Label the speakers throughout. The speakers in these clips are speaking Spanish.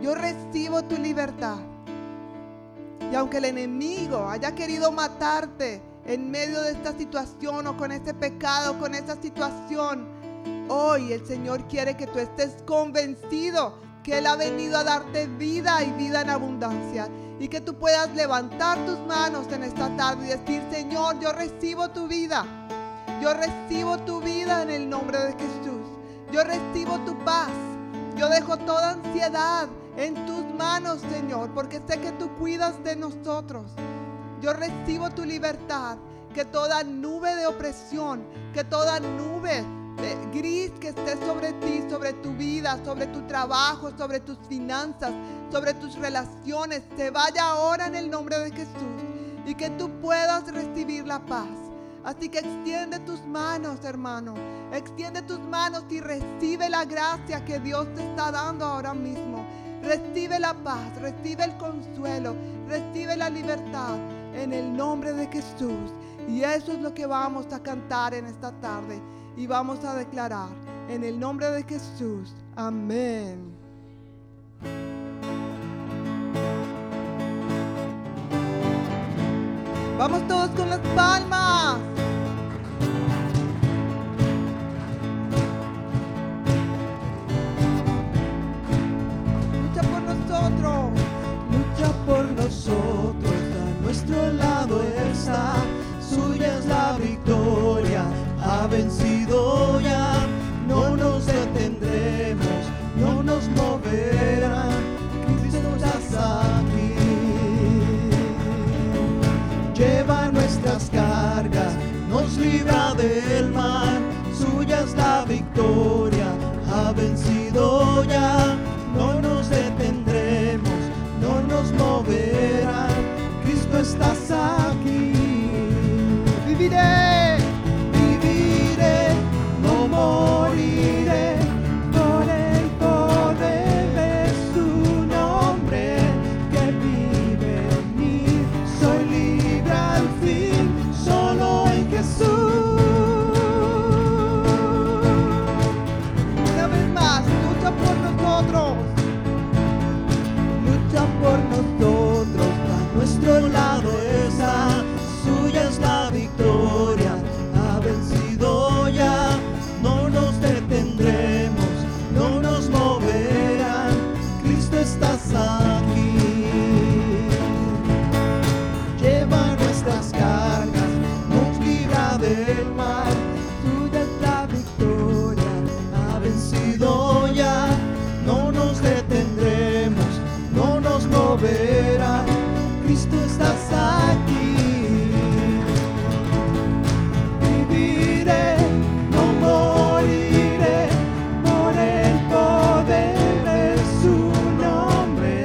Speaker 1: Yo recibo tu libertad. Y aunque el enemigo haya querido matarte en medio de esta situación o con este pecado, o con esta situación, hoy el Señor quiere que tú estés convencido que Él ha venido a darte vida y vida en abundancia. Y que tú puedas levantar tus manos en esta tarde y decir, Señor, yo recibo tu vida. Yo recibo tu vida en el nombre de Jesús. Yo recibo tu paz. Yo dejo toda ansiedad en tus manos, Señor, porque sé que tú cuidas de nosotros. Yo recibo tu libertad, que toda nube de opresión, que toda nube de gris que esté sobre ti, sobre tu vida, sobre tu trabajo, sobre tus finanzas, sobre tus relaciones, se vaya ahora en el nombre de Jesús y que tú puedas recibir la paz. Así que extiende tus manos, hermano. Extiende tus manos y recibe la gracia que Dios te está dando ahora mismo. Recibe la paz, recibe el consuelo, recibe la libertad en el nombre de Jesús. Y eso es lo que vamos a cantar en esta tarde y vamos a declarar en el nombre de Jesús. Amén. Vamos todos con las palmas. Lucha por nosotros.
Speaker 2: Lucha por nosotros, a nuestro lado está. Suya es la victoria, ha vencido ya. No nos detendremos, no nos moverá. Cristo está aquí. Lleva nuestras cargas, nos libra del mal. Suya es la victoria, ha vencido ya. No nos detendremos, no nos moverá. Cristo estás aquí.
Speaker 1: Viviré.
Speaker 2: Viviré, no moriré, por el poder de su nombre que vive en mí. Soy libre al fin, solo en Jesús.
Speaker 1: Una vez más, lucha por nosotros.
Speaker 2: Lucha por nosotros, a nuestro lado está, suya es la victoria, ha vencido ya, no nos detendremos, no nos moverán, Cristo estás aquí. Lleva nuestras cargas, nos libra del mal, tuya es la victoria, ha vencido ya, no nos detendremos, no nos moverá, Cristo estás aquí. Viviré, no moriré, por el poder de su nombre.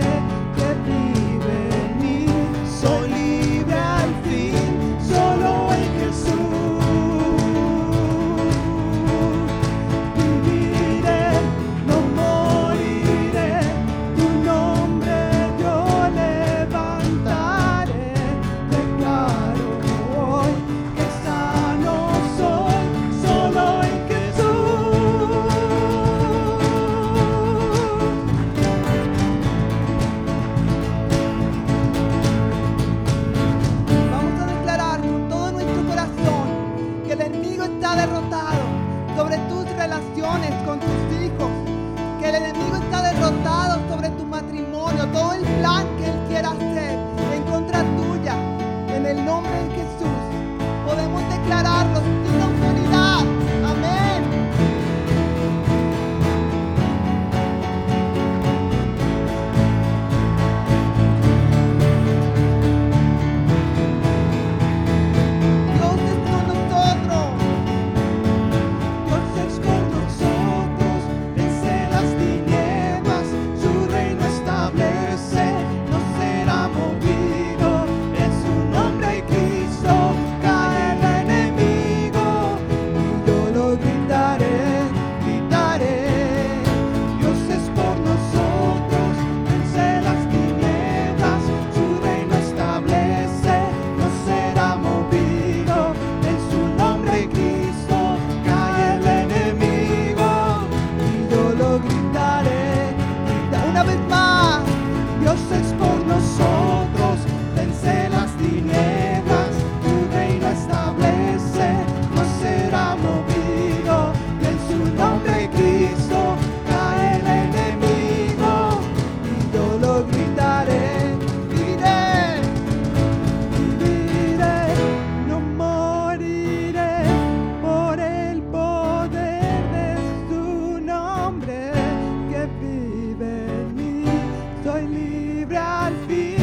Speaker 1: soy libre al fin,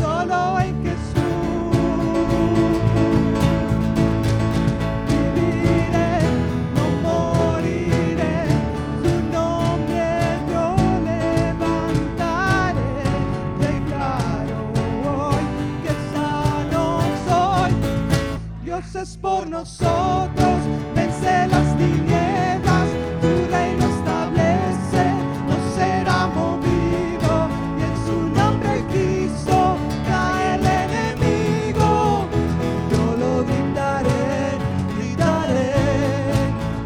Speaker 1: solo en Jesús. Viviré, no moriré, su nombre yo levantaré. Declaro hoy que sano soy, Dios es por nosotros, vence las tinieblas, tu reino establece, no será movido, y en su nombre Cristo cae el enemigo. Yo lo gritaré, gritaré,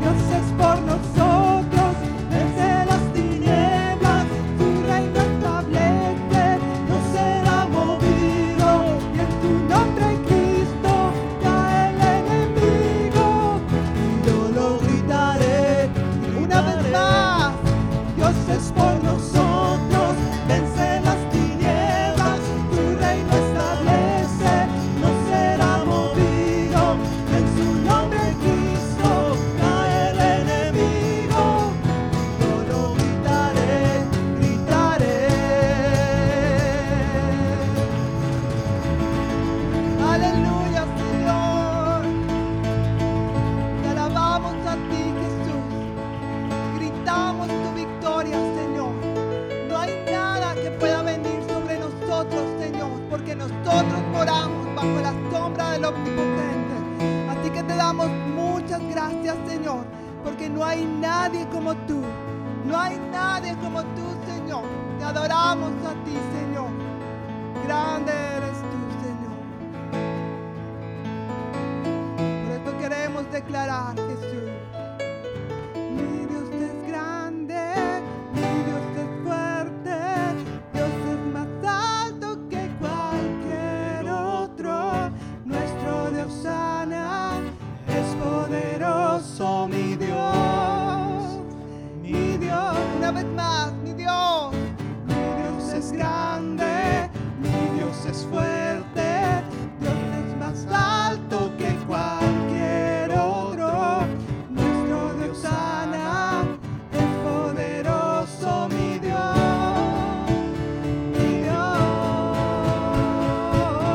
Speaker 1: Dios es por nosotros, vence las tinieblas, tu reino establece, no será movido, y en tu nombre Cristo cae el enemigo. Y yo lo gritaré,
Speaker 2: Una vez más.
Speaker 1: Dios es por nosotros, vence las tinieblas, tu reino establece, no será movido, en su nombre Cristo cae el enemigo, yo lo gritaré, gritaré.
Speaker 2: Aleluya, Señor. Te alabamos a ti, Jesús. Gritamos tu victoria, Señor. No hay nada que pueda venir sobre nosotros, Señor, porque nosotros moramos bajo la sombra del Omnipotente. Así que te damos muchas gracias, Señor, porque no hay nadie como tú. No hay nadie como tú, Señor. Te adoramos a ti, Señor. Grande eres tú, Señor. Por esto queremos declarar, Jesús. Mi Dios es grande, mi Dios es fuerte, Dios es más alto que cualquier otro. Nuestro Dios sana, es poderoso mi Dios. Mi Dios, una vez más, mi Dios. Mi Dios es grande, mi Dios es fuerte, Dios es más alto que cualquier otro. Nuestro Dios sana, es poderoso mi Dios, mi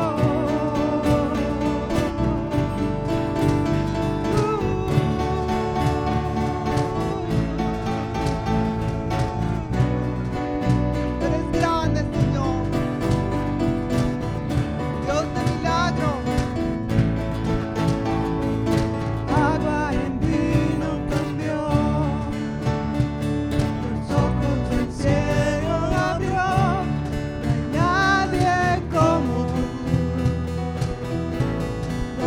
Speaker 1: Agua en vino cambió, los ojos del
Speaker 2: Uh. Dios. Tú eres grande, Señor. Dios de milagro.
Speaker 1: cielo abrió, no hay nadie como tú, no hay como tú. Miras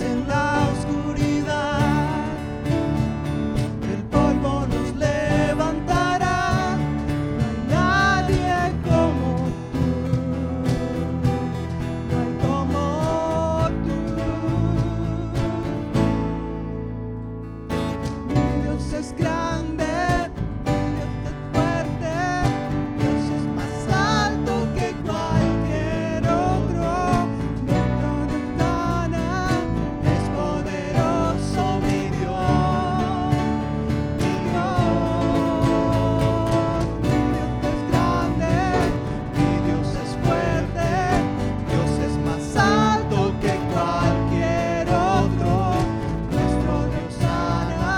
Speaker 1: en la oscuridad, el polvo nos levantará, no hay nadie como tú. No hay como tú, mi Dios es grande, mi Dios es fuerte, Dios es más alto que cualquier otro. Nuestro Dios sana,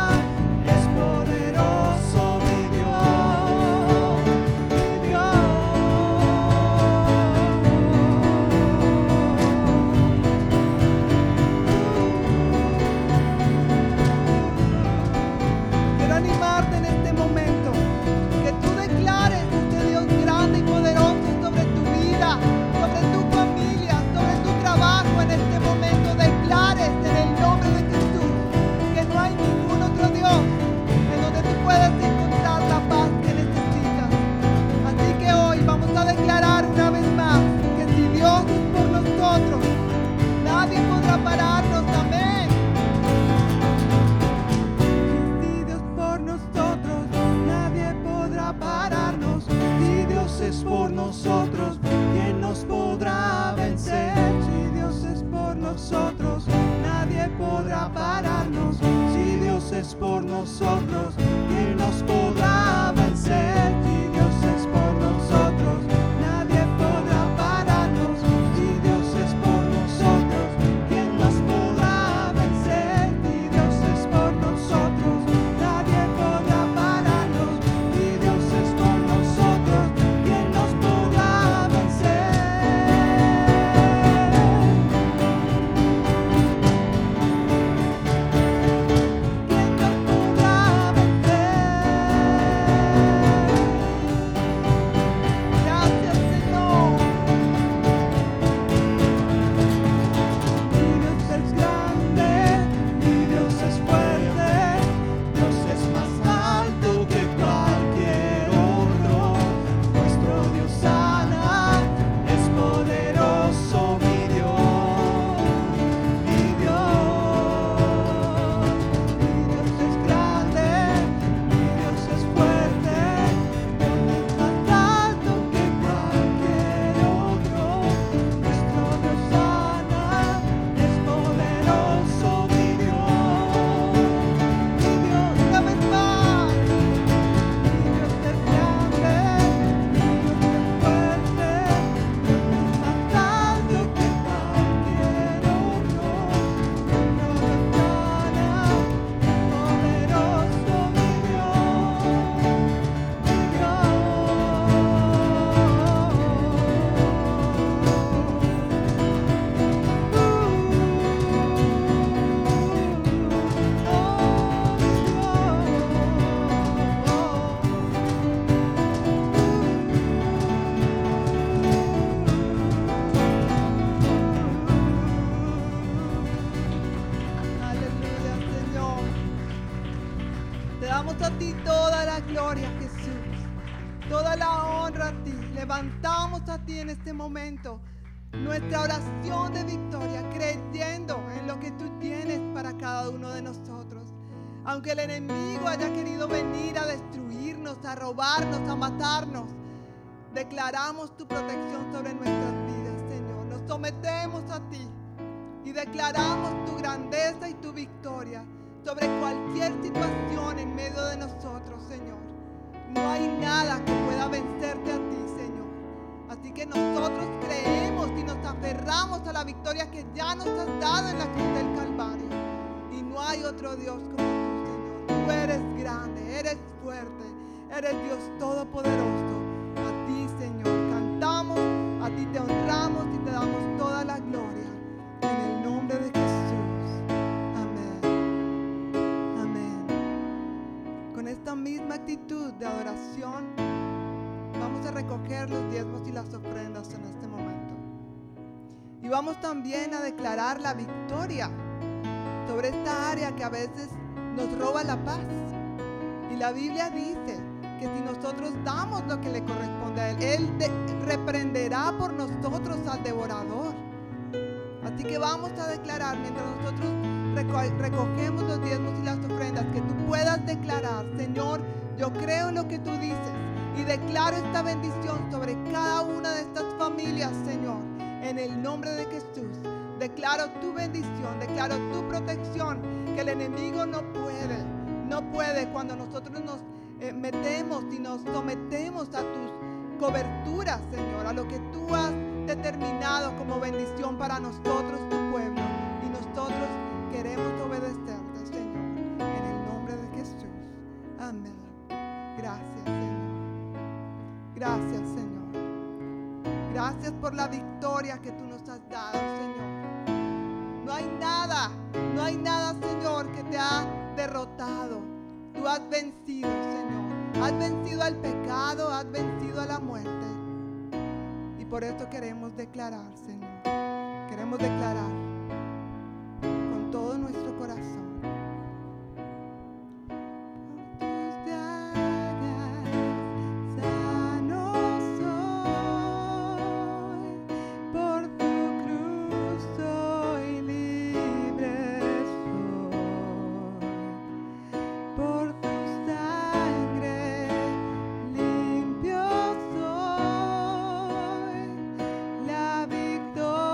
Speaker 1: es poderoso mi Dios, mi Dios. Mi Dios es grande, mi Dios es fuerte, Dios es más alto que cualquier otro. Nuestro Dios sana es poderoso. este este
Speaker 3: es por nosotros, ¿quién nos podrá vencer? Si Dios es por nosotros, nadie podrá pararnos. Si Dios es por nosotros, ¿quién nos podrá vencer? Si Dios es por nosotros, nadie podrá pararnos. Si Dios es por nosotros, ¿quién nos podrá vencer? ¿Quién nos podrá vencer? Gracias Señor. Mi Dios es grande, mi Dios es fuerte, Dios es más alto que cualquier otro. Nuestro Dios sana, es poderoso mi Dios. Mi Dios, mi Dios es grande, mi Dios es fuerte, Dios es más alto que cualquier otro. Nuestro Dios sana, es poderoso, mi Dios, mi Dios, dame paz. Mi Dios es grande, mi Dios es fuerte, Dios es más alto que cualquier otro. Nuestro Dios sana, es poderoso mi Dios, mi Dios.
Speaker 1: Aleluya, Señor. Te damos a ti toda la gloria, Jesús. Toda la honra a ti. Levantamos a ti en este momento nuestra oración de victoria, creyendo en lo que tú tienes para cada uno de nosotros. Aunque el enemigo haya querido venir a destruirnos, a robarnos, a matarnos, declaramos tu protección sobre nuestras vidas, Señor. Nos sometemos a ti y declaramos tu grandeza y tu victoria sobre cualquier situación en medio de nosotros, Señor. No hay nada que pueda vencerte a ti, Señor. Así que nosotros creemos y nos aferramos a la victoria que ya nos has dado en la cruz del Calvario. Y no hay otro Dios como tú, Señor. Tú eres grande, eres fuerte, eres Dios todopoderoso. A ti, Señor, cantamos, a ti te honramos y te damos toda la gloria. En el nombre de Jesús. Amén. Amén. Con esta misma actitud de adoración, vamos a recoger los diezmos y las ofrendas en este momento. Y vamos también a declarar la victoria sobre esta área que a veces nos roba la paz. Y la Biblia dice que si nosotros damos lo que le corresponde a Él, Él de- reprenderá por nosotros al devorador. Así que vamos a declarar mientras nosotros reco- recogemos los diezmos y las ofrendas, que tú puedas declarar, Señor, yo creo en lo que tú dices y declaro esta bendición sobre cada una de estas familias, Señor, en el nombre de Jesús. Declaro tu bendición, declaro tu protección, que el enemigo no puede, no puede cuando nosotros nos eh, metemos y nos sometemos a tus coberturas, Señor, a lo que tú has determinado como bendición para nosotros, tu pueblo. Y nosotros queremos obedecerte, Señor, en el nombre de Jesús. Amén. Gracias, Señor. Gracias, Señor. Gracias por la victoria que tú nos has dado, Señor. No hay nada, no hay nada, Señor, que te ha derrotado. Tú has vencido, Señor. Has vencido al pecado, has vencido a la muerte. Y por esto queremos declarar, Señor. Queremos declarar con todo nuestro corazón. Por tus llagas sano soy, por tu cruz soy libre soy, por tu sangre Limpio soy, la victoria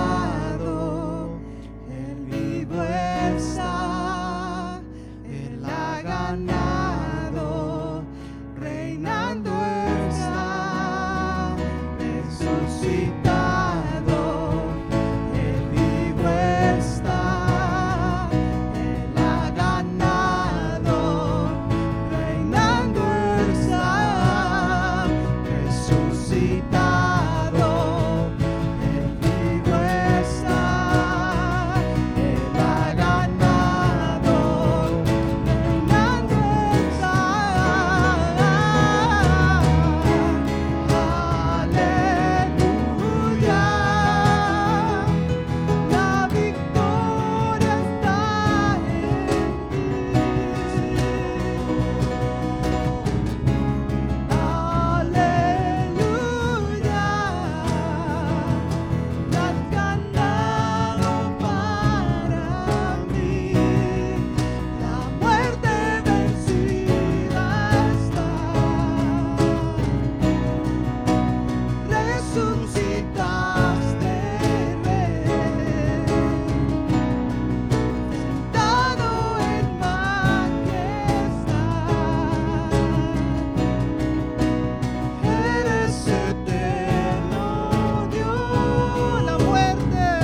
Speaker 2: resucitado, el vivo está, él ha ganado, reinando está, resucitado, el vivo está, él ha ganado, reinando está, resucitado, el vivo está, Ah, él ha ganado, reinando está, aleluya. La victoria está en ti. Aleluya. La has ganado para mí. La muerte vencida está. Resucitaste, Rey, sentado en majestad. Eres eterno, Dios, la muerte.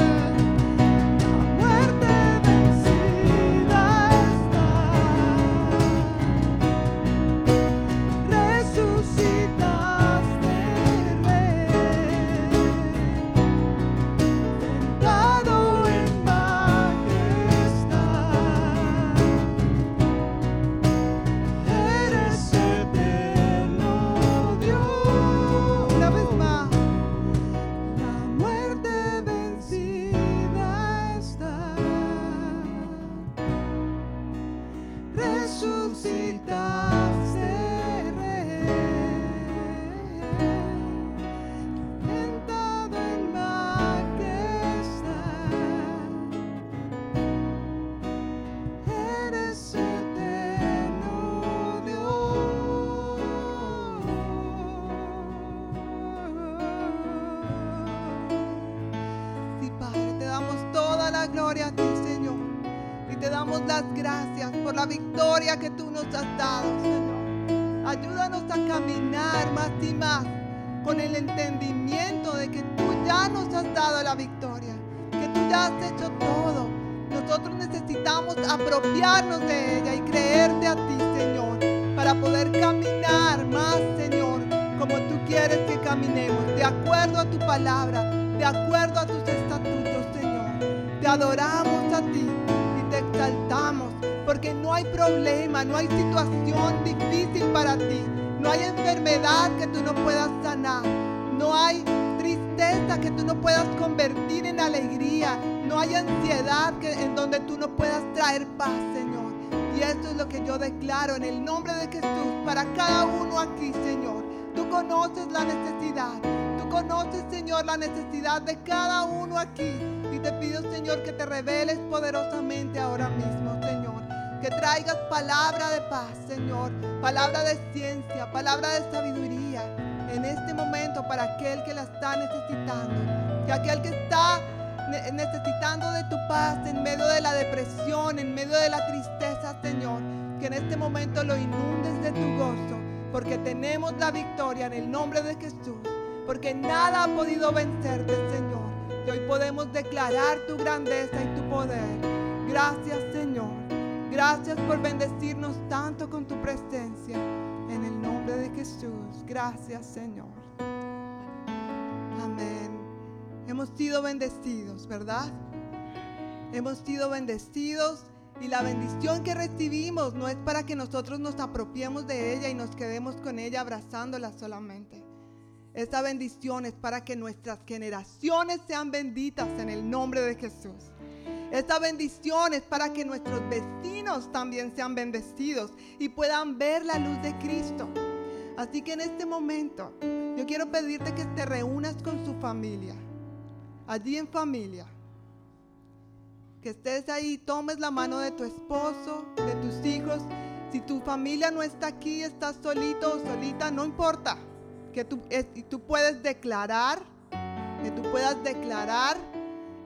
Speaker 2: La muerte vencida está, resucitaste, Rey, sentado en majestad, eres eterno Dios.
Speaker 1: Una vez más.
Speaker 2: La muerte vencida está, resucitaste, Rey, sentado en majestad, eres eterno Dios.
Speaker 1: Sí, Padre, te damos toda la gloria a ti, Señor. Y te damos las gracias por la victoria que tú nos has dado, Señor. Ayúdanos a caminar más y más con el entendimiento de que tú ya nos has dado la victoria, que tú ya has hecho todo. Nosotros necesitamos apropiarnos de ella y creerte a ti, Señor, para poder caminar más, Señor, como tú quieres que caminemos, de acuerdo a tu palabra, de acuerdo a tus estatutos, Señor. Te adoramos a ti y te exaltamos, porque no hay problema, no hay situación difícil para ti, no hay enfermedad que tú no puedas sanar, no hay tristeza que tú no puedas convertir en alegría, no hay ansiedad que, en donde tú no puedas traer paz, Señor. Y esto es lo que yo declaro en el nombre de Jesús para cada uno aquí, Señor. Tú conoces la necesidad. Tú conoces, Señor, la necesidad de cada uno aquí. Y te pido, Señor, que te reveles poderosamente ahora mismo, Señor. Que traigas palabra de paz, Señor. Palabra de ciencia, palabra de sabiduría. En este momento para aquel que la está necesitando. Y aquel que está ne- necesitando de tu paz en medio de la depresión, en medio de la tristeza, Señor. Que en este momento lo inundes de tu gozo, porque tenemos la victoria en el nombre de Jesús, porque nada ha podido vencerte, Señor. Y hoy podemos declarar tu grandeza y tu poder. Gracias, Señor. Gracias por bendecirnos tanto con tu presencia. En el nombre de Jesús. Gracias, Señor. Amén. Hemos sido bendecidos, ¿verdad? Hemos sido bendecidos y la bendición que recibimos no es para que nosotros nos apropiemos de ella y nos quedemos con ella abrazándola solamente. Esta bendición es para que nuestras generaciones sean benditas en el nombre de Jesús. Esta bendición es para que nuestros vecinos también sean bendecidos y puedan ver la luz de Cristo. Así que en este momento yo quiero pedirte que te reúnas con su familia, allí en familia que estés ahí, tomes la mano de tu esposo, de tus hijos. Si tu familia no está aquí, estás solito o solita, no importa. Que tú, es- y tú puedes declarar que tú puedas declarar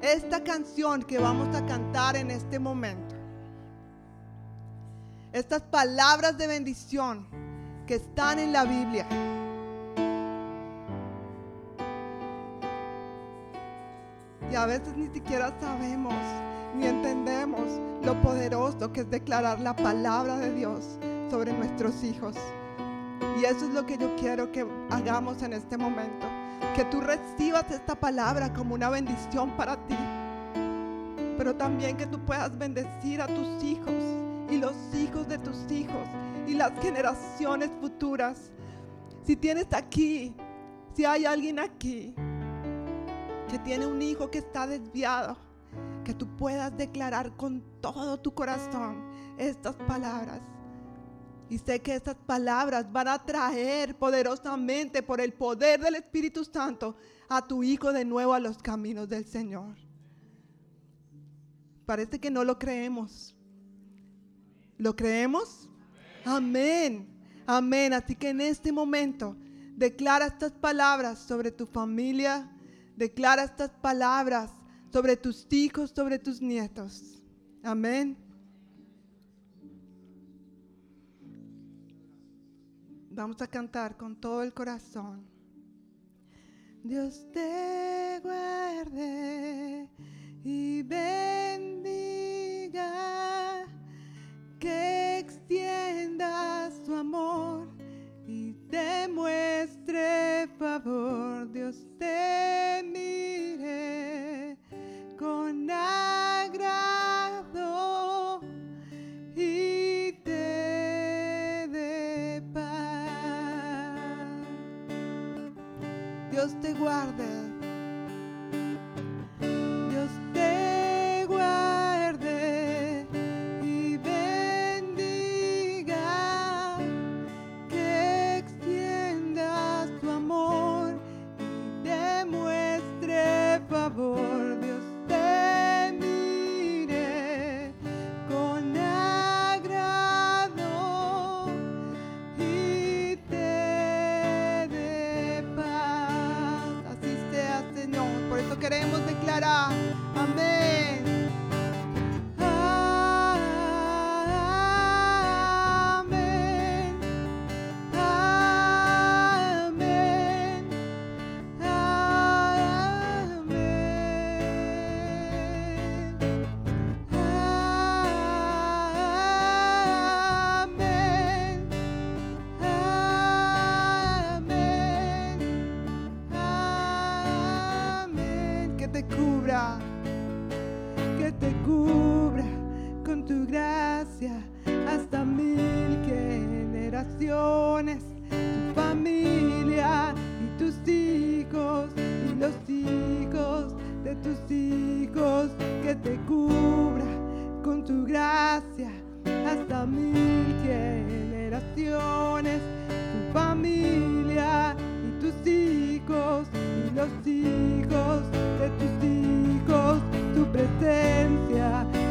Speaker 1: esta canción que vamos a cantar en este momento. Estas palabras de bendición que están en la Biblia. Y a veces ni siquiera sabemos ni entendemos lo poderoso que es declarar la palabra de Dios sobre nuestros hijos. Y eso es lo que yo quiero que hagamos en este momento. Que tú recibas esta palabra como una bendición para ti. Pero también que tú puedas bendecir a tus hijos y los hijos de tus hijos y las generaciones futuras. Si tienes aquí, si hay alguien aquí que tiene un hijo que está desviado, que tú puedas declarar con todo tu corazón estas palabras. Y sé que estas palabras van a traer poderosamente por el poder del Espíritu Santo a tu hijo de nuevo a los caminos del Señor. Parece que no lo creemos. ¿Lo creemos? Amén. Amén. Así que en este momento declara estas palabras sobre tu familia. Declara estas palabras sobre tus hijos, sobre tus nietos. Amén. Vamos a cantar con todo el corazón. Dios te guarde y bendiga, que extienda su amor y te muestre favor. Dios te mire con agrado y te dé paz. Dios te guarde. Dios te guarde y bendiga que extienda tu amor y demuestre favor. Dios te mire con agrado y te dé paz. Así sea, Señor. Por eso queremos declarar. Amén. Amén. Amén. Amén. Amén. Amén. Amén. Que te cubra, que te cubra con tu gracia hasta mil generaciones, tu familia y tus hijos y los hijos de tus hijos. Que te cubra con tu gracia hasta mil generaciones, tu familia y tus hijos y los hijos de tus hijos, tu presencia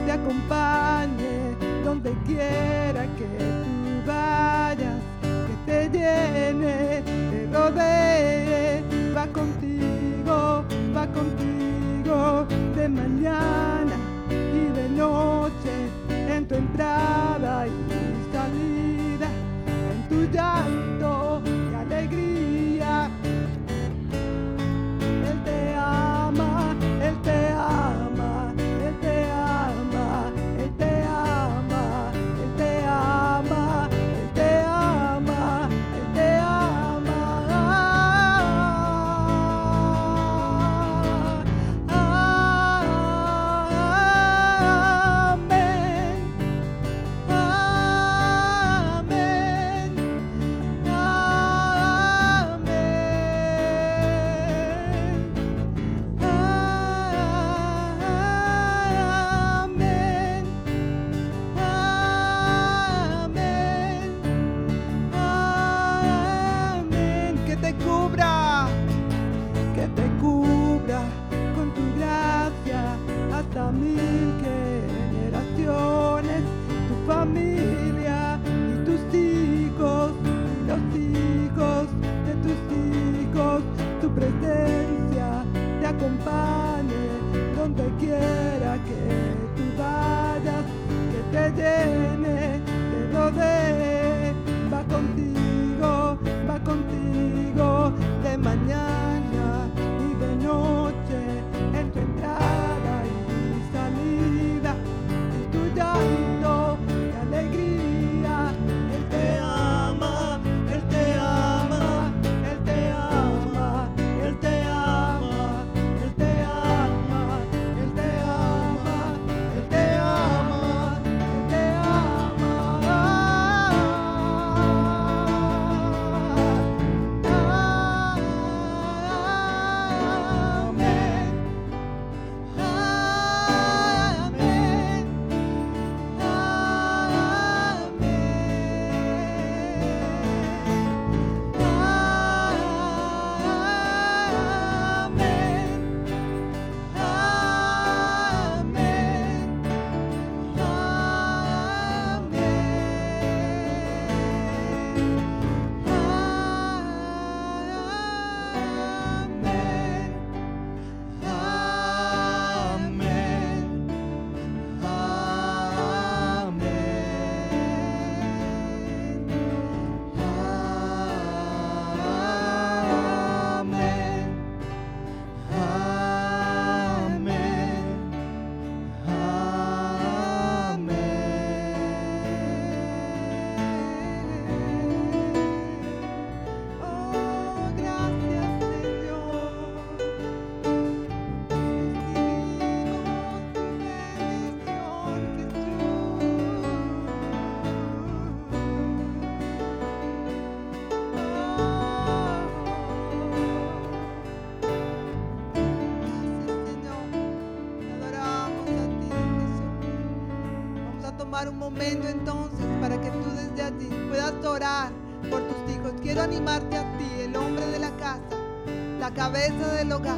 Speaker 1: te acompañe donde quiera que tú vayas, que te llene, te rodee, va contigo, va contigo de mañana y de noche en tu entrada y tu salida, en tu llanto y alegría. Él te ama, Él te ama, Él te ama, Él te ama, Él te ama, Él te ama, Él te ama. Amén. Amén. acompañe donde quiera que tú vayas, que te llene, te rodee, va contigo, va contigo, de mañana y de noche, en tu entrada y salida, en tu llanto, de alegría, Él te ama, Él te ama, Él te ama, Él te ama, Él te ama, Él te ama, Él te ama, Él te ama. Amén. Amén. Amén. Amén. Amén. Amén. Amén. Amén. Amén. Amén. Amén. Oh, gracias, Señor. tomar un momento entonces para que tú desde allí puedas orar por tus hijos. Quiero animarte a ti, el hombre de la casa, la cabeza del hogar,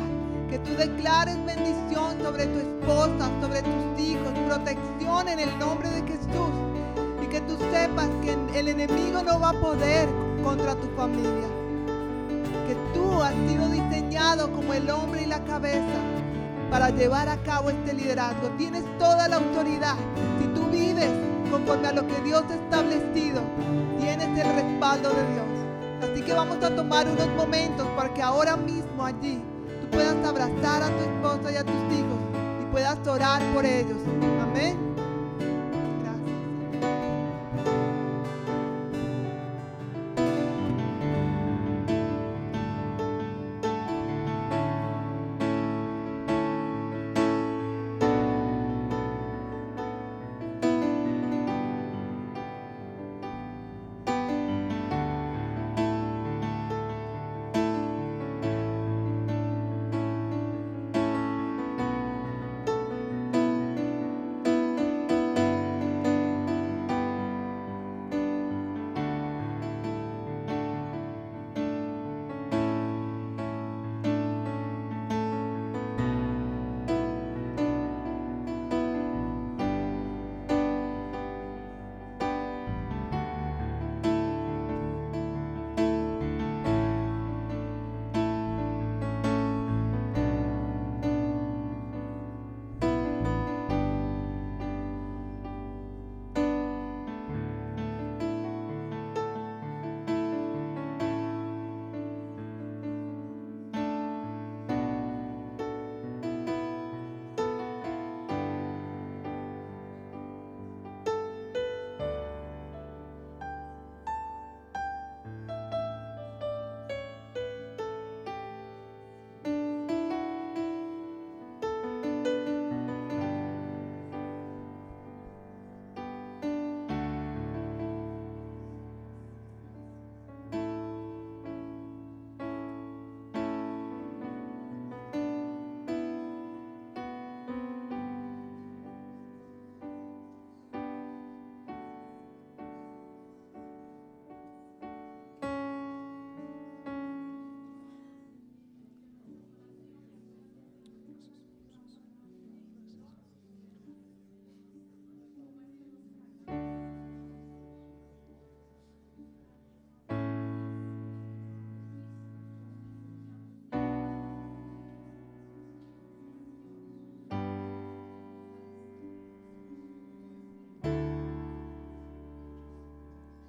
Speaker 1: que tú declares bendición sobre tu esposa, sobre tus hijos, protección en el nombre de Jesús y que tú sepas que el enemigo no va a poder contra tu familia, que tú has sido diseñado como el hombre y la cabeza para llevar a cabo este liderazgo. Tienes toda la autoridad. Si tú vives conforme a lo que Dios ha establecido, tienes el respaldo de Dios. Así que vamos a tomar unos momentos para que ahora mismo allí tú puedas abrazar a tu esposa y a tus hijos y puedas orar por ellos. Amén. Gracias. Gracias,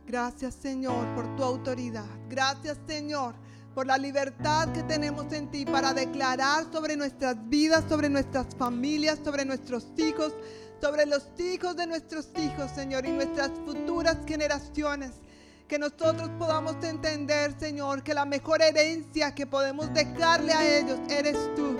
Speaker 1: Gracias Señor por tu autoridad. Gracias Señor por la libertad que tenemos en ti para declarar sobre nuestras vidas, sobre nuestras familias, sobre nuestros hijos, sobre los hijos de nuestros hijos, Señor, y nuestras futuras generaciones. Que nosotros podamos entender, Señor, que la mejor herencia que podemos dejarle a ellos eres tú.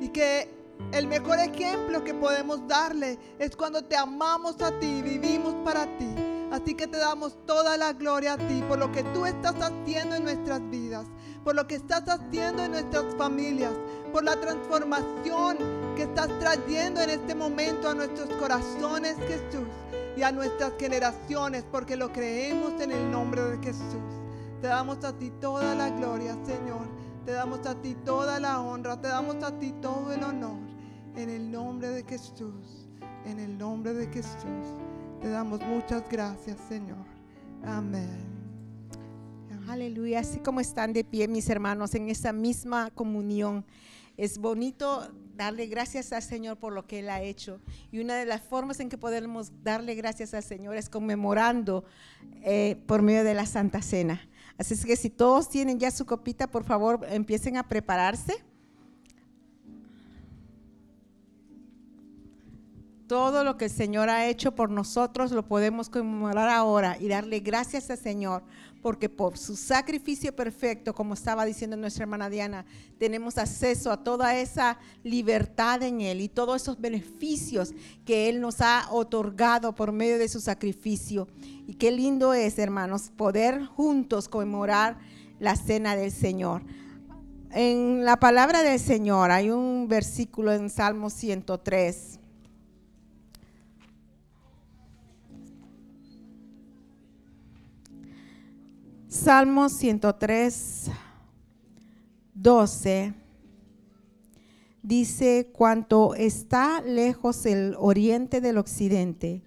Speaker 1: Y que el mejor ejemplo que podemos darle es cuando te amamos a ti, vivimos para ti. Así que te damos toda la gloria a ti por lo que tú estás haciendo en nuestras vidas, por lo que estás haciendo en nuestras familias, por la transformación que estás trayendo en este momento a nuestros corazones, Jesús, y a nuestras generaciones, porque lo creemos en el nombre de Jesús. Te damos a ti toda la gloria, Señor. Te damos a ti toda la honra, te damos a ti todo el honor. En el nombre de Jesús, en el nombre de Jesús. Te damos muchas gracias, Señor. Amén.
Speaker 4: Aleluya, así como están de pie mis hermanos en esa misma comunión. Es bonito darle gracias al Señor por lo que Él ha hecho. Y una de las formas en que podemos darle gracias al Señor es conmemorando eh, por medio de la Santa Cena. Así es que si todos tienen ya su copita, por favor empiecen a prepararse. Todo lo que el Señor ha hecho por nosotros lo podemos conmemorar ahora y darle gracias al Señor, porque por su sacrificio perfecto, como estaba diciendo nuestra hermana Diana, tenemos acceso a toda esa libertad en Él y todos esos beneficios que Él nos ha otorgado por medio de su sacrificio. Y qué lindo es, hermanos, poder juntos conmemorar la cena del Señor. En la palabra del Señor hay un versículo en Salmo 103. Salmo 103, 12 dice, cuanto está lejos el oriente del occidente,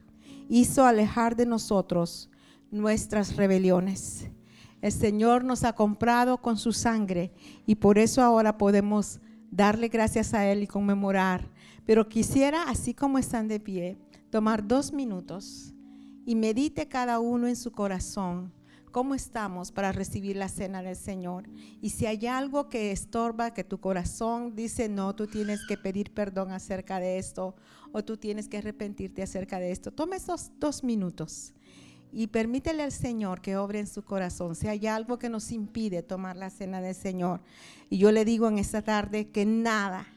Speaker 4: hizo alejar de nosotros nuestras rebeliones. El Señor nos ha comprado con su sangre y por eso ahora podemos darle gracias a Él y conmemorar. Pero quisiera, así como están de pie, tomar dos minutos y medite cada uno en su corazón cómo estamos para recibir la cena del Señor. Y si hay algo que estorba, que tu corazón dice, no, tú tienes que pedir perdón acerca de esto o tú tienes que arrepentirte acerca de esto, toma esos dos minutos y permítele al Señor que obre en su corazón. Si hay algo que nos impide tomar la cena del Señor, y yo le digo en esta tarde que nada,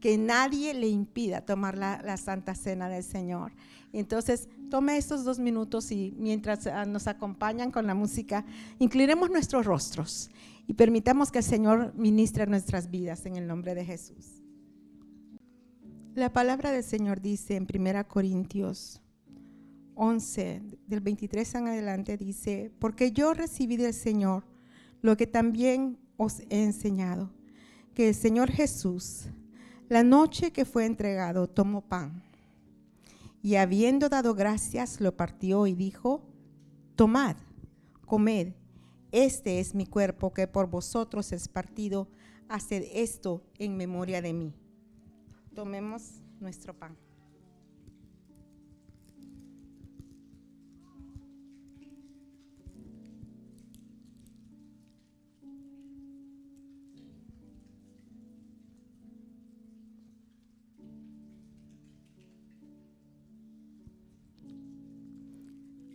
Speaker 4: que nadie le impida tomar la, la santa cena del Señor. Y entonces, tome estos dos minutos y mientras ah, nos acompañan con la música, inclinemos nuestros rostros y permitamos que el Señor ministre nuestras vidas en el nombre de Jesús. La palabra del Señor dice en 1 Corintios 11, del 23 en adelante, dice, porque yo recibí del Señor lo que también os he enseñado, que el Señor Jesús, la noche que fue entregado, tomó pan y habiendo dado gracias, lo partió y dijo, tomad, comed, este es mi cuerpo que por vosotros es partido, haced esto en memoria de mí. Tomemos nuestro pan.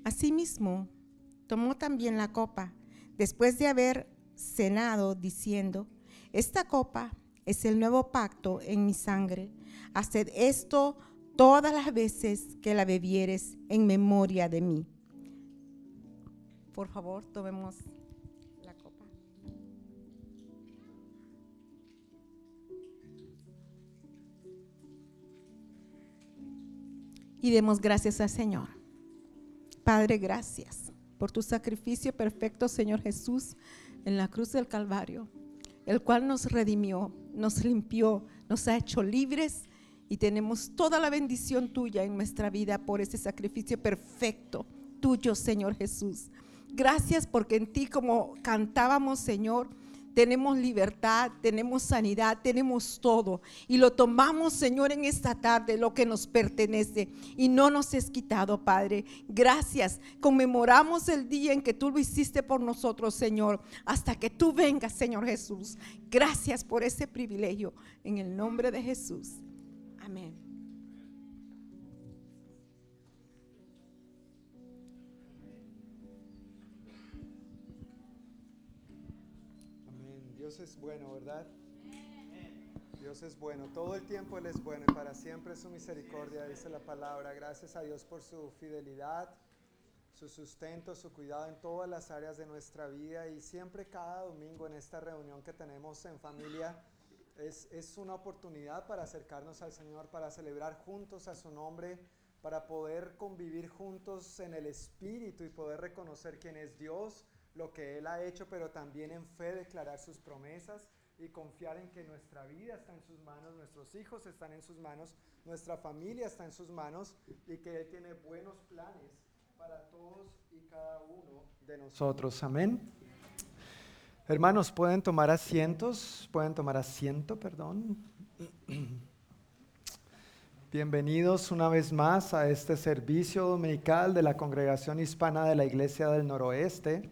Speaker 4: Asimismo, tomó también la copa, después de haber cenado, diciendo, Esta copa es el nuevo pacto en mi sangre. Haced esto todas las veces que la bebieres en memoria de mí. Por favor, tomemos la copa. Y demos gracias al Señor. Padre, gracias por tu sacrificio perfecto, Señor Jesús, en la cruz del Calvario, el cual nos redimió, nos limpió, nos ha hecho libres y tenemos toda la bendición tuya en nuestra vida por ese sacrificio perfecto tuyo, Señor Jesús. Gracias porque en ti, como cantábamos, Señor, tenemos libertad, tenemos sanidad, tenemos todo. Y lo tomamos, Señor, en esta tarde, lo que nos pertenece. Y no nos es quitado, Padre. Gracias. Conmemoramos el día en que tú lo hiciste por nosotros, Señor. Hasta que tú vengas, Señor Jesús. Gracias por ese privilegio. En el nombre de Jesús. Amén.
Speaker 2: Amén. Dios es bueno, ¿verdad? Dios es bueno, todo el tiempo Él es bueno y para siempre es su misericordia, dice la palabra. Gracias a Dios por su fidelidad, su sustento, su cuidado en todas las áreas de nuestra vida y siempre cada domingo en esta reunión que tenemos en familia es, es una oportunidad para acercarnos al Señor, para celebrar juntos a su nombre, para poder convivir juntos en el Espíritu y poder reconocer quién es Dios, lo que Él ha hecho, pero también en fe declarar sus promesas y confiar en que nuestra vida está en sus manos, nuestros hijos están en sus manos, nuestra familia está en sus manos y que Él tiene buenos planes para todos y cada uno de nosotros. Amén. Hermanos, pueden tomar asientos, pueden tomar asiento, perdón. Bienvenidos una vez más a este servicio dominical de la Congregación Hispana de la Iglesia del Noroeste.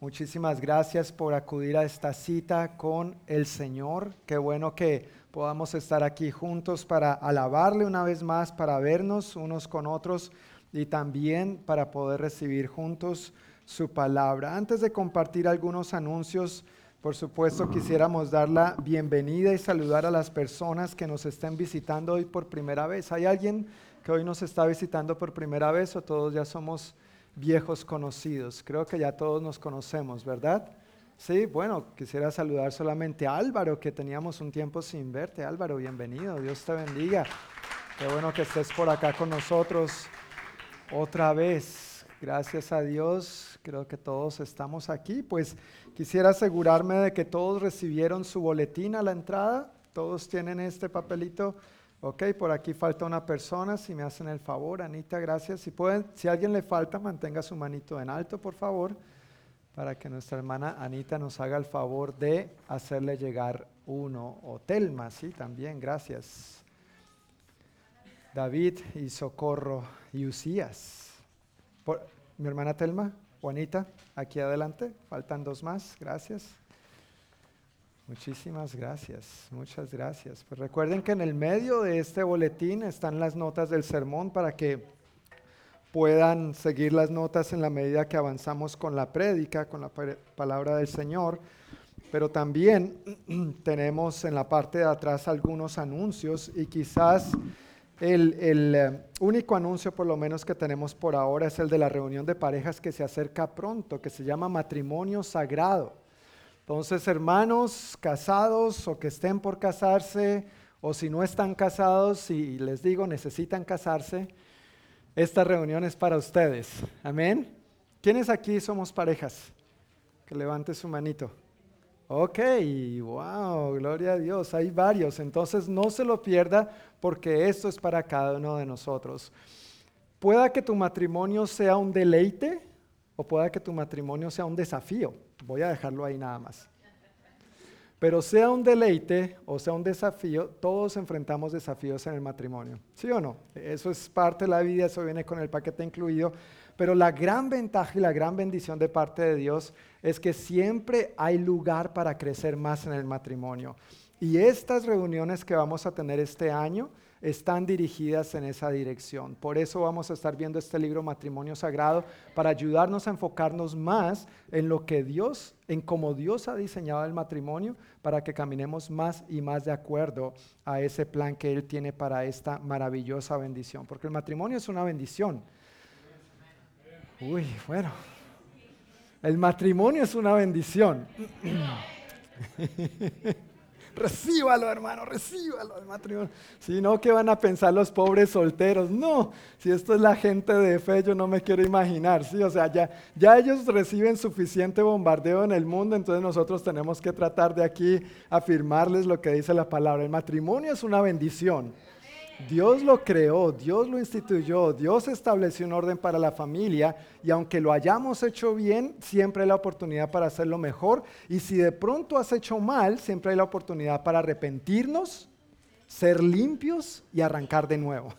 Speaker 2: Muchísimas gracias por acudir a esta cita con el Señor. Qué bueno que podamos estar aquí juntos para alabarle una vez más, para vernos unos con otros y también para poder recibir juntos su palabra. Antes de compartir algunos anuncios, por supuesto quisiéramos dar la bienvenida y saludar a las personas que nos estén visitando hoy por primera vez. ¿Hay alguien que hoy nos está visitando por primera vez o todos ya somos viejos conocidos. Creo que ya todos nos conocemos, ¿verdad? Sí, bueno, quisiera saludar solamente a Álvaro, que teníamos un tiempo sin verte. Álvaro, bienvenido, Dios te bendiga. Qué bueno que estés por acá con nosotros otra vez. Gracias a Dios, creo que todos estamos aquí. Pues quisiera asegurarme de que todos recibieron su boletín a la entrada. Todos tienen este papelito Ok, por aquí falta una persona, si me hacen el favor, Anita, gracias. Si pueden, si a alguien le falta, mantenga su manito en alto, por favor, para que nuestra hermana Anita nos haga el favor de hacerle llegar uno. O Telma, sí, también, gracias. David y Socorro y Usías. Por- mi hermana Telma, o Anita, aquí adelante, faltan dos más, gracias. Muchísimas gracias, muchas gracias. Pues recuerden que en el medio de este boletín están las notas del sermón para que puedan seguir las notas en la medida que avanzamos con la prédica, con la pre- palabra del Señor. Pero también tenemos en la parte de atrás algunos anuncios y quizás el, el, eh, único anuncio por lo menos que tenemos por ahora es el de la reunión de parejas que se acerca pronto, que se llama Matrimonio Sagrado. Entonces, hermanos casados o que estén por casarse, o si no están casados y les digo necesitan casarse, esta reunión es para ustedes. Amén. ¿Quiénes aquí somos parejas? Que levante su manito. Ok, wow, gloria a Dios, hay varios. Entonces no se lo pierda porque esto es para cada uno de nosotros. Pueda que tu matrimonio sea un deleite o pueda que tu matrimonio sea un desafío. Voy a dejarlo ahí nada más. Pero sea un deleite o sea un desafío, todos enfrentamos desafíos en el matrimonio. ¿Sí o no? Eso es parte de la vida, eso viene con el paquete incluido. Pero la gran ventaja y la gran bendición de parte de Dios es que siempre hay lugar para crecer más en el matrimonio. Y estas reuniones que vamos a tener este año están dirigidas en esa dirección. Por eso vamos a estar viendo este libro Matrimonio Sagrado para ayudarnos a enfocarnos más en lo que Dios, en cómo Dios ha diseñado el matrimonio para que caminemos más y más de acuerdo a ese plan que Él tiene para esta maravillosa bendición. Porque el matrimonio es una bendición. Uy, bueno. El matrimonio es una bendición. Recíbalo, hermano, recíbalo el matrimonio. Si no, ¿qué van a pensar los pobres solteros? No, si esto es la gente de fe, yo no me quiero imaginar. Sí, o sea, ya, ya ellos reciben suficiente bombardeo en el mundo, entonces nosotros tenemos que tratar de aquí afirmarles lo que dice la palabra. El matrimonio es una bendición. Dios lo creó, Dios lo instituyó, Dios estableció un orden para la familia y aunque lo hayamos hecho bien, siempre hay la oportunidad para hacerlo mejor y si de pronto has hecho mal, siempre hay la oportunidad para arrepentirnos, ser limpios y arrancar de nuevo.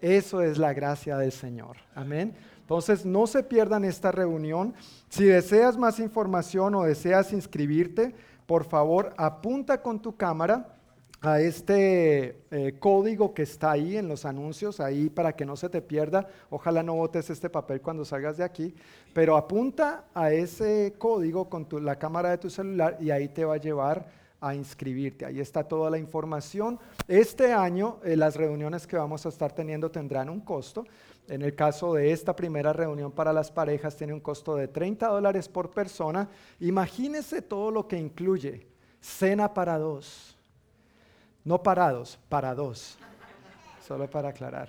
Speaker 2: Eso es la gracia del Señor. Amén. Entonces, no se pierdan esta reunión. Si deseas más información o deseas inscribirte, por favor, apunta con tu cámara a este eh, código que está ahí en los anuncios, ahí para que no se te pierda. Ojalá no botes este papel cuando salgas de aquí, pero apunta a ese código con tu- la cámara de tu celular y ahí te va a llevar a inscribirte. Ahí está toda la información. Este año eh, las reuniones que vamos a estar teniendo tendrán un costo. En el caso de esta primera reunión para las parejas tiene un costo de 30 dólares por persona. Imagínese todo lo que incluye. Cena para dos. No parados, para dos. Solo para aclarar.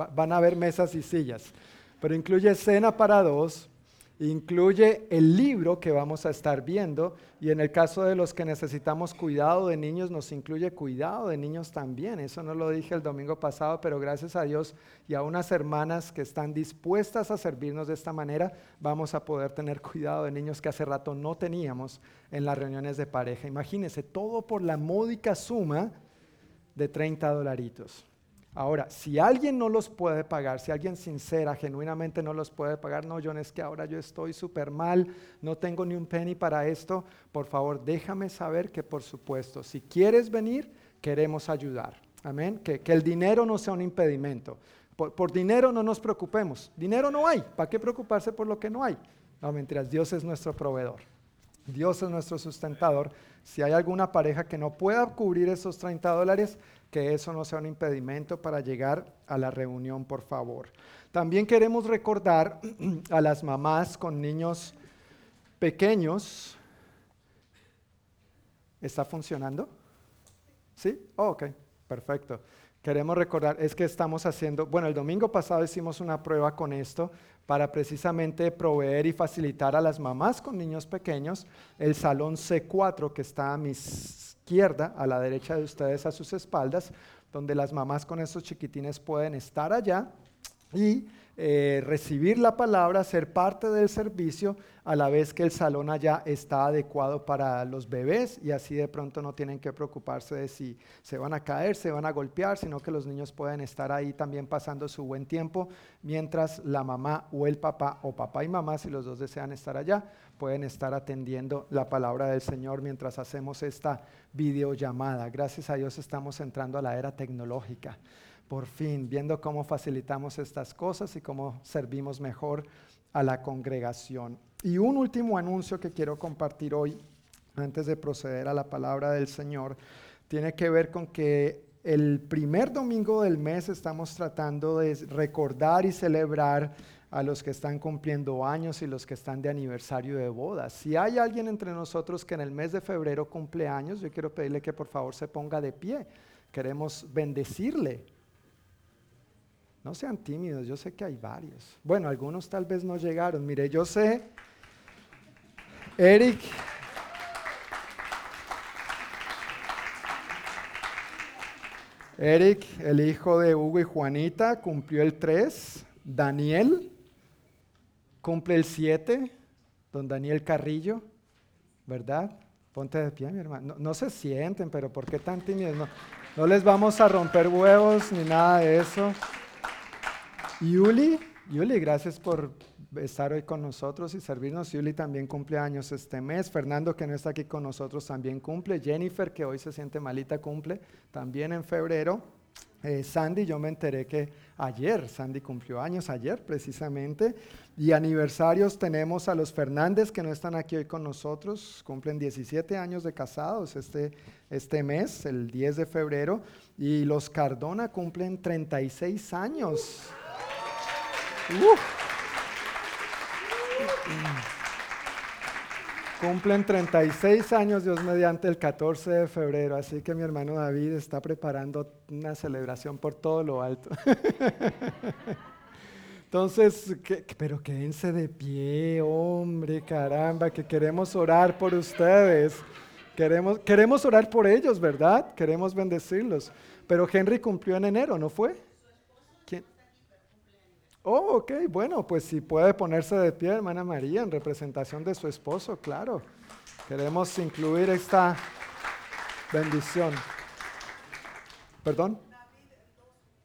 Speaker 2: Va- van a haber mesas y sillas. Pero incluye cena para dos, incluye el libro que vamos a estar viendo y en el caso de los que necesitamos cuidado de niños, nos incluye cuidado de niños también. Eso no lo dije el domingo pasado, pero gracias a Dios y a unas hermanas que están dispuestas a servirnos de esta manera, vamos a poder tener cuidado de niños que hace rato no teníamos en las reuniones de pareja. Imagínense, todo por la módica suma de 30 dolaritos. Ahora, si alguien no los puede pagar, si alguien sincera, genuinamente no los puede pagar, no, John, es que ahora yo estoy súper mal, no tengo ni un penny para esto, por favor, déjame saber que por supuesto, si quieres venir, queremos ayudar. Amén. Que, que el dinero no sea un impedimento. Por, por dinero no nos preocupemos. Dinero no hay. ¿Para qué preocuparse por lo que no hay? No, mentiras, Dios es nuestro proveedor. Dios es nuestro sustentador. Si hay alguna pareja que no pueda cubrir esos 30 dólares, que eso no sea un impedimento para llegar a la reunión, por favor. También queremos recordar a las mamás con niños pequeños. ¿Está funcionando? ¿Sí? Oh, ok, perfecto. Queremos recordar, es que estamos haciendo, bueno, el domingo pasado hicimos una prueba con esto para precisamente proveer y facilitar a las mamás con niños pequeños el salón C4 que está a mi izquierda, a la derecha de ustedes, a sus espaldas, donde las mamás con esos chiquitines pueden estar allá y eh, recibir la palabra, ser parte del servicio, a la vez que el salón allá está adecuado para los bebés y así de pronto no tienen que preocuparse de si se van a caer, se van a golpear, sino que los niños pueden estar ahí también pasando su buen tiempo, mientras la mamá o el papá o papá y mamá, si los dos desean estar allá, pueden estar atendiendo la palabra del Señor mientras hacemos esta videollamada. Gracias a Dios estamos entrando a la era tecnológica por fin, viendo cómo facilitamos estas cosas y cómo servimos mejor a la congregación. Y un último anuncio que quiero compartir hoy, antes de proceder a la palabra del Señor, tiene que ver con que el primer domingo del mes estamos tratando de recordar y celebrar a los que están cumpliendo años y los que están de aniversario de bodas. Si hay alguien entre nosotros que en el mes de febrero cumple años, yo quiero pedirle que por favor se ponga de pie. Queremos bendecirle no sean tímidos, yo sé que hay varios. Bueno, algunos tal vez no llegaron. Mire, yo sé, Eric. Eric, el hijo de Hugo y Juanita, cumplió el 3. Daniel cumple el 7. Don Daniel Carrillo, ¿verdad? Ponte de pie, mi hermano. No, no se sienten, pero ¿por qué tan tímidos? No, no les vamos a romper huevos ni nada de eso. Yuli, Yuli, gracias por estar hoy con nosotros y servirnos. Yuli también cumple años este mes. Fernando, que no está aquí con nosotros, también cumple. Jennifer, que hoy se siente malita, cumple también en febrero. Eh, Sandy, yo me enteré que ayer, Sandy cumplió años, ayer precisamente. Y aniversarios tenemos a los Fernández, que no están aquí hoy con nosotros, cumplen 17 años de casados este, este mes, el 10 de febrero. Y los Cardona cumplen 36 años. Uf. Cumplen 36 años Dios mediante el 14 de febrero, así que mi hermano David está preparando una celebración por todo lo alto. Entonces, que- que- pero quédense de pie, hombre, caramba, que queremos orar por ustedes. Queremos, queremos orar por ellos, ¿verdad? Queremos bendecirlos. Pero Henry cumplió en enero, ¿no fue? ¿Quién? Oh, ok, bueno, pues si puede ponerse de pie, hermana María, en representación de su esposo, claro. Queremos incluir esta bendición. ¿Perdón?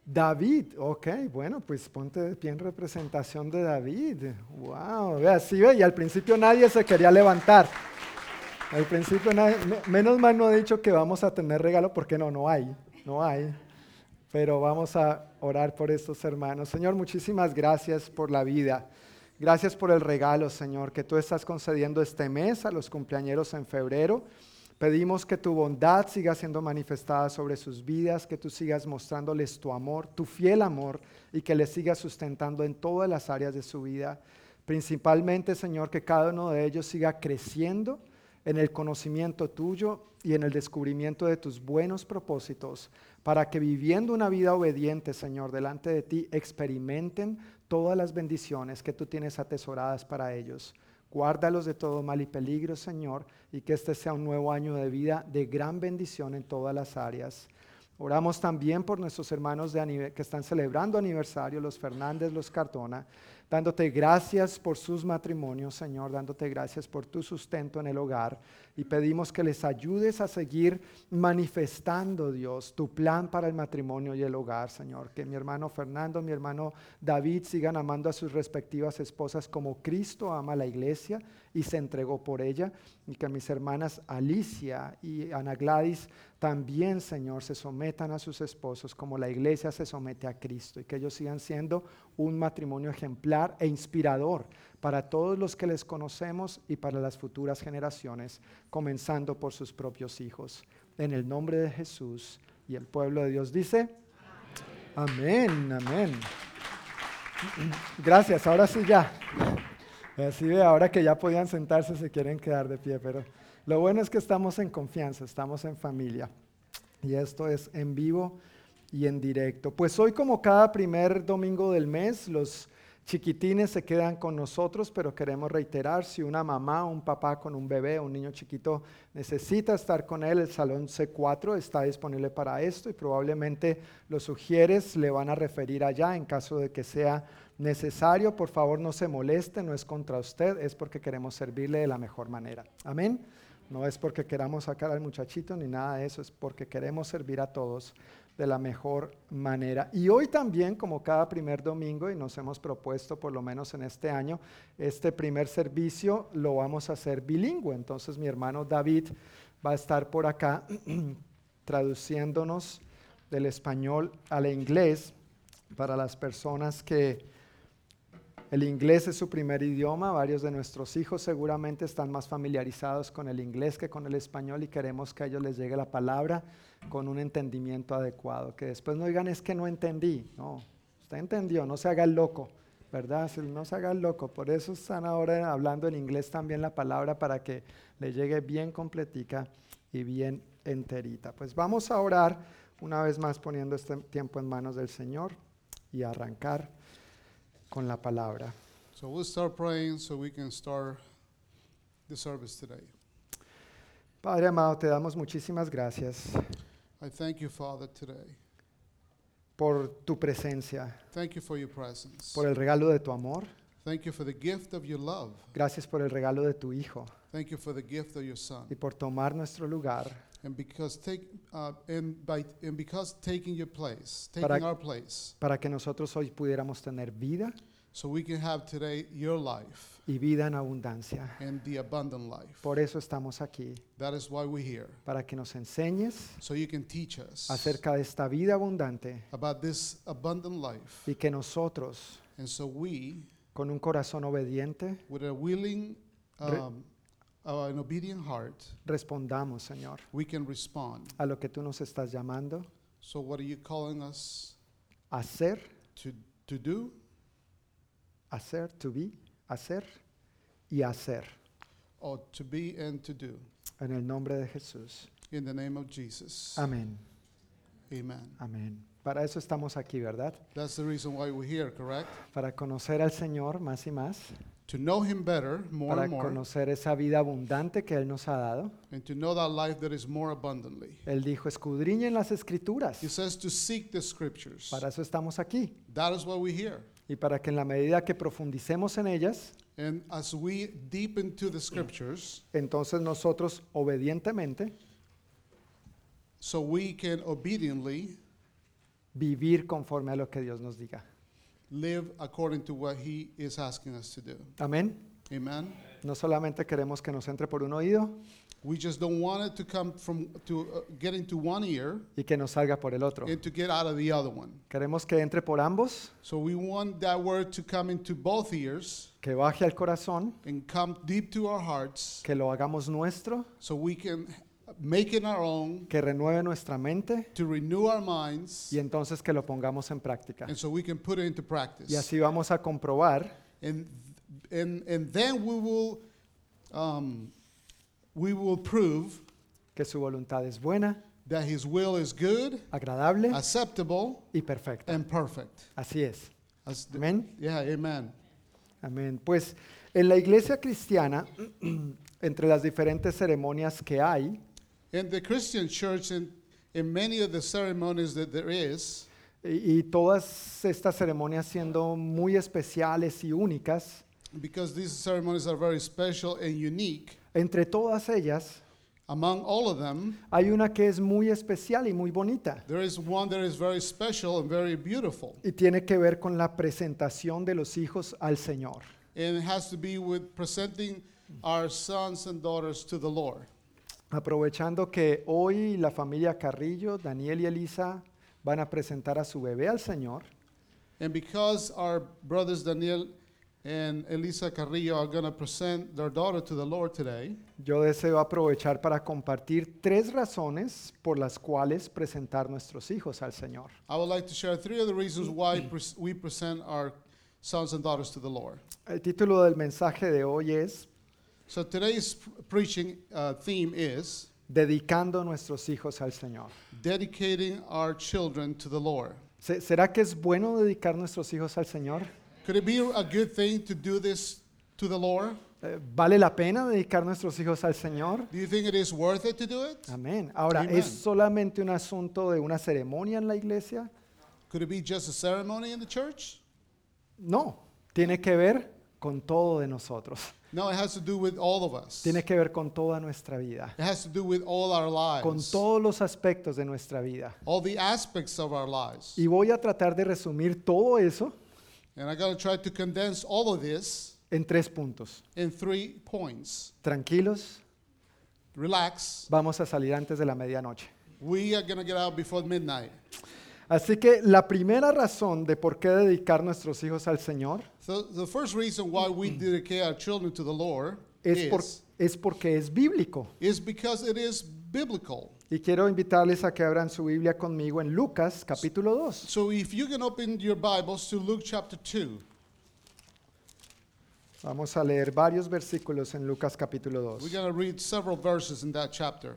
Speaker 2: David, ok, bueno, pues ponte de pie en representación de David. Wow, vea, sí, ve, y al principio nadie se quería levantar. Al principio nadie, me- menos mal no ha dicho que vamos a tener regalo, porque no, no hay, no hay. Pero vamos a orar por estos hermanos. Señor, muchísimas gracias por la vida. Gracias por el regalo, Señor, que tú estás concediendo este mes a los cumpleañeros en febrero. Pedimos que tu bondad siga siendo manifestada sobre sus vidas, que tú sigas mostrándoles tu amor, tu fiel amor, y que les sigas sustentando en todas las áreas de su vida. Principalmente, Señor, que cada uno de ellos siga creciendo en el conocimiento tuyo y en el descubrimiento de tus buenos propósitos, para que viviendo una vida obediente, Señor, delante de ti, experimenten todas las bendiciones que tú tienes atesoradas para ellos. Guárdalos de todo mal y peligro, Señor, y que este sea un nuevo año de vida de gran bendición en todas las áreas. Oramos también por nuestros hermanos de anive- que están celebrando aniversario, los Fernández, los Cardona, dándote gracias por sus matrimonios, Señor, dándote gracias por tu sustento en el hogar y pedimos que les ayudes a seguir manifestando, Dios, tu plan para el matrimonio y el hogar, Señor. Que mi hermano Fernando, mi hermano David sigan amando a sus respectivas esposas como Cristo ama a la iglesia y se entregó por ella y que mis hermanas Alicia y Ana Gladys también, Señor, se sometan a sus esposos como la iglesia se somete a Cristo y que ellos sigan siendo un matrimonio ejemplar e inspirador para todos los que les conocemos y para las futuras generaciones, comenzando por sus propios hijos. En el nombre de Jesús y el pueblo de Dios dice, amén, amén. Gracias, ahora sí ya. Así de ahora que ya podían sentarse, se quieren quedar de pie, pero lo bueno es que estamos en confianza, estamos en familia. Y esto es en vivo y en directo. Pues hoy como cada primer domingo del mes, los chiquitines se quedan con nosotros, pero queremos reiterar, si una mamá, un papá con un bebé, un niño chiquito necesita estar con él, el salón C4 está disponible para esto y probablemente los sugieres le van a referir allá en caso de que sea necesario. Por favor, no se moleste, no es contra usted, es porque queremos servirle de la mejor manera. Amén. No es porque queramos sacar al muchachito ni nada de eso, es porque queremos servir a todos de la mejor manera. Y hoy también, como cada primer domingo, y nos hemos propuesto por lo menos en este año, este primer servicio lo vamos a hacer bilingüe. Entonces mi hermano David va a estar por acá traduciéndonos del español al inglés para las personas que el inglés es su primer idioma, varios de nuestros hijos seguramente están más familiarizados con el inglés que con el español y queremos que a ellos les llegue la palabra con un entendimiento adecuado, que después no digan es que no entendí, no, usted entendió, no se haga el loco, ¿verdad? Si No se haga el loco, por eso están ahora hablando en inglés también la palabra para que le llegue bien completica y bien enterita. Pues vamos a orar una vez más poniendo este tiempo en manos del Señor y arrancar con la palabra.
Speaker 5: So we'll start praying so we can start the service today.
Speaker 2: Padre amado, te damos muchísimas gracias
Speaker 5: I thank you, Father, today.
Speaker 2: por tu presencia,
Speaker 5: Thank you for your presence.
Speaker 2: por el regalo de tu amor,
Speaker 5: Thank you for the gift of your love.
Speaker 2: gracias por el regalo de tu Hijo
Speaker 5: Thank you for the gift of your Son.
Speaker 2: y por tomar nuestro lugar
Speaker 5: And because take uh, and by and because taking your place,
Speaker 2: Para-
Speaker 5: taking our place,
Speaker 2: para que nosotros hoy pudiéramos tener vida
Speaker 5: so we can have today your life
Speaker 2: y vida en abundancia.
Speaker 5: and the abundant life.
Speaker 2: Por eso estamos aquí,
Speaker 5: That is why we're here.
Speaker 2: para que nos enseñes
Speaker 5: So you can teach us
Speaker 2: acerca de esta vida abundante
Speaker 5: about this abundant life.
Speaker 2: y que nosotros,
Speaker 5: And so we,
Speaker 2: con un corazón obediente,
Speaker 5: with a willing
Speaker 2: Re-
Speaker 5: um, uh, an obedient heart,
Speaker 2: respondamos, Señor,
Speaker 5: we can respond.
Speaker 2: a lo que tú nos estás llamando
Speaker 5: So, what are you calling us
Speaker 2: a hacer,
Speaker 5: to, to do?
Speaker 2: hacer, to be, hacer y hacer.
Speaker 5: Or to be and to do?
Speaker 2: En el nombre de Jesús.
Speaker 5: In the name of Jesus.
Speaker 2: Amén,
Speaker 5: Amen.
Speaker 2: amén. Para eso estamos aquí, ¿verdad?
Speaker 5: That's the reason why we're here, correct?
Speaker 2: Para conocer al Señor más y más
Speaker 5: to know Him better, more
Speaker 2: para
Speaker 5: and more,
Speaker 2: conocer esa vida abundante que Él nos ha dado.
Speaker 5: and to know that life that is more abundantly.
Speaker 2: Él dijo, escudriñen las escrituras.
Speaker 5: He says to seek the Scriptures.
Speaker 2: Para eso estamos aquí.
Speaker 5: That is what we hear.
Speaker 2: Y para que en la medida que profundicemos en ellas,
Speaker 5: And as we deepen to the Scriptures,
Speaker 2: entonces nosotros obedientemente
Speaker 5: so we can obediently
Speaker 2: vivir conforme a lo que Dios nos diga.
Speaker 5: live according to what He is asking us to do.
Speaker 2: Amén.
Speaker 5: Amen.
Speaker 2: No solamente queremos que nos entre por un oído
Speaker 5: We just don't want it to come from to uh, get into one ear
Speaker 2: y que nos salga por el otro.
Speaker 5: and to get out of the other one.
Speaker 2: Queremos que entre por ambos,
Speaker 5: So we want that word to come into both ears
Speaker 2: que baje al corazón,
Speaker 5: and come deep to our hearts
Speaker 2: que lo hagamos nuestro,
Speaker 5: so we can make it our own
Speaker 2: que renueve nuestra mente
Speaker 5: to renew our minds
Speaker 2: y entonces que lo pongamos en práctica.
Speaker 5: and so we can put it into practice.
Speaker 2: Y así vamos a comprobar
Speaker 5: and and and then we will um, we will prove
Speaker 2: que su voluntad es buena,
Speaker 5: that his will is good
Speaker 2: agradable
Speaker 5: acceptable
Speaker 2: y perfecta.
Speaker 5: and perfect
Speaker 2: Así es.
Speaker 5: As the-
Speaker 2: Amén.
Speaker 5: yeah amen
Speaker 2: Amén. Pues en la iglesia cristiana, entre las diferentes ceremonias que hay,
Speaker 5: in the christian church and in many of the ceremonies that there is
Speaker 2: y, y todas estas ceremonias siendo muy especiales y únicas,
Speaker 5: because these ceremonies are very special and unique
Speaker 2: entre todas ellas
Speaker 5: among all of them
Speaker 2: hay una que es muy especial y muy bonita.
Speaker 5: there is one that is very special and very beautiful
Speaker 2: Y tiene que ver con la presentación de los hijos al Señor.
Speaker 5: and it has to be with presenting our sons and daughters to the lord
Speaker 2: Aprovechando que hoy la familia Carrillo, Daniel y Elisa van a presentar a su bebé al Señor,
Speaker 5: And because our brothers Daniel and Elisa Carrillo are going to present their daughter to the Lord today,
Speaker 2: yo deseo aprovechar para compartir tres razones por las cuales presentar nuestros hijos al Señor.
Speaker 5: I would like to share three of the reasons why pres- we present our sons and daughters to the Lord.
Speaker 2: El título del mensaje de hoy es
Speaker 5: So today's pr- preaching uh, theme is
Speaker 2: Dedicando nuestros hijos al Señor.
Speaker 5: dedicating our children to the Lord.
Speaker 2: ¿Se- ¿Será que es bueno dedicar nuestros hijos al Señor?
Speaker 5: Could it be a good thing to do this to the Lord?
Speaker 2: Eh, ¿Vale la pena dedicar nuestros hijos al Señor?
Speaker 5: Do you think it is worth it to do it?
Speaker 2: Amén. Ahora,
Speaker 5: Amén.
Speaker 2: ¿es solamente un asunto de una ceremonia en la iglesia?
Speaker 5: Could it be just a ceremony in the church?
Speaker 2: No, tiene que ver con todo de nosotros.
Speaker 5: No, it has to do with all of us.
Speaker 2: Tiene
Speaker 5: It
Speaker 2: que ver con toda nuestra vida,
Speaker 5: has to do with all our lives.
Speaker 2: con todos los aspectos de nuestra vida.
Speaker 5: all the aspects of our lives.
Speaker 2: Y voy a tratar de resumir todo eso
Speaker 5: And I got to try to condense all of this
Speaker 2: en tres puntos.
Speaker 5: in three points.
Speaker 2: Tranquilos,
Speaker 5: Relax.
Speaker 2: vamos a salir antes de la medianoche.
Speaker 5: We are going to get out before midnight.
Speaker 2: Así que la primera razón de por qué dedicar nuestros hijos al Señor
Speaker 5: So the first reason why we dedicate our children to the Lord
Speaker 2: es, por-
Speaker 5: is,
Speaker 2: es porque es bíblico.
Speaker 5: is because it is biblical.
Speaker 2: Y quiero invitarles a que abran su Biblia conmigo en Lucas capítulo 2.
Speaker 5: So if you can open your Bibles to Luke chapter 2,
Speaker 2: Vamos a leer varios versículos en Lucas capítulo
Speaker 5: we're
Speaker 2: 2.
Speaker 5: going to read several verses in that chapter.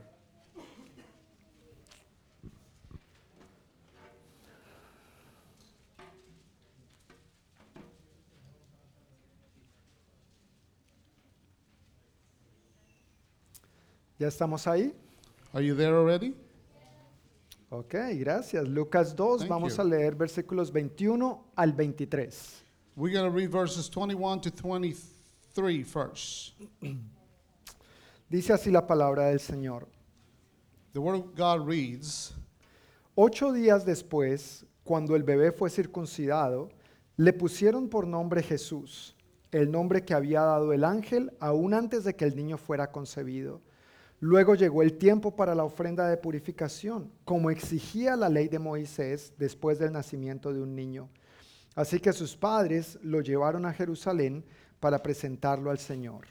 Speaker 2: ¿Ya estamos ahí?
Speaker 5: Are you there already?
Speaker 2: Ok, gracias. Lucas 2,
Speaker 5: Thank
Speaker 2: vamos
Speaker 5: you.
Speaker 2: a leer versículos 21 al 23.
Speaker 5: We're going to read verses 21 to 23 first.
Speaker 2: Dice así la palabra del Señor.
Speaker 5: The Word of God reads,
Speaker 2: Ocho días después, cuando el bebé fue circuncidado, le pusieron por nombre Jesús, el nombre que había dado el ángel aún antes de que el niño fuera concebido. Luego llegó el tiempo para la ofrenda de purificación, como exigía la ley de Moisés después del nacimiento de un niño. Así que sus padres lo llevaron a Jerusalén para presentarlo al Señor.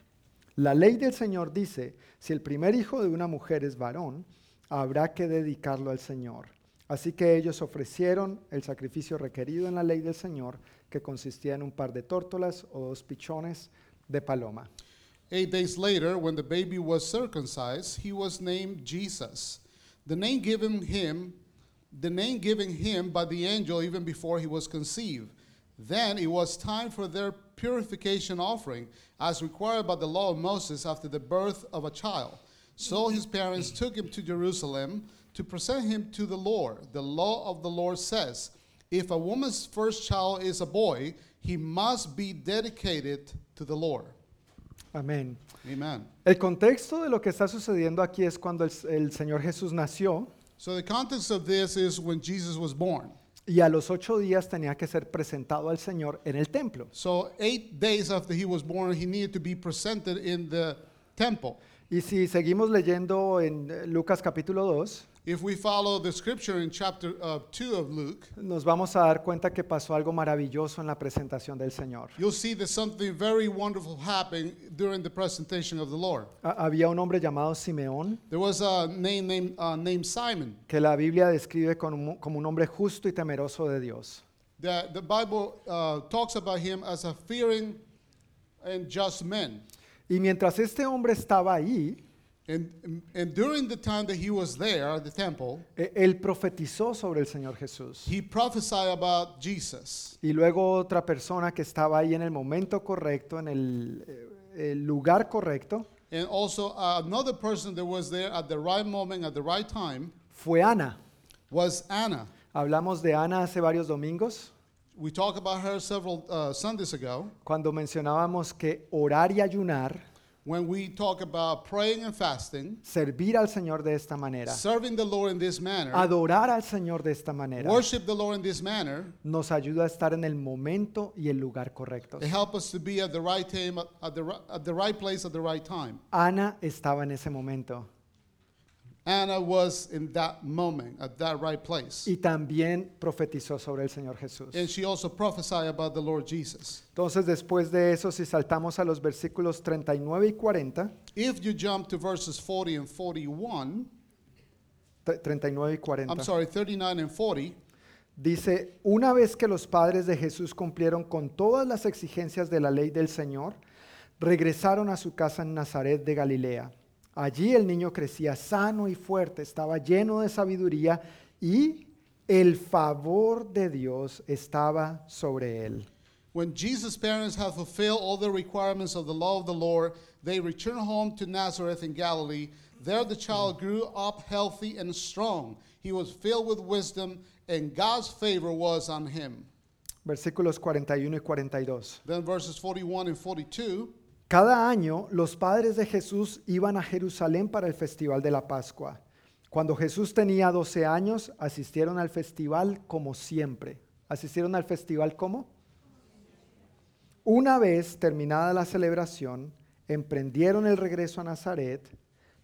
Speaker 2: La ley del Señor dice, si el primer hijo de una mujer es varón, habrá que dedicarlo al Señor. Así que ellos ofrecieron el sacrificio requerido en la ley del Señor, que consistía en un par de tórtolas o dos pichones de paloma.
Speaker 5: Eight days later, when the baby was circumcised, he was named Jesus. The name given him, the name given him by the angel even before he was conceived. Then it was time for their purification offering, as required by the law of Moses after the birth of a child. So his parents took him to Jerusalem to present him to the Lord. The law of the Lord says if a woman's first child is a boy, he must be dedicated to the Lord.
Speaker 2: Amén.
Speaker 5: Amen.
Speaker 2: El contexto de lo que está sucediendo aquí es cuando el, el Señor Jesús nació
Speaker 5: So the context of this is when Jesus was born.
Speaker 2: y a los ocho días tenía que ser presentado al Señor en el templo.
Speaker 5: So eight days after he was born, he needed to be presented in the temple.
Speaker 2: Y si seguimos leyendo en eh, Lucas capítulo 2,
Speaker 5: If we follow the scripture in chapter uh, 2 of Luke,
Speaker 2: nos vamos a dar cuenta que pasó algo maravilloso en la presentación del Señor.
Speaker 5: you'll see that something very wonderful happened during the presentation of the Lord.
Speaker 2: Ha- había un hombre llamado Simeón,
Speaker 5: There was a name named, uh, named Simon.
Speaker 2: que la Biblia describe como, como un hombre justo y temeroso de Dios.
Speaker 5: The, the Bible uh, talks about him as a fearing and just man.
Speaker 2: Y mientras este hombre estaba ahí,
Speaker 5: And, and during the time that he was there at the temple,
Speaker 2: eh, él profetizó sobre el Señor Jesús.
Speaker 5: he prophesied about Jesus.
Speaker 2: Y luego otra persona que estaba ahí en el momento correcto, en el, eh, el lugar correcto,
Speaker 5: And also, uh, another person that was there at the right moment, at the right time,
Speaker 2: fue Ana.
Speaker 5: was Anna.
Speaker 2: Hablamos de Ana hace varios domingos,
Speaker 5: We talked about her several uh, Sundays ago
Speaker 2: cuando mencionábamos que orar y ayunar,
Speaker 5: when we talk about praying and fasting,
Speaker 2: servir al Señor de esta manera,
Speaker 5: serving the Lord in this manner,
Speaker 2: adorar al Señor de esta manera,
Speaker 5: worship the Lord in this manner.
Speaker 2: nos ayuda a estar en el momento y el lugar correctos.
Speaker 5: It helps us to be at the right time, at the, ri- at the right place, at the right time.
Speaker 2: Ana estaba en ese momento.
Speaker 5: Anna was in that moment, at that right place.
Speaker 2: y también profetizó sobre el Señor Jesús.
Speaker 5: And she also prophesied about the Lord Jesus.
Speaker 2: Entonces, después de eso, si saltamos a los versículos 39 y 40,
Speaker 5: If you jump to verses 40 and 41,
Speaker 2: tre- 39 y 40,
Speaker 5: I'm sorry, 39 and 40,
Speaker 2: dice, una vez que los padres de Jesús cumplieron con todas las exigencias de la ley del Señor, regresaron a su casa en Nazaret de Galilea. Allí el niño crecía sano y fuerte, estaba lleno de sabiduría y el favor de Dios estaba sobre él.
Speaker 5: When Jesus' parents had fulfilled all the requirements of the law of the Lord, they returned home to Nazareth in Galilee. There the child grew up healthy and strong. He was filled with wisdom, and God's favor was on him.
Speaker 2: Versículos 41 y 42.
Speaker 5: Then verses 41 and 42.
Speaker 2: Cada año los padres de Jesús iban a Jerusalén para el festival de la Pascua. Cuando Jesús tenía 12 años, asistieron al festival como siempre. ¿Asistieron al festival como? Una vez terminada la celebración, emprendieron el regreso a Nazaret,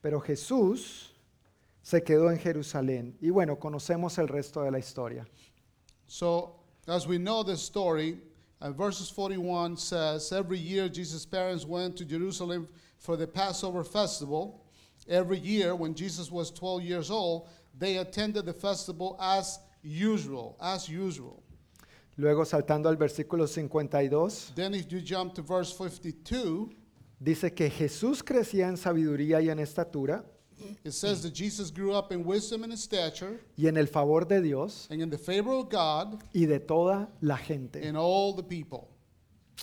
Speaker 2: pero Jesús se quedó en Jerusalén. Y bueno, conocemos el resto de la historia.
Speaker 5: So, as we know the story, uh, verses 41 says Every year Jesus' parents went to Jerusalem for the Passover festival. Every year, when Jesus was 12 years old, they attended the festival as usual. As usual.
Speaker 2: Luego saltando al versículo 52,
Speaker 5: Then, if you jump to verse 52,
Speaker 2: dice que Jesús crecía en sabiduría y en estatura
Speaker 5: it says that Jesus grew up in wisdom and in stature
Speaker 2: y en el favor de Dios
Speaker 5: and in the favor of God
Speaker 2: y de toda la gente.
Speaker 5: and all the people.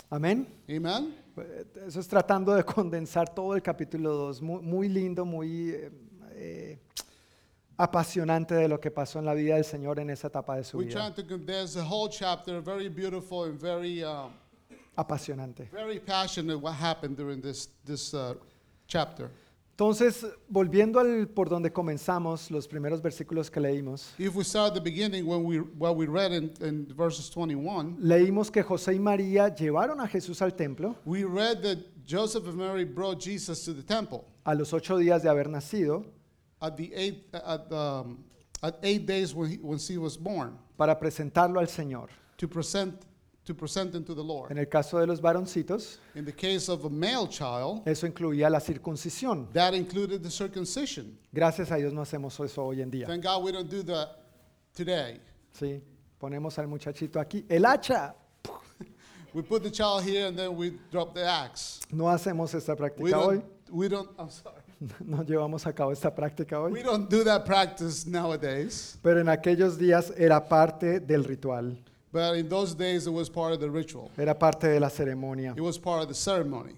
Speaker 2: Amén.
Speaker 5: Amen?
Speaker 2: Eh, Eso es tratando de condensar todo el capítulo 2, muy, muy lindo, muy eh, eh, apasionante de lo que pasó en la vida del Señor en esa etapa de su
Speaker 5: We're trying
Speaker 2: vida.
Speaker 5: to condense the whole chapter, very beautiful and very. Um,
Speaker 2: Apasionante.
Speaker 5: very passionate what happened during this this uh, chapter.
Speaker 2: Entonces, volviendo al por donde comenzamos, los primeros versículos que leímos,
Speaker 5: If we start at the beginning when we what we read in, in verses 21,
Speaker 2: leímos que José y María llevaron a Jesús al templo
Speaker 5: we read that Joseph and Mary brought Jesus to the temple
Speaker 2: a los ocho días de haber nacido
Speaker 5: at the eight at um, at eight days when he, when she was born
Speaker 2: para presentarlo al Señor.
Speaker 5: to present to present him to the
Speaker 2: En
Speaker 5: Lord.
Speaker 2: el caso de los varoncitos,
Speaker 5: In the case of a male child,
Speaker 2: eso incluía la circuncisión.
Speaker 5: that included the circumcision.
Speaker 2: Gracias a Dios no hacemos eso hoy en día.
Speaker 5: Thank God we don't do that today.
Speaker 2: Sí, ponemos al muchachito aquí, el hacha.
Speaker 5: We put the child here and then we drop the axe.
Speaker 2: No hacemos esta
Speaker 5: We
Speaker 2: práctica hoy,
Speaker 5: don't, we don't I'm sorry.
Speaker 2: no llevamos a cabo esta práctica
Speaker 5: We
Speaker 2: hoy,
Speaker 5: don't do that practice nowadays,
Speaker 2: pero en aquellos días era parte del ritual.
Speaker 5: But in those days, it was part of the ritual,
Speaker 2: era parte de la ceremonia.
Speaker 5: it was part of the ceremony.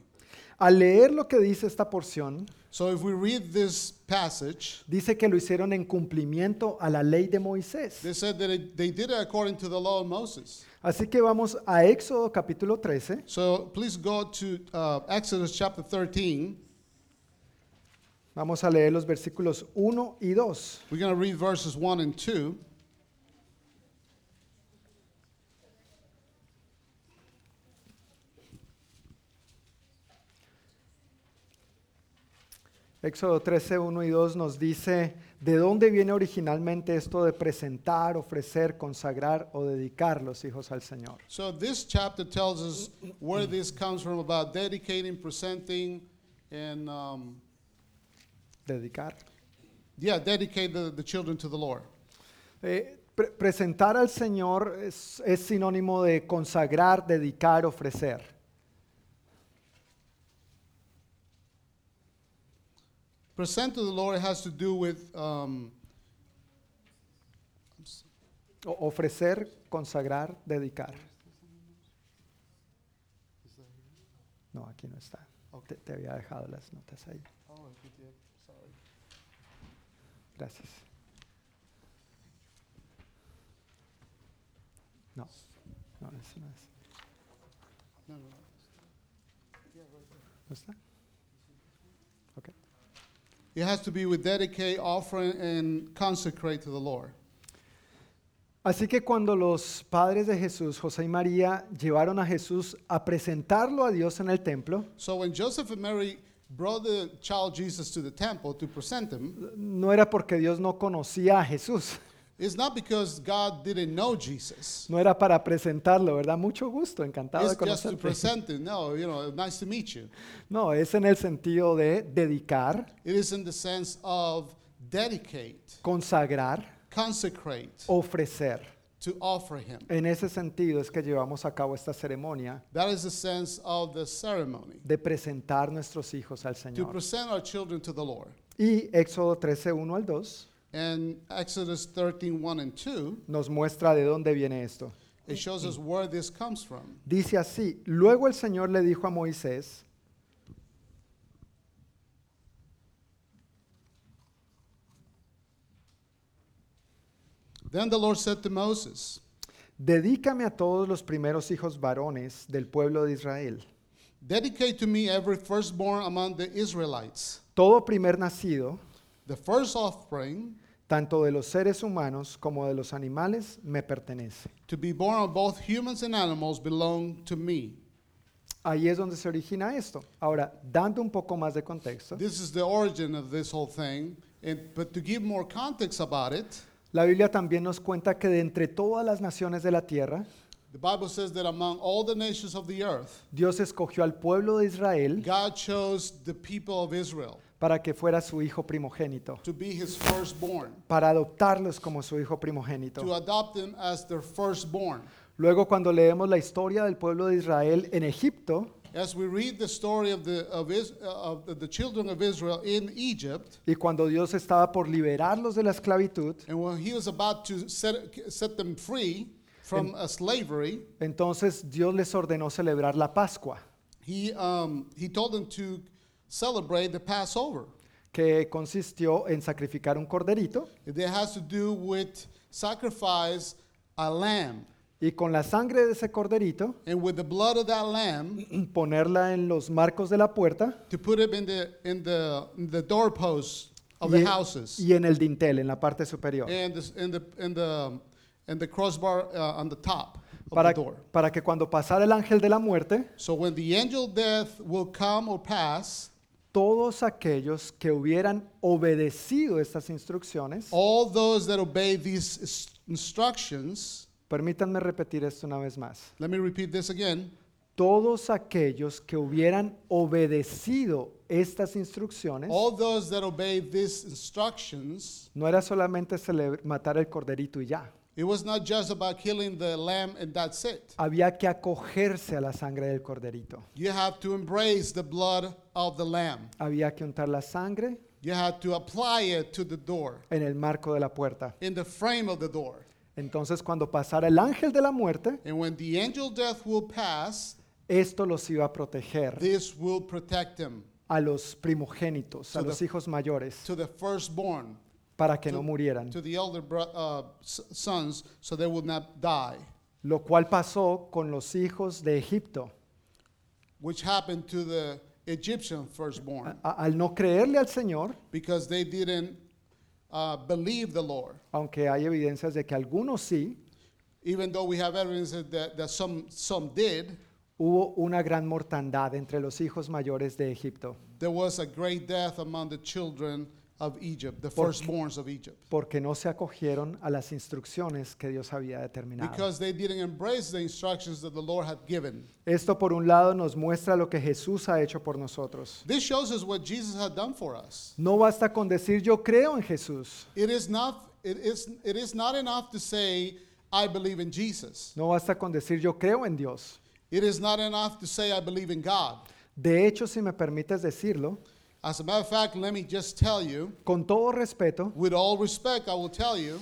Speaker 2: Al leer lo que dice esta porción,
Speaker 5: So if we read this passage,
Speaker 2: dice que lo hicieron en cumplimiento a la ley de Moisés.
Speaker 5: they said that it, they did it according to the law of Moses.
Speaker 2: Así que vamos a Éxodo capítulo 13
Speaker 5: So please go to uh, Exodus chapter 13.
Speaker 2: Vamos a leer los versículos 1 y 2.
Speaker 5: We're going to read verses 1 and 2.
Speaker 2: Éxodo 13, 1 y 2 nos dice, ¿de dónde viene originalmente esto de presentar, ofrecer, consagrar o dedicar los hijos al Señor?
Speaker 5: So this chapter tells us where this comes from about dedicating, presenting, and um,
Speaker 2: Dedicar.
Speaker 5: yeah, dedicate the, the children to the Lord.
Speaker 2: Eh, pre- presentar al Señor es, es sinónimo de consagrar, dedicar, ofrecer.
Speaker 5: Present to the Lord has to do with um,
Speaker 2: O- ofrecer, consagrar, dedicar. No, aquí no está. Te, te había dejado las notas ahí. Gracias. No, no, eso no es. ¿No está? Ok.
Speaker 5: it has to be with dedicate, offering, and consecrate to the Lord.
Speaker 2: Así que cuando los padres de Jesús, José y María, llevaron a Jesús a presentarlo a Dios en el templo,
Speaker 5: So when Joseph and Mary brought the child Jesus to the temple to present him,
Speaker 2: no era porque Dios no conocía a Jesús,
Speaker 5: it's not because God didn't know Jesus.
Speaker 2: no era para presentarlo, ¿verdad? Mucho gusto, encantado
Speaker 5: It's
Speaker 2: de
Speaker 5: just to
Speaker 2: conocerte.
Speaker 5: present him. No, you know, nice to meet you.
Speaker 2: No, es en el sentido de dedicar,
Speaker 5: It is in the sense of dedicate,
Speaker 2: consagrar,
Speaker 5: consecrate,
Speaker 2: Oh. ofrecer.
Speaker 5: to offer him.
Speaker 2: En ese sentido es que llevamos a cabo esta ceremonia
Speaker 5: That is the sense of the ceremony
Speaker 2: de presentar nuestros hijos al
Speaker 5: to
Speaker 2: Señor.
Speaker 5: present our children to the Lord.
Speaker 2: Y Éxodo 13, 1 al 2
Speaker 5: And Exodus 13, 1 and 2,
Speaker 2: nos muestra de dónde viene esto.
Speaker 5: it shows us where this comes from.
Speaker 2: Dice así, luego el Señor le dijo a Moisés,
Speaker 5: Then the Lord said to Moses,
Speaker 2: dedícame a todos los primeros hijos varones del pueblo de Israel,
Speaker 5: Dedicate to me every firstborn among the Israelites,
Speaker 2: todo primer nacido,
Speaker 5: the first offspring
Speaker 2: tanto de los seres humanos como de los animales, me pertenece.
Speaker 5: to be born of both humans and animals belong to me.
Speaker 2: Ahí es donde se origina esto. Ahora, dando un poco más de contexto,
Speaker 5: This is the origin of this whole thing. And, but to give more context about it,
Speaker 2: la Biblia también nos cuenta que de entre todas las naciones de la tierra,
Speaker 5: the Bible says that among all the nations of the earth,
Speaker 2: Dios escogió al pueblo de Israel
Speaker 5: God chose the people of Israel
Speaker 2: para que fuera su hijo primogénito,
Speaker 5: to be his firstborn,
Speaker 2: para adoptarlos como su hijo
Speaker 5: to
Speaker 2: primogénito.
Speaker 5: adopt them as their firstborn.
Speaker 2: Luego, cuando leemos la historia del pueblo de Israel en Egipto,
Speaker 5: As we read the story of the, of, Is, uh, of the, the children of Israel in Egypt,
Speaker 2: Y cuando Dios estaba por liberarlos de la esclavitud,
Speaker 5: and when he was about to set, set them free from uh, slavery,
Speaker 2: entonces Dios les ordenó celebrar la Pascua,
Speaker 5: he, um, he told them to celebrate the Passover.
Speaker 2: que consistió en sacrificar un corderito
Speaker 5: It has to do with sacrifice a lamb.
Speaker 2: y con la sangre de ese corderito
Speaker 5: And with the blood of that lamb,
Speaker 2: ponerla en los marcos de la puerta
Speaker 5: to put it in the in the in the doorposts of
Speaker 2: y,
Speaker 5: the houses Eh,
Speaker 2: y en el dintel, en la parte superior,
Speaker 5: and the, and the and the and the crossbar uh, on the top of
Speaker 2: para,
Speaker 5: the door.
Speaker 2: para que cuando pasara el ángel de la muerte,
Speaker 5: So when the angel of death will come or pass,
Speaker 2: todos aquellos que hubieran obedecido estas instrucciones,
Speaker 5: all those that obey these is- instructions.
Speaker 2: permítanme repetir esto una vez más,
Speaker 5: Let me repeat this again.
Speaker 2: todos aquellos que hubieran obedecido estas instrucciones,
Speaker 5: All those that obey these instructions.
Speaker 2: no era solamente celebr- matar el corderito y ya.
Speaker 5: It was not just about killing the lamb and that's it.
Speaker 2: Había que acogerse a la sangre del corderito.
Speaker 5: You have to embrace the blood of the lamb.
Speaker 2: Había que untar la sangre
Speaker 5: You have to apply it to the door,
Speaker 2: en el marco de la puerta.
Speaker 5: in the frame of the door.
Speaker 2: Entonces cuando pasara el ángel de la muerte,
Speaker 5: And when the angel death will pass,
Speaker 2: esto los iba a proteger
Speaker 5: this will protect them
Speaker 2: a los primogénitos, a
Speaker 5: To the-
Speaker 2: los hijos mayores,
Speaker 5: to the firstborn,
Speaker 2: para que no
Speaker 5: to-
Speaker 2: murieran.
Speaker 5: to the elder bro- uh, s- sons, so they will not die,
Speaker 2: Lo cual pasó con los hijos de Egipto.
Speaker 5: which happened to the Egyptian firstborn
Speaker 2: A- al no creerle al Señor,
Speaker 5: because they didn't uh, believe the Lord.
Speaker 2: aunque hay evidencias de que algunos sí,
Speaker 5: Even though we have evidence that, that some, some did,
Speaker 2: hubo una gran mortandad entre los hijos mayores de Egipto,
Speaker 5: there was a great death among the children of Egypt, the
Speaker 2: Por-
Speaker 5: firstborns of Egypt,
Speaker 2: porque no se acogieron a las instrucciones que Dios había determinado.
Speaker 5: because they didn't embrace the instructions that the Lord had given.
Speaker 2: Esto por un lado nos muestra lo que Jesús ha hecho por nosotros.
Speaker 5: This shows us what Jesus had done for us.
Speaker 2: No basta con decir yo creo en Jesús,
Speaker 5: It is not, it is, it is not enough to say, I believe in Jesus.
Speaker 2: no basta con decir yo creo en Dios.
Speaker 5: It is not enough to say, I believe in God.
Speaker 2: De hecho, si me permites decirlo,
Speaker 5: As a matter of fact, let me just tell you,
Speaker 2: con todo respeto,
Speaker 5: with all respect, I will tell you,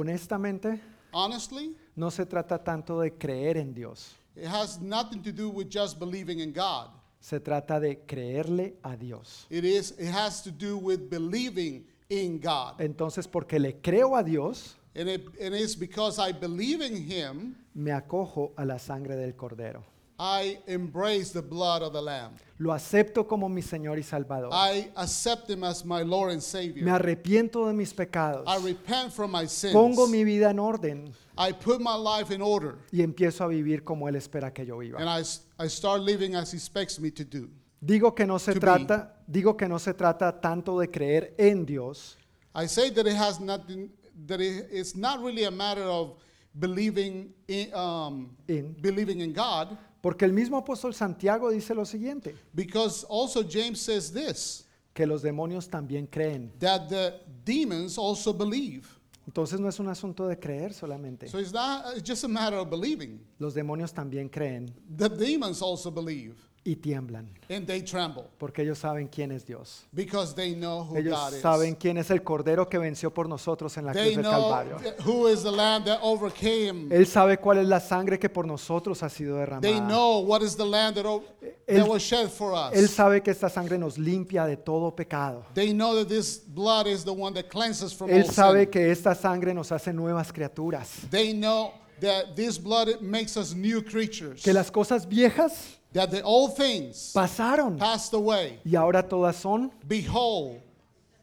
Speaker 2: honestamente,
Speaker 5: honestly,
Speaker 2: no se trata tanto de creer en Dios,
Speaker 5: it has nothing to do with just believing in God.
Speaker 2: se trata de creerle a Dios.
Speaker 5: It is, it has to do with believing in God.
Speaker 2: Entonces, porque le creo a Dios,
Speaker 5: And it, and it's because I believe in Him,
Speaker 2: me acojo a la sangre del Cordero.
Speaker 5: I embrace the blood of the Lamb.
Speaker 2: Lo acepto como mi Señor y Salvador.
Speaker 5: I accept Him as my Lord and
Speaker 2: Me
Speaker 5: Savior.
Speaker 2: arrepiento de mis pecados.
Speaker 5: I repent from my sins.
Speaker 2: Pongo mi vida en orden
Speaker 5: I put my life in order
Speaker 2: y empiezo a vivir como Él espera que yo
Speaker 5: and
Speaker 2: viva.
Speaker 5: I, s- I start living as He expects me to do.
Speaker 2: Digo que no se
Speaker 5: to be.
Speaker 2: trata, digo que no se trata tanto de creer en Dios,
Speaker 5: I say that it has nothing, that it, it's not really a matter of believing in, um,
Speaker 2: In.
Speaker 5: believing in God,
Speaker 2: porque el mismo apóstol Santiago dice lo siguiente,
Speaker 5: because also James says this
Speaker 2: que los demonios también creen.
Speaker 5: that the demons also believe.
Speaker 2: Entonces no es un asunto de creer solamente.
Speaker 5: So it's not it's just a matter of believing.
Speaker 2: Los demonios también creen
Speaker 5: The demons also believe
Speaker 2: y tiemblan,
Speaker 5: and they tremble
Speaker 2: porque ellos saben quién es Dios.
Speaker 5: because they know who
Speaker 2: Ellos
Speaker 5: God
Speaker 2: saben
Speaker 5: is.
Speaker 2: quién es el Cordero que venció por nosotros en la cruz
Speaker 5: They
Speaker 2: del
Speaker 5: know
Speaker 2: Calvario.
Speaker 5: th- who is the lamb that overcame
Speaker 2: Él sabe cuál es la sangre que por nosotros ha sido
Speaker 5: They
Speaker 2: derramada.
Speaker 5: know what is the land that, o-
Speaker 2: Él-
Speaker 5: that was shed for
Speaker 2: Él
Speaker 5: us.
Speaker 2: sabe que esta sangre nos limpia de todo pecado.
Speaker 5: They know that this blood is the one that cleanses from all
Speaker 2: Él sabe
Speaker 5: sin.
Speaker 2: que esta sangre nos hace nuevas criaturas.
Speaker 5: They know that this blood it makes us new creatures.
Speaker 2: Que las cosas viejas
Speaker 5: That the old things
Speaker 2: pasaron
Speaker 5: passed away.
Speaker 2: y ahora todas son
Speaker 5: Behold,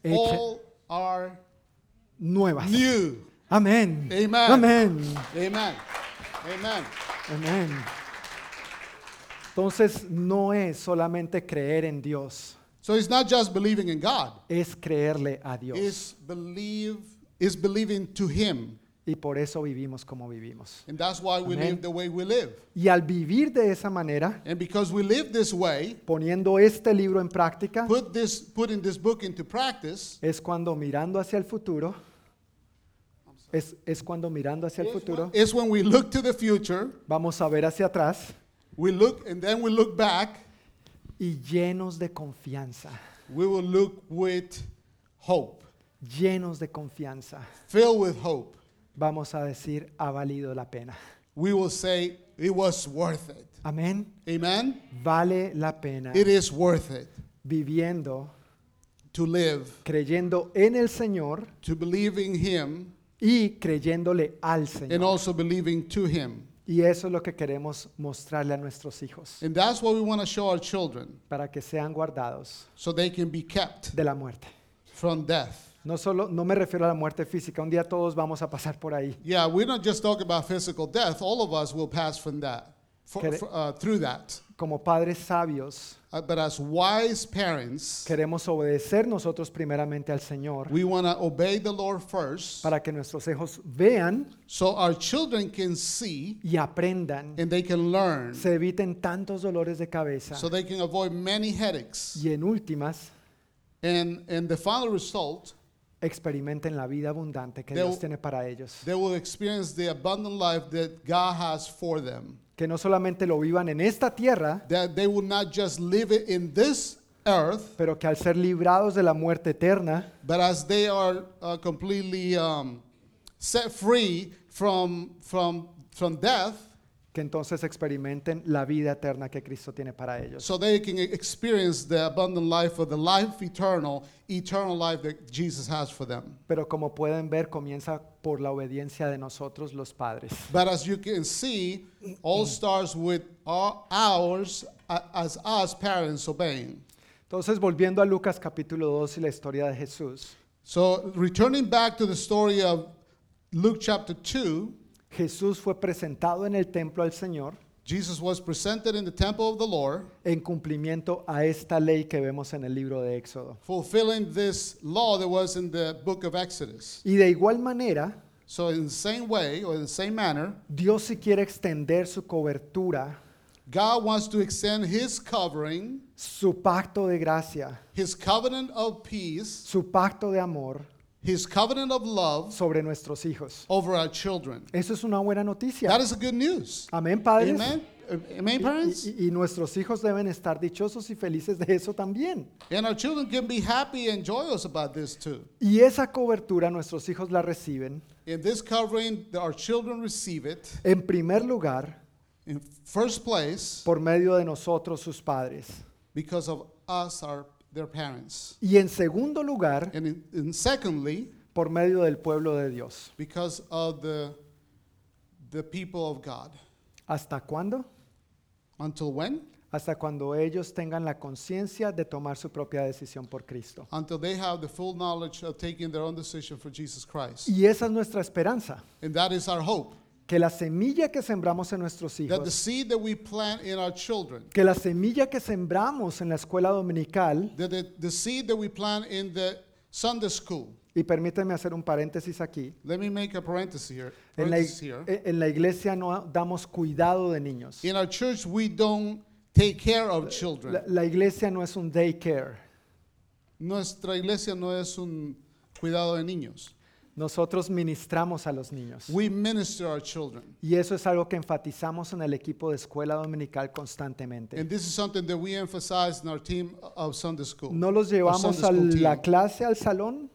Speaker 2: Hecha-
Speaker 5: all are
Speaker 2: nuevas.
Speaker 5: new.
Speaker 2: Amén.
Speaker 5: Amen.
Speaker 2: Amén.
Speaker 5: Amen. Amen.
Speaker 2: Amén. Entonces no es solamente creer en Dios,
Speaker 5: So it's not just believing in God.
Speaker 2: es creerle a Dios.
Speaker 5: It's believe is believing to Him,
Speaker 2: Y por eso vivimos como vivimos.
Speaker 5: and that's why we
Speaker 2: Amen.
Speaker 5: live the way we live.
Speaker 2: Y al vivir de esa manera,
Speaker 5: And because we live this way,
Speaker 2: poniendo este libro en práctica,
Speaker 5: put this putting this book into practice.
Speaker 2: es cuando mirando hacia el futuro, es, es cuando mirando hacia el futuro,
Speaker 5: It's when we look to the future,
Speaker 2: vamos a ver hacia atrás
Speaker 5: we look and then we look back,
Speaker 2: y llenos de confianza,
Speaker 5: we will look with hope,
Speaker 2: llenos de confianza,
Speaker 5: filled with hope.
Speaker 2: vamos a decir, ha valido la pena.
Speaker 5: We will say, It was worth it.
Speaker 2: Amén.
Speaker 5: Amen?
Speaker 2: Vale la pena
Speaker 5: It is worth it
Speaker 2: viviendo,
Speaker 5: to live,
Speaker 2: creyendo en el Señor
Speaker 5: to believe in Him,
Speaker 2: y creyéndole al
Speaker 5: and
Speaker 2: Señor.
Speaker 5: also believing to Him.
Speaker 2: Y eso es lo que queremos mostrarle a nuestros hijos,
Speaker 5: And that's what we want to show our children
Speaker 2: para que sean guardados
Speaker 5: so they can be kept
Speaker 2: de la muerte.
Speaker 5: from death.
Speaker 2: No solo, no me refiero a la muerte física, un día todos vamos a pasar por ahí.
Speaker 5: Yeah, we're not just talking about physical death, all of us will pass from that, for,
Speaker 2: Quere-
Speaker 5: for- uh, through that.
Speaker 2: Como padres sabios,
Speaker 5: Uh, but as wise parents,
Speaker 2: queremos obedecer nosotros primeramente al Señor
Speaker 5: We want to obey the Lord first
Speaker 2: para que nuestros hijos vean
Speaker 5: so our children can see
Speaker 2: y aprendan,
Speaker 5: and they can learn
Speaker 2: se eviten tantos dolores de cabeza
Speaker 5: so they can avoid many headaches.
Speaker 2: y en últimas
Speaker 5: And, and the final result,
Speaker 2: experimenten la vida abundante que
Speaker 5: They
Speaker 2: Dios
Speaker 5: will-
Speaker 2: tiene para ellos.
Speaker 5: they will experience the abundant life that God has for them.
Speaker 2: Que no solamente lo vivan en esta tierra,
Speaker 5: That they will not just live it in this earth,
Speaker 2: pero que al ser librados de la muerte eterna,
Speaker 5: but as they are uh, completely um, set free from, from, from death
Speaker 2: que entonces experimenten la vida eterna que Cristo tiene para ellos.
Speaker 5: so they can experience the abundant life of the life eternal, eternal life that Jesus has for them.
Speaker 2: Pero como pueden ver, comienza por la obediencia de nosotros los padres.
Speaker 5: But as you can see, all starts with our, ours a- as us parents obeying.
Speaker 2: Entonces, volviendo a Lucas capítulo 2 y la historia de Jesús.
Speaker 5: So returning back to the story of Luke chapter 2,
Speaker 2: Jesús fue presentado en el templo al Señor
Speaker 5: Jesus was presented in the temple of the Lord,
Speaker 2: en cumplimiento a esta ley que vemos en el libro de Éxodo.
Speaker 5: fulfilling this law that was in the book of Exodus.
Speaker 2: Y de igual manera,
Speaker 5: So in the same way or in the same manner,
Speaker 2: Dios si quiere extender su cobertura,
Speaker 5: God wants to extend his covering,
Speaker 2: su pacto de gracia,
Speaker 5: his covenant of peace,
Speaker 2: su pacto de amor
Speaker 5: his covenant of love
Speaker 2: sobre nuestros hijos.
Speaker 5: over our children.
Speaker 2: Eso es una buena noticia.
Speaker 5: That is the good news.
Speaker 2: Amén, padres.
Speaker 5: Amen. Uh, Amen, parents.
Speaker 2: Y, y- y nuestros hijos deben estar dichosos y felices de eso también.
Speaker 5: And our children can be happy and joyous about this too.
Speaker 2: Y esa cobertura nuestros hijos la reciben,
Speaker 5: In this covering, that our children receive it
Speaker 2: en primer lugar,
Speaker 5: in first place
Speaker 2: por medio de nosotros, sus padres.
Speaker 5: because of us, our their parents,
Speaker 2: Y en segundo lugar,
Speaker 5: and in, and secondly
Speaker 2: por medio del pueblo de Dios.
Speaker 5: because of the the people of God.
Speaker 2: ¿Hasta cuándo?
Speaker 5: Until when?
Speaker 2: Hasta cuando ellos tengan la conciencia de tomar su propia decisión por Cristo.
Speaker 5: Until they have the full knowledge of taking their own decision for Jesus Christ,
Speaker 2: Y esa es nuestra esperanza,
Speaker 5: and that is our hope.
Speaker 2: que la semilla que sembramos en nuestros
Speaker 5: That the
Speaker 2: hijos,
Speaker 5: seed that we plant in our children,
Speaker 2: que la semilla que sembramos en la escuela dominical,
Speaker 5: that the, the seed that we plant in the Sunday school,
Speaker 2: y permítanme hacer un paréntesis aquí,
Speaker 5: Let me make a parenthesis here.
Speaker 2: En la,
Speaker 5: Parenthesis
Speaker 2: ig-
Speaker 5: here.
Speaker 2: e- en la iglesia no damos cuidado de niños.
Speaker 5: In our church, we don't take care of
Speaker 2: Uh, La,
Speaker 5: children.
Speaker 2: la iglesia no es un daycare.
Speaker 5: Nuestra iglesia no es un cuidado de niños.
Speaker 2: Nosotros ministramos a los niños.
Speaker 5: We minister our children.
Speaker 2: Y eso es algo que enfatizamos en el equipo de escuela dominical constantemente.
Speaker 5: And this is something that we emphasize in our team of Sunday school.
Speaker 2: No los
Speaker 5: our Sunday
Speaker 2: llevamos a
Speaker 5: school
Speaker 2: la
Speaker 5: team.
Speaker 2: clase, al salón.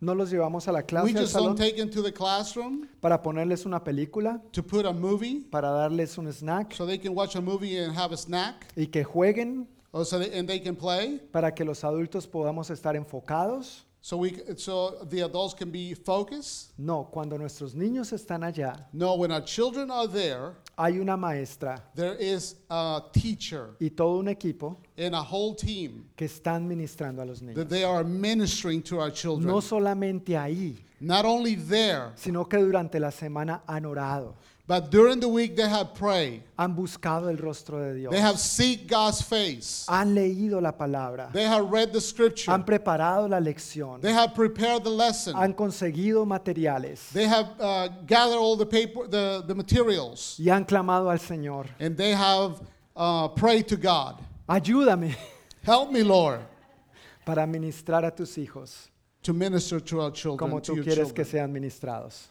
Speaker 2: No los llevamos a la
Speaker 5: We
Speaker 2: clase, al
Speaker 5: just
Speaker 2: salón
Speaker 5: don't take them to the classroom
Speaker 2: para ponerles una película,
Speaker 5: to put a movie
Speaker 2: para darles un snack
Speaker 5: so they can watch a movie and have a snack
Speaker 2: y que jueguen
Speaker 5: or so they, and they can play
Speaker 2: para que los adultos podamos estar enfocados.
Speaker 5: so we c- so the adults can be focused.
Speaker 2: No, cuando nuestros niños están allá,
Speaker 5: No, when our children are there,
Speaker 2: hay una maestra
Speaker 5: there is a teacher
Speaker 2: y todo un equipo
Speaker 5: and a whole team
Speaker 2: que están ministrando a los niños.
Speaker 5: that they are ministering to our children.
Speaker 2: No solamente ahí,
Speaker 5: Not only there,
Speaker 2: sino que durante la semana han orado,
Speaker 5: but during the week they have prayed.
Speaker 2: han buscado el rostro de Dios,
Speaker 5: They have seek God's face.
Speaker 2: han leído la palabra,
Speaker 5: They have read the scripture.
Speaker 2: han preparado la lección,
Speaker 5: They have prepared the
Speaker 2: han
Speaker 5: lesson.
Speaker 2: conseguido materiales
Speaker 5: They have uh, gathered all the paper, the, the materials,
Speaker 2: y han clamado al Señor,
Speaker 5: and they have uh, prayed to God.
Speaker 2: ayúdame
Speaker 5: Help me, Lord,
Speaker 2: para ministrar a tus hijos
Speaker 5: to minister to our children,
Speaker 2: como
Speaker 5: to
Speaker 2: tú
Speaker 5: your
Speaker 2: quieres que
Speaker 5: children,
Speaker 2: sean ministrados.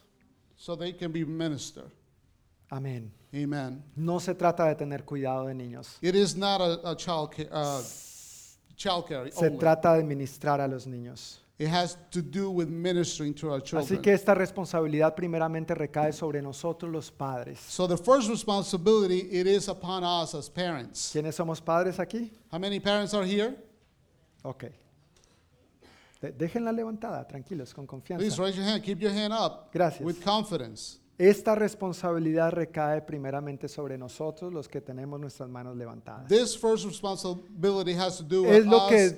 Speaker 5: so they can be ministered.
Speaker 2: Amén.
Speaker 5: Amen.
Speaker 2: No se trata de tener cuidado de niños,
Speaker 5: It is not a, a child care. Uh, child care
Speaker 2: se
Speaker 5: only.
Speaker 2: trata de ministrar a los niños.
Speaker 5: It has to do with ministering to our children.
Speaker 2: Así que esta responsabilidad primeramente recae sobre nosotros los padres.
Speaker 5: so the first responsibility it is upon us as parents.
Speaker 2: ¿Quiénes somos padres aquí?
Speaker 5: How many parents are here?
Speaker 2: Ok. De- déjenla levantada, tranquilos, con
Speaker 5: Please
Speaker 2: confianza.
Speaker 5: raise your hand. Keep your hand up
Speaker 2: Gracias.
Speaker 5: with confidence.
Speaker 2: Esta responsabilidad recae primeramente sobre nosotros, los que tenemos nuestras manos levantadas.
Speaker 5: This first responsibility has to do
Speaker 2: Es
Speaker 5: with
Speaker 2: lo que-
Speaker 5: us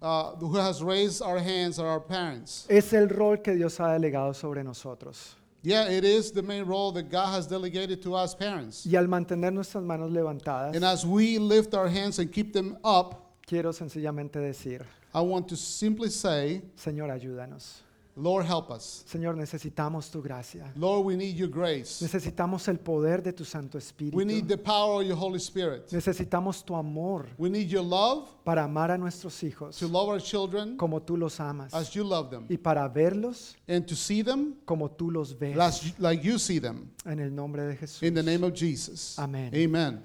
Speaker 5: uh, who has raised our hands are our parents.
Speaker 2: Es el rol que Dios ha delegado sobre nosotros.
Speaker 5: Yeah, it is the main role that God has delegated to us parents.
Speaker 2: Y al mantener nuestras manos levantadas,
Speaker 5: And as we lift our hands and keep them up,
Speaker 2: quiero sencillamente decir,
Speaker 5: I want to simply say,
Speaker 2: Señor, ayúdanos.
Speaker 5: Lord, help us.
Speaker 2: Señor, necesitamos tu gracia.
Speaker 5: Lord, we need your grace.
Speaker 2: Necesitamos el poder de tu Santo
Speaker 5: We need
Speaker 2: Espíritu.
Speaker 5: the power of your Holy Spirit.
Speaker 2: Necesitamos tu amor
Speaker 5: We need your love
Speaker 2: para amar a nuestros hijos
Speaker 5: to love our children
Speaker 2: como tú los amas
Speaker 5: as you love them
Speaker 2: y para verlos
Speaker 5: and to see them
Speaker 2: como tú los ves.
Speaker 5: las- like you see them.
Speaker 2: En el nombre de Jesús.
Speaker 5: In the name of Jesus.
Speaker 2: Amén.
Speaker 5: Amen.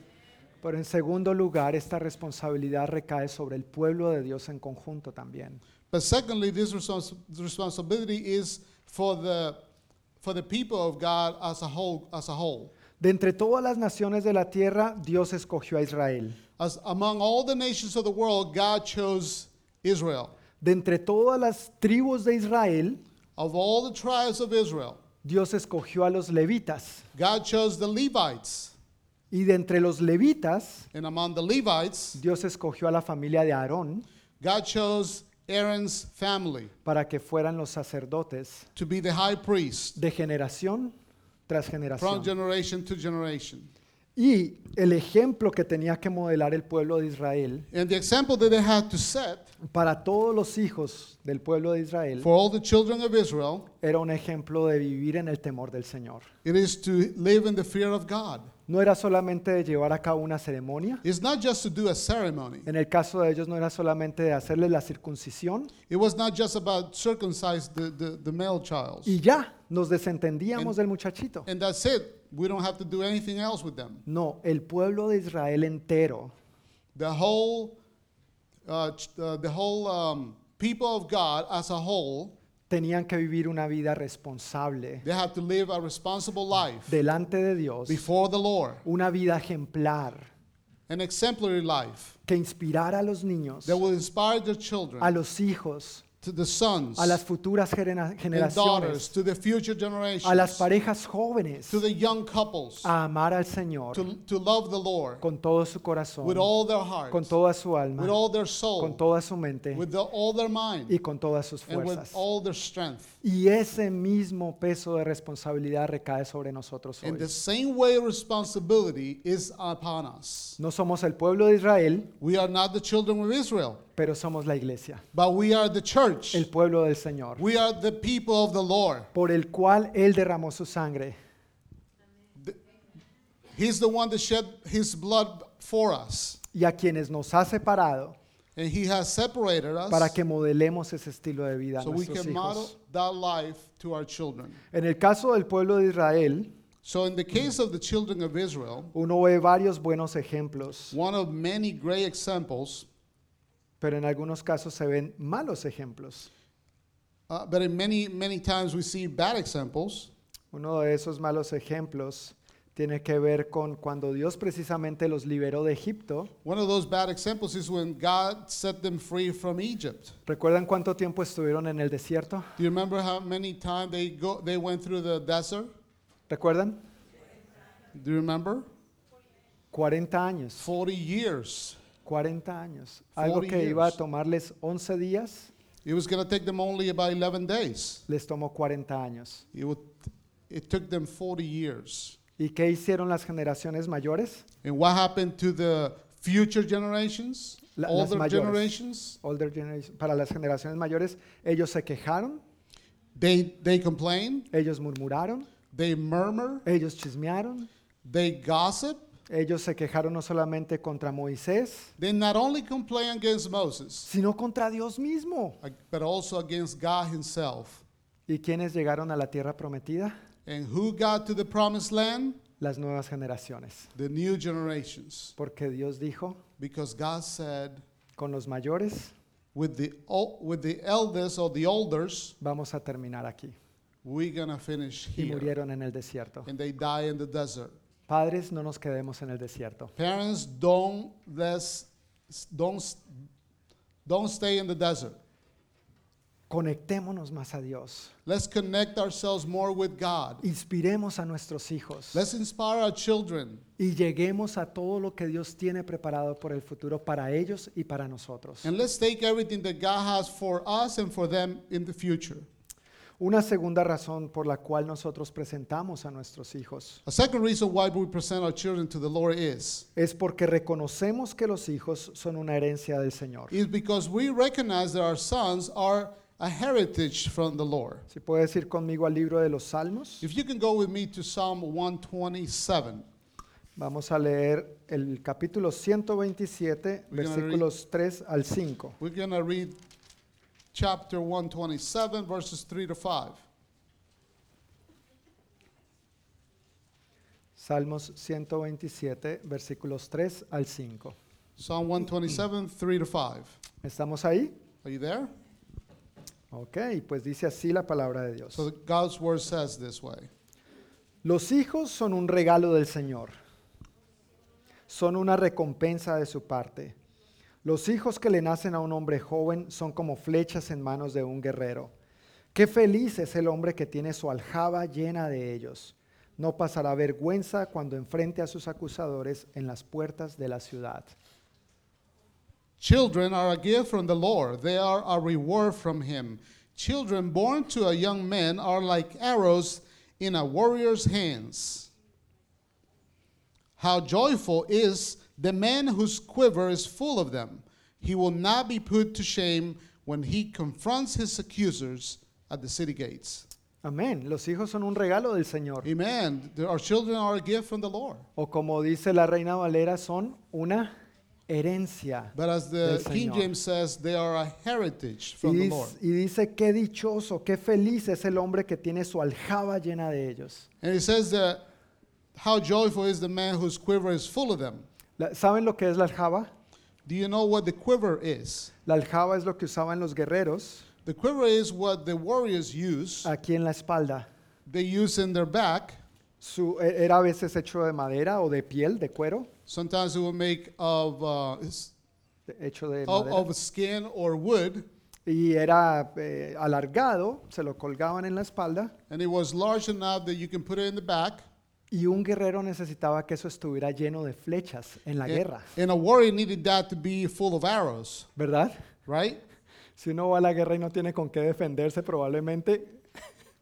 Speaker 2: Pero en segundo lugar, esta responsabilidad recae sobre el pueblo de Dios en conjunto también.
Speaker 5: But secondly, this respons- responsibility is for the for the people of God as a whole. As a whole.
Speaker 2: De entre todas las naciones de la tierra, Dios escogió a Israel.
Speaker 5: As among all the nations of the world, God chose Israel.
Speaker 2: De entre todas las tribus de Israel,
Speaker 5: Of all the tribes of Israel,
Speaker 2: Dios escogió a los levitas.
Speaker 5: God chose the Levites.
Speaker 2: Y de entre los levitas,
Speaker 5: And among the Levites,
Speaker 2: Dios escogió a la familia de Aarón
Speaker 5: God chose Aaron's family
Speaker 2: para que fueran los sacerdotes
Speaker 5: to be the high priest
Speaker 2: de generación tras
Speaker 5: from
Speaker 2: generación.
Speaker 5: generation to generation.
Speaker 2: Y el ejemplo que tenía que modelar el pueblo de Israel
Speaker 5: And the example that they had to set
Speaker 2: para todos los hijos del pueblo de Israel
Speaker 5: for all the children of Israel,
Speaker 2: era un ejemplo de vivir en el temor del Señor.
Speaker 5: it is to live in the fear of God.
Speaker 2: No era solamente de llevar a cabo una ceremonia,
Speaker 5: It's not just to do a ceremony.
Speaker 2: en el caso de ellos no era solamente de hacerles la circuncisión
Speaker 5: It was not just about circumcise the, the, the male child.
Speaker 2: y ya nos desentendíamos del muchachito.
Speaker 5: And that's it. We don't have to do anything else with them.
Speaker 2: No, el pueblo de Israel entero
Speaker 5: The whole, uh, ch- uh, the whole um, people of God as a whole,
Speaker 2: tenían que vivir una vida responsable
Speaker 5: they have to live a responsible life
Speaker 2: delante de Dios,
Speaker 5: before the Lord,
Speaker 2: una vida ejemplar
Speaker 5: an exemplary life
Speaker 2: que inspirara a los niños,
Speaker 5: that will inspire their
Speaker 2: a
Speaker 5: children,
Speaker 2: los hijos,
Speaker 5: to the sons
Speaker 2: a las futuras genera-
Speaker 5: and daughters,
Speaker 2: generaciones,
Speaker 5: to the future
Speaker 2: a las
Speaker 5: generations,
Speaker 2: parejas jóvenes,
Speaker 5: to the young couples,
Speaker 2: a amar al Señor
Speaker 5: to, to love the Lord
Speaker 2: con todo su corazón,
Speaker 5: with all their heart,
Speaker 2: con toda su
Speaker 5: with
Speaker 2: alma,
Speaker 5: all their
Speaker 2: con
Speaker 5: soul,
Speaker 2: toda su mente
Speaker 5: with the, all their mind.
Speaker 2: y con todas sus
Speaker 5: and with
Speaker 2: fuerzas.
Speaker 5: all their strength.
Speaker 2: Y ese mismo peso de responsabilidad recae sobre nosotros
Speaker 5: In
Speaker 2: hoy.
Speaker 5: the same way, responsibility is upon us.
Speaker 2: No somos el pueblo de Israel,
Speaker 5: We are not the children of Israel,
Speaker 2: pero somos la iglesia,
Speaker 5: but we are the church.
Speaker 2: el pueblo del Señor,
Speaker 5: We are the people of the Lord.
Speaker 2: por el cual Él derramó su sangre.
Speaker 5: He's the one that shed his blood for us,
Speaker 2: y a quienes nos ha separado
Speaker 5: and he has separated us
Speaker 2: para que modelemos ese estilo de vida a
Speaker 5: so we
Speaker 2: nuestros
Speaker 5: can model
Speaker 2: hijos.
Speaker 5: that life to our children.
Speaker 2: En el caso del pueblo de Israel,
Speaker 5: So, in the case of the children of Israel,
Speaker 2: uno ve varios buenos ejemplos,
Speaker 5: one of many great examples,
Speaker 2: pero en algunos casos se ven malos ejemplos.
Speaker 5: uh, but in many, many times we see bad examples.
Speaker 2: Uno de esos malos ejemplos tiene que ver con cuando Dios precisamente los liberó de Egipto.
Speaker 5: One of those bad examples is when God set them free from Egypt.
Speaker 2: ¿Recuerdan cuánto tiempo estuvieron en el desierto?
Speaker 5: Do you remember how many times they go they went through the desert?
Speaker 2: ¿Recuerdan?
Speaker 5: Do you remember?
Speaker 2: 40 años,
Speaker 5: 40 years.
Speaker 2: 40 años. Algo
Speaker 5: 40
Speaker 2: que iba a
Speaker 5: years.
Speaker 2: tomarles 11 días,
Speaker 5: It was going to take them only about 11 days.
Speaker 2: les tomó 40 años.
Speaker 5: It would it took them 40 years.
Speaker 2: ¿Y qué hicieron las generaciones mayores?
Speaker 5: And what happened to the future generations?
Speaker 2: La- las
Speaker 5: older
Speaker 2: mayores.
Speaker 5: generations?
Speaker 2: Older generation- para las generaciones mayores, ellos se quejaron,
Speaker 5: They they complain,
Speaker 2: ellos murmuraron,
Speaker 5: they murmur,
Speaker 2: ellos chismearon,
Speaker 5: they gossip.
Speaker 2: ellos se quejaron no solamente contra Moisés,
Speaker 5: They not only complain against Moses,
Speaker 2: sino contra Dios mismo.
Speaker 5: uh, but also against God himself.
Speaker 2: ¿Y quiénes llegaron a la tierra prometida?
Speaker 5: And who got to the promised land?
Speaker 2: Las nuevas generaciones.
Speaker 5: The new generations.
Speaker 2: Porque Dios dijo,
Speaker 5: Because God said,
Speaker 2: con los mayores
Speaker 5: with the, ol- with the eldest or the olders,
Speaker 2: vamos a terminar aquí.
Speaker 5: we're going to finish
Speaker 2: Y
Speaker 5: here.
Speaker 2: murieron en el desierto.
Speaker 5: And they die in the desert.
Speaker 2: Padres, no nos quedemos en el desierto.
Speaker 5: Parents, don't, let's, don't, s- don't stay in the desert.
Speaker 2: Conectémonos más a Dios.
Speaker 5: Let's connect ourselves more with God.
Speaker 2: Inspiremos a nuestros hijos.
Speaker 5: Let's inspire our children
Speaker 2: y lleguemos a todo lo que Dios tiene preparado por el futuro para ellos y para nosotros.
Speaker 5: and let's take everything that God has for us and for them in the future.
Speaker 2: Una segunda razón por la cual nosotros presentamos a nuestros hijos
Speaker 5: A second reason why we present our children to the Lord is
Speaker 2: es porque reconocemos que los hijos son una herencia del Señor.
Speaker 5: is because we recognize that our sons are a heritage from the Lord.
Speaker 2: Si puedes ir conmigo al libro de los Salmos,
Speaker 5: If you can go with me to Psalm 127,
Speaker 2: vamos a leer el capítulo 127,
Speaker 5: We're gonna
Speaker 2: versículos 3 al 5.
Speaker 5: we're going to read chapter 127, verses 3 to 5.
Speaker 2: Salmos 127, versículos 3 al 5.
Speaker 5: Psalm 127, 3 to 5.
Speaker 2: ¿Estamos ahí?
Speaker 5: Are you there?
Speaker 2: Ok, pues dice así la palabra de Dios.
Speaker 5: So the- God's word says this way.
Speaker 2: Los hijos son un regalo del Señor. Son una recompensa de su parte. Los hijos que le nacen a un hombre joven son como flechas en manos de un guerrero. Qué feliz es el hombre que tiene su aljaba llena de ellos. No pasará vergüenza cuando enfrente a sus acusadores en las puertas de la ciudad.
Speaker 5: Children are a gift from the Lord, they are a reward from Him. Children born to a young man are like arrows in a warrior's hands. How joyful is the man whose quiver is full of them! He will not be put to shame when he confronts his accusers at the city gates.
Speaker 2: Amén. Los hijos son un regalo del Señor.
Speaker 5: Amen. There- Our children are a gift from the Lord.
Speaker 2: O como dice la reina Valera, son una herencia.
Speaker 5: But as
Speaker 2: Del
Speaker 5: the King
Speaker 2: Señor.
Speaker 5: James says, they are a heritage
Speaker 2: Y,
Speaker 5: from the
Speaker 2: dis-
Speaker 5: Lord.
Speaker 2: y dice, qué dichoso, qué feliz es el hombre que tiene su aljaba llena de ellos.
Speaker 5: And it says that how joyful is the man whose quiver is full of them.
Speaker 2: La- ¿Saben lo que es la aljaba?
Speaker 5: Do you know what the quiver is?
Speaker 2: La aljaba es lo que usaban los guerreros
Speaker 5: The quiver is what the warriors use.
Speaker 2: aquí en la espalda.
Speaker 5: They use in their back.
Speaker 2: Su- e- era a veces hecho de madera o de piel, de cuero,
Speaker 5: Sometimes it will make of uh, s-
Speaker 2: de- hecho de
Speaker 5: of,
Speaker 2: madera.
Speaker 5: of skin or wood,
Speaker 2: Y era eh, alargado, se lo colgaban en la espalda.
Speaker 5: and it was large enough that you can put it in the back.
Speaker 2: Y un guerrero necesitaba que eso estuviera lleno de flechas en la
Speaker 5: And-
Speaker 2: guerra,
Speaker 5: And a warrior needed that to be full of arrows,
Speaker 2: ¿verdad?
Speaker 5: right?
Speaker 2: Si uno va a la guerra y no tiene con qué defenderse, probablemente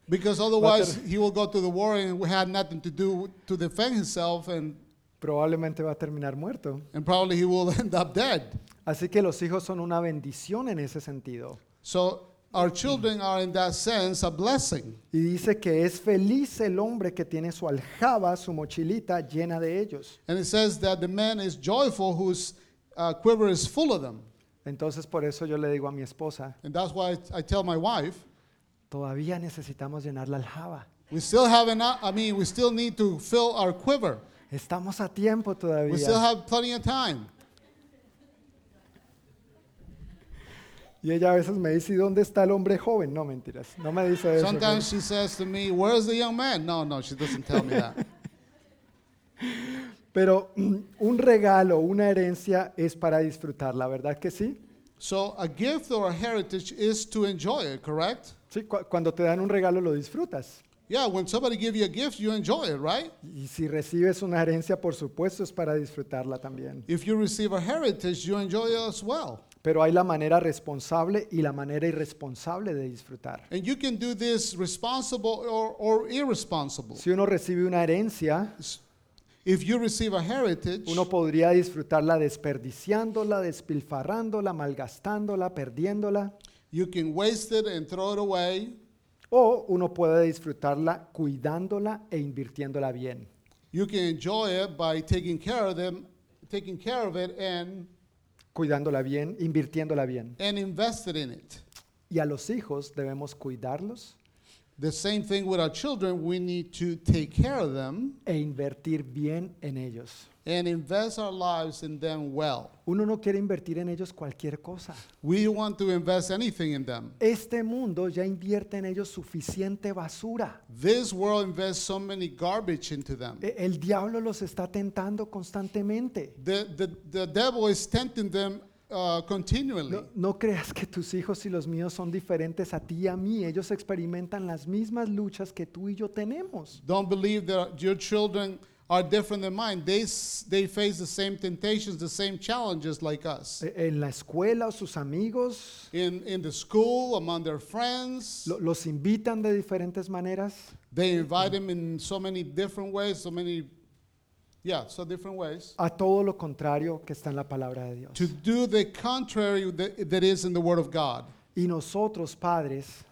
Speaker 5: Because otherwise he will go to the war and had nothing to do to defend himself, and
Speaker 2: probablemente va a terminar muerto.
Speaker 5: and probably he will end up dead.
Speaker 2: Así que los hijos son una bendición en ese sentido.
Speaker 5: So our children are in that sense a blessing.
Speaker 2: Y dice que es feliz el hombre que tiene su aljaba, su mochilita llena de ellos.
Speaker 5: And it says that the man is joyful whose uh, quiver is full of them.
Speaker 2: Entonces por eso yo le digo a mi esposa,
Speaker 5: And that's why I, I tell my wife,
Speaker 2: todavía necesitamos llenar la aljaba.
Speaker 5: we still have enough, I mean, we still need to fill our quiver.
Speaker 2: Estamos a tiempo
Speaker 5: We still
Speaker 2: todavía.
Speaker 5: have plenty of time.
Speaker 2: Y ella a veces me dice, ¿y dónde está el hombre joven? No, mentiras, no me dice eso.
Speaker 5: Sometimes she says to me, Where's the young man? No, no, she doesn't tell me that.
Speaker 2: Pero mm, un regalo, una herencia es para disfrutarla, ¿verdad que sí?
Speaker 5: So a gift or a heritage is to enjoy it, correct?
Speaker 2: Sí, cu- cuando te dan un regalo lo disfrutas.
Speaker 5: Yeah, when somebody give you a gift, you enjoy it, right?
Speaker 2: Y si recibes una herencia, por supuesto, es para disfrutarla también.
Speaker 5: If you receive a heritage, you enjoy it as well.
Speaker 2: Pero hay la manera responsable y la manera irresponsable de disfrutar.
Speaker 5: And you can do this responsible or, or irresponsible.
Speaker 2: Si uno recibe una herencia,
Speaker 5: If you receive a heritage,
Speaker 2: uno podría disfrutarla desperdiciándola, despilfarrándola, malgastándola, perdiéndola.
Speaker 5: you can waste it and throw it away.
Speaker 2: O uno puede disfrutarla cuidándola e invirtiéndola bien.
Speaker 5: You can enjoy it by taking care of them, taking care of it and
Speaker 2: Cuidándola bien, invirtiéndola bien.
Speaker 5: and invested in it.
Speaker 2: Y a los hijos debemos cuidarlos
Speaker 5: The same thing with our children. We need to take care of them
Speaker 2: e invertir bien en ellos.
Speaker 5: and invest our lives in them well.
Speaker 2: Uno no quiere invertir en ellos cualquier cosa.
Speaker 5: We don't want to invest anything in them.
Speaker 2: Este mundo ya invierte en ellos suficiente basura.
Speaker 5: This world invests so many garbage into them.
Speaker 2: E- El diablo los está tentando constantemente.
Speaker 5: The, the, the devil is tempting them uh, continually.
Speaker 2: No, no creas que tus hijos y los míos son diferentes a ti y a mí. Ellos experimentan las mismas luchas que tú y yo tenemos.
Speaker 5: Don't believe that your children are different than mine. They, s- they face the same temptations, the same challenges like us.
Speaker 2: E- En la escuela o sus amigos
Speaker 5: In, in the school, among their friends,
Speaker 2: lo- los invitan de diferentes maneras.
Speaker 5: they invite them in so many different ways, so many, yeah, so different ways.
Speaker 2: A todo lo contrario que está en la palabra de Dios.
Speaker 5: To do the contrary that, that is in the Word of God.
Speaker 2: Y nosotros, padres,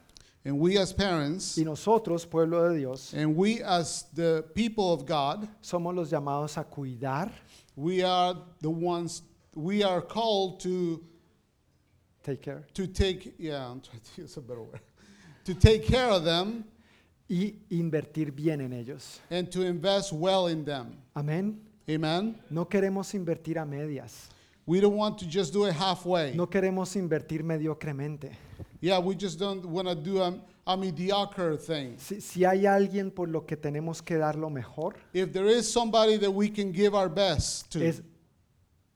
Speaker 5: And we as parents,
Speaker 2: y nosotros, pueblo de Dios,
Speaker 5: and we as the people of God,
Speaker 2: somos los llamados a cuidar.
Speaker 5: we are the ones, we are called to
Speaker 2: Take care.
Speaker 5: to take yeah i'm trying to use a better word to take care of them
Speaker 2: y invertir bien en ellos.
Speaker 5: and to invest well in them
Speaker 2: Amén.
Speaker 5: amen
Speaker 2: No queremos invertir a medias.
Speaker 5: we don't want to just do it halfway
Speaker 2: No queremos invertir mediocremente.
Speaker 5: Yeah, we just don't want to do a, a mediocre thing.
Speaker 2: Si, si hay alguien por lo que tenemos que dar lo mejor,
Speaker 5: If there is somebody that we can give our best to,
Speaker 2: es,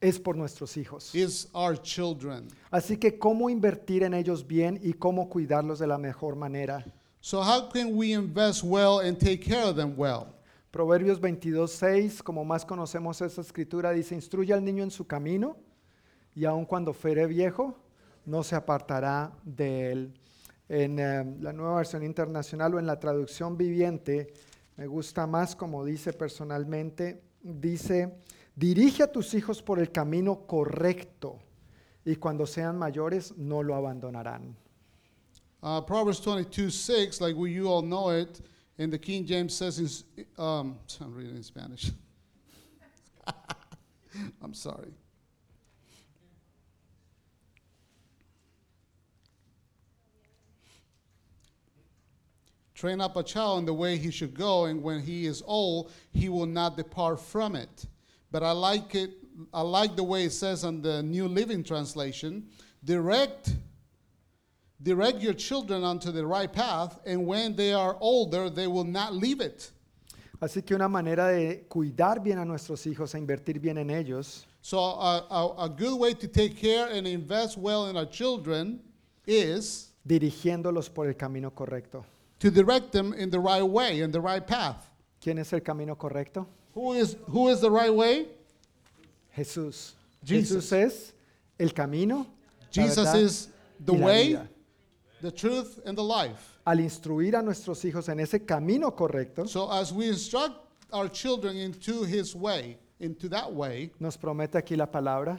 Speaker 2: es por nuestros hijos.
Speaker 5: is our children.
Speaker 2: Así que cómo invertir en ellos bien y cómo cuidarlos de la mejor manera.
Speaker 5: So how can we invest well and take care of them well?
Speaker 2: Proverbios 22:6, como más conocemos esta escritura, dice, instruye al niño en su camino y aun cuando fuere viejo, no se apartará de él. En eh, la nueva versión internacional o en la traducción viviente, me gusta más como dice personalmente, dice, dirige a tus hijos por el camino correcto y cuando sean mayores no lo abandonarán.
Speaker 5: Uh, Proverbs 22, 6, like we, you all know it, and the King James says, in, s- um, I'm reading in Spanish. I'm sorry. Train up a child in the way he should go, and when he is old, he will not depart from it. But I like it. I like the way it says on the New Living Translation direct Direct your children onto the right path, and when they are older, they will not leave it.
Speaker 2: Así que una manera de cuidar bien a nuestros hijos e invertir bien en ellos
Speaker 5: So, a, a, a good way to take care and invest well in our children is
Speaker 2: dirigiéndolos por el camino correcto.
Speaker 5: to direct them in the right way, in the right path.
Speaker 2: ¿Quién es el camino correcto?
Speaker 5: Who is, who is the right way?
Speaker 2: Jesús.
Speaker 5: Jesus.
Speaker 2: Jesús es el camino. la
Speaker 5: Jesus
Speaker 2: verdad
Speaker 5: is the
Speaker 2: y la
Speaker 5: way,
Speaker 2: vida.
Speaker 5: the truth, and the life.
Speaker 2: Al instruir a nuestros hijos en ese camino correcto,
Speaker 5: So, as we instruct our children into His way, into that way,
Speaker 2: nos promete aquí la palabra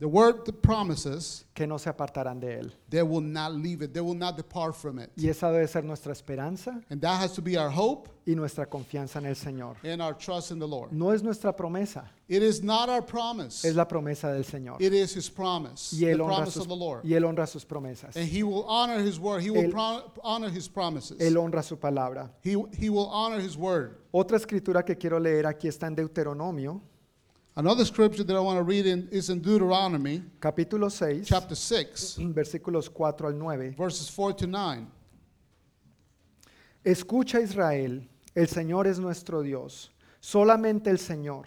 Speaker 5: the word that promises
Speaker 2: que no se apartarán de él.
Speaker 5: they will not leave it, they will not depart from it.
Speaker 2: Y esa debe ser nuestra esperanza
Speaker 5: And that has to be our hope.
Speaker 2: y nuestra confianza en el Señor.
Speaker 5: and our trust in the Lord.
Speaker 2: No es nuestra promesa,
Speaker 5: It is not our promise.
Speaker 2: es la promesa del Señor.
Speaker 5: It is His promise.
Speaker 2: Y él,
Speaker 5: The
Speaker 2: honra
Speaker 5: promise
Speaker 2: sus,
Speaker 5: of the Lord.
Speaker 2: y él honra sus promesas.
Speaker 5: And He will honor His word. He will
Speaker 2: Él-
Speaker 5: pro- honor His promises.
Speaker 2: Él honra su palabra.
Speaker 5: He, he will honor His word.
Speaker 2: Otra escritura que quiero leer aquí está en Deuteronomio,
Speaker 5: Another scripture that I want to read in, is in Deuteronomy
Speaker 2: capítulo 6,
Speaker 5: chapter 6,
Speaker 2: versículos 4 al 9.
Speaker 5: verses 4 to 9.
Speaker 2: Escucha Israel, el Señor es nuestro Dios, solamente el Señor.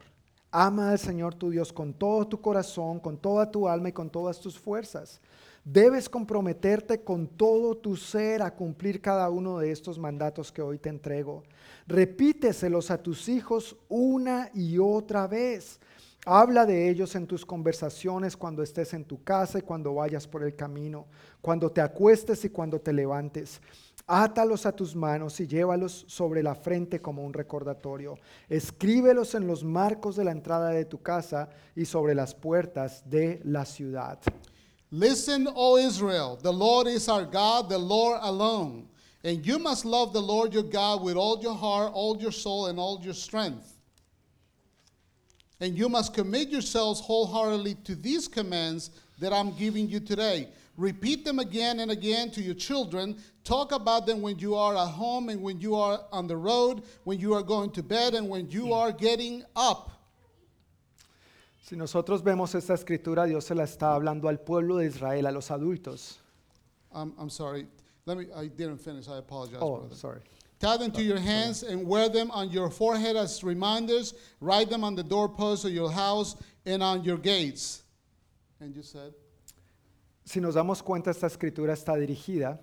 Speaker 2: Ama al Señor tu Dios con todo tu corazón, con toda tu alma y con todas tus fuerzas. Debes comprometerte con todo tu ser a cumplir cada uno de estos mandatos que hoy te entrego. Repíteselos a tus hijos una y otra vez. Habla de ellos en tus conversaciones cuando estés en tu casa y cuando vayas por el camino, cuando te acuestes y cuando te levantes. Átalos a tus manos y llévalos sobre la frente como un recordatorio. Escríbelos en los marcos de la entrada de tu casa y sobre las puertas de la ciudad.
Speaker 5: Listen, O Israel, the Lord is our God, the Lord alone. And you must love the Lord your God with all your heart, all your soul, and all your strength. And you must commit yourselves wholeheartedly to these commands that I'm giving you today. Repeat them again and again to your children. Talk about them when you are at home and when you are on the road, when you are going to bed, and when you are getting up.
Speaker 2: Si nosotros vemos esta escritura, Dios se la está hablando al pueblo de Israel, a los adultos.
Speaker 5: I'm, I'm sorry. Let me. I didn't finish. I apologize,
Speaker 2: Oh,
Speaker 5: brother.
Speaker 2: sorry.
Speaker 5: Tie them to your hands and wear them on your forehead as reminders. Write them on the doorposts of your house and on your gates. And you said,
Speaker 2: Si nos damos cuenta, esta escritura está dirigida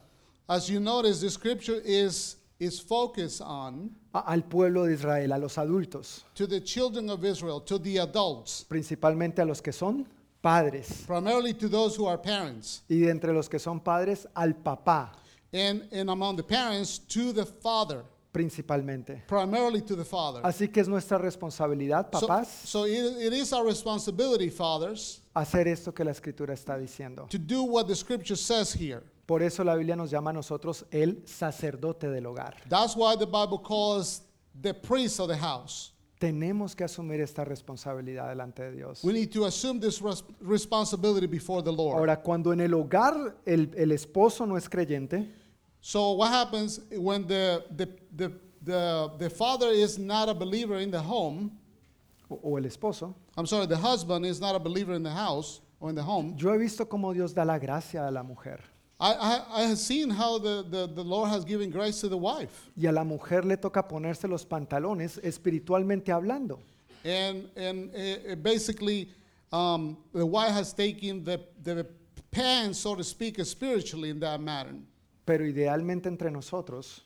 Speaker 5: as you notice, the scripture is is focused on
Speaker 2: a- al pueblo de Israel, a los adultos,
Speaker 5: to the children of Israel, to the adults,
Speaker 2: principalmente a los que son padres.
Speaker 5: primarily to those who are parents,
Speaker 2: Y de entre los que son padres, al papá,
Speaker 5: and and among the parents to the father,
Speaker 2: principalmente.
Speaker 5: primarily to the father.
Speaker 2: Así que es nuestra responsabilidad,
Speaker 5: So-
Speaker 2: papás,
Speaker 5: so it, it is our responsibility, fathers,
Speaker 2: hacer esto que la escritura está diciendo.
Speaker 5: to do what the scripture says here.
Speaker 2: Por eso la Biblia nos llama a nosotros el sacerdote del hogar.
Speaker 5: That's why the Bible calls the priest of the house.
Speaker 2: Tenemos que asumir esta responsabilidad delante de Dios.
Speaker 5: We need to assume this res- responsibility before the Lord.
Speaker 2: Ahora, cuando en el hogar el, el esposo no es creyente,
Speaker 5: So what happens when the, the, the, the, the father is not a believer in the home?
Speaker 2: o, o el esposo,
Speaker 5: I'm sorry, the husband is not a believer in the house or in the home.
Speaker 2: yo he visto cómo Dios da la gracia a la mujer.
Speaker 5: I, I, I have seen how the, the, the Lord has given grace to the wife.
Speaker 2: Y a la mujer le toca ponerse los pantalones espiritualmente hablando.
Speaker 5: And, and uh, uh, basically, um, the wife has taken the, the pants, so to speak, spiritually in that matter.
Speaker 2: Pero idealmente entre nosotros,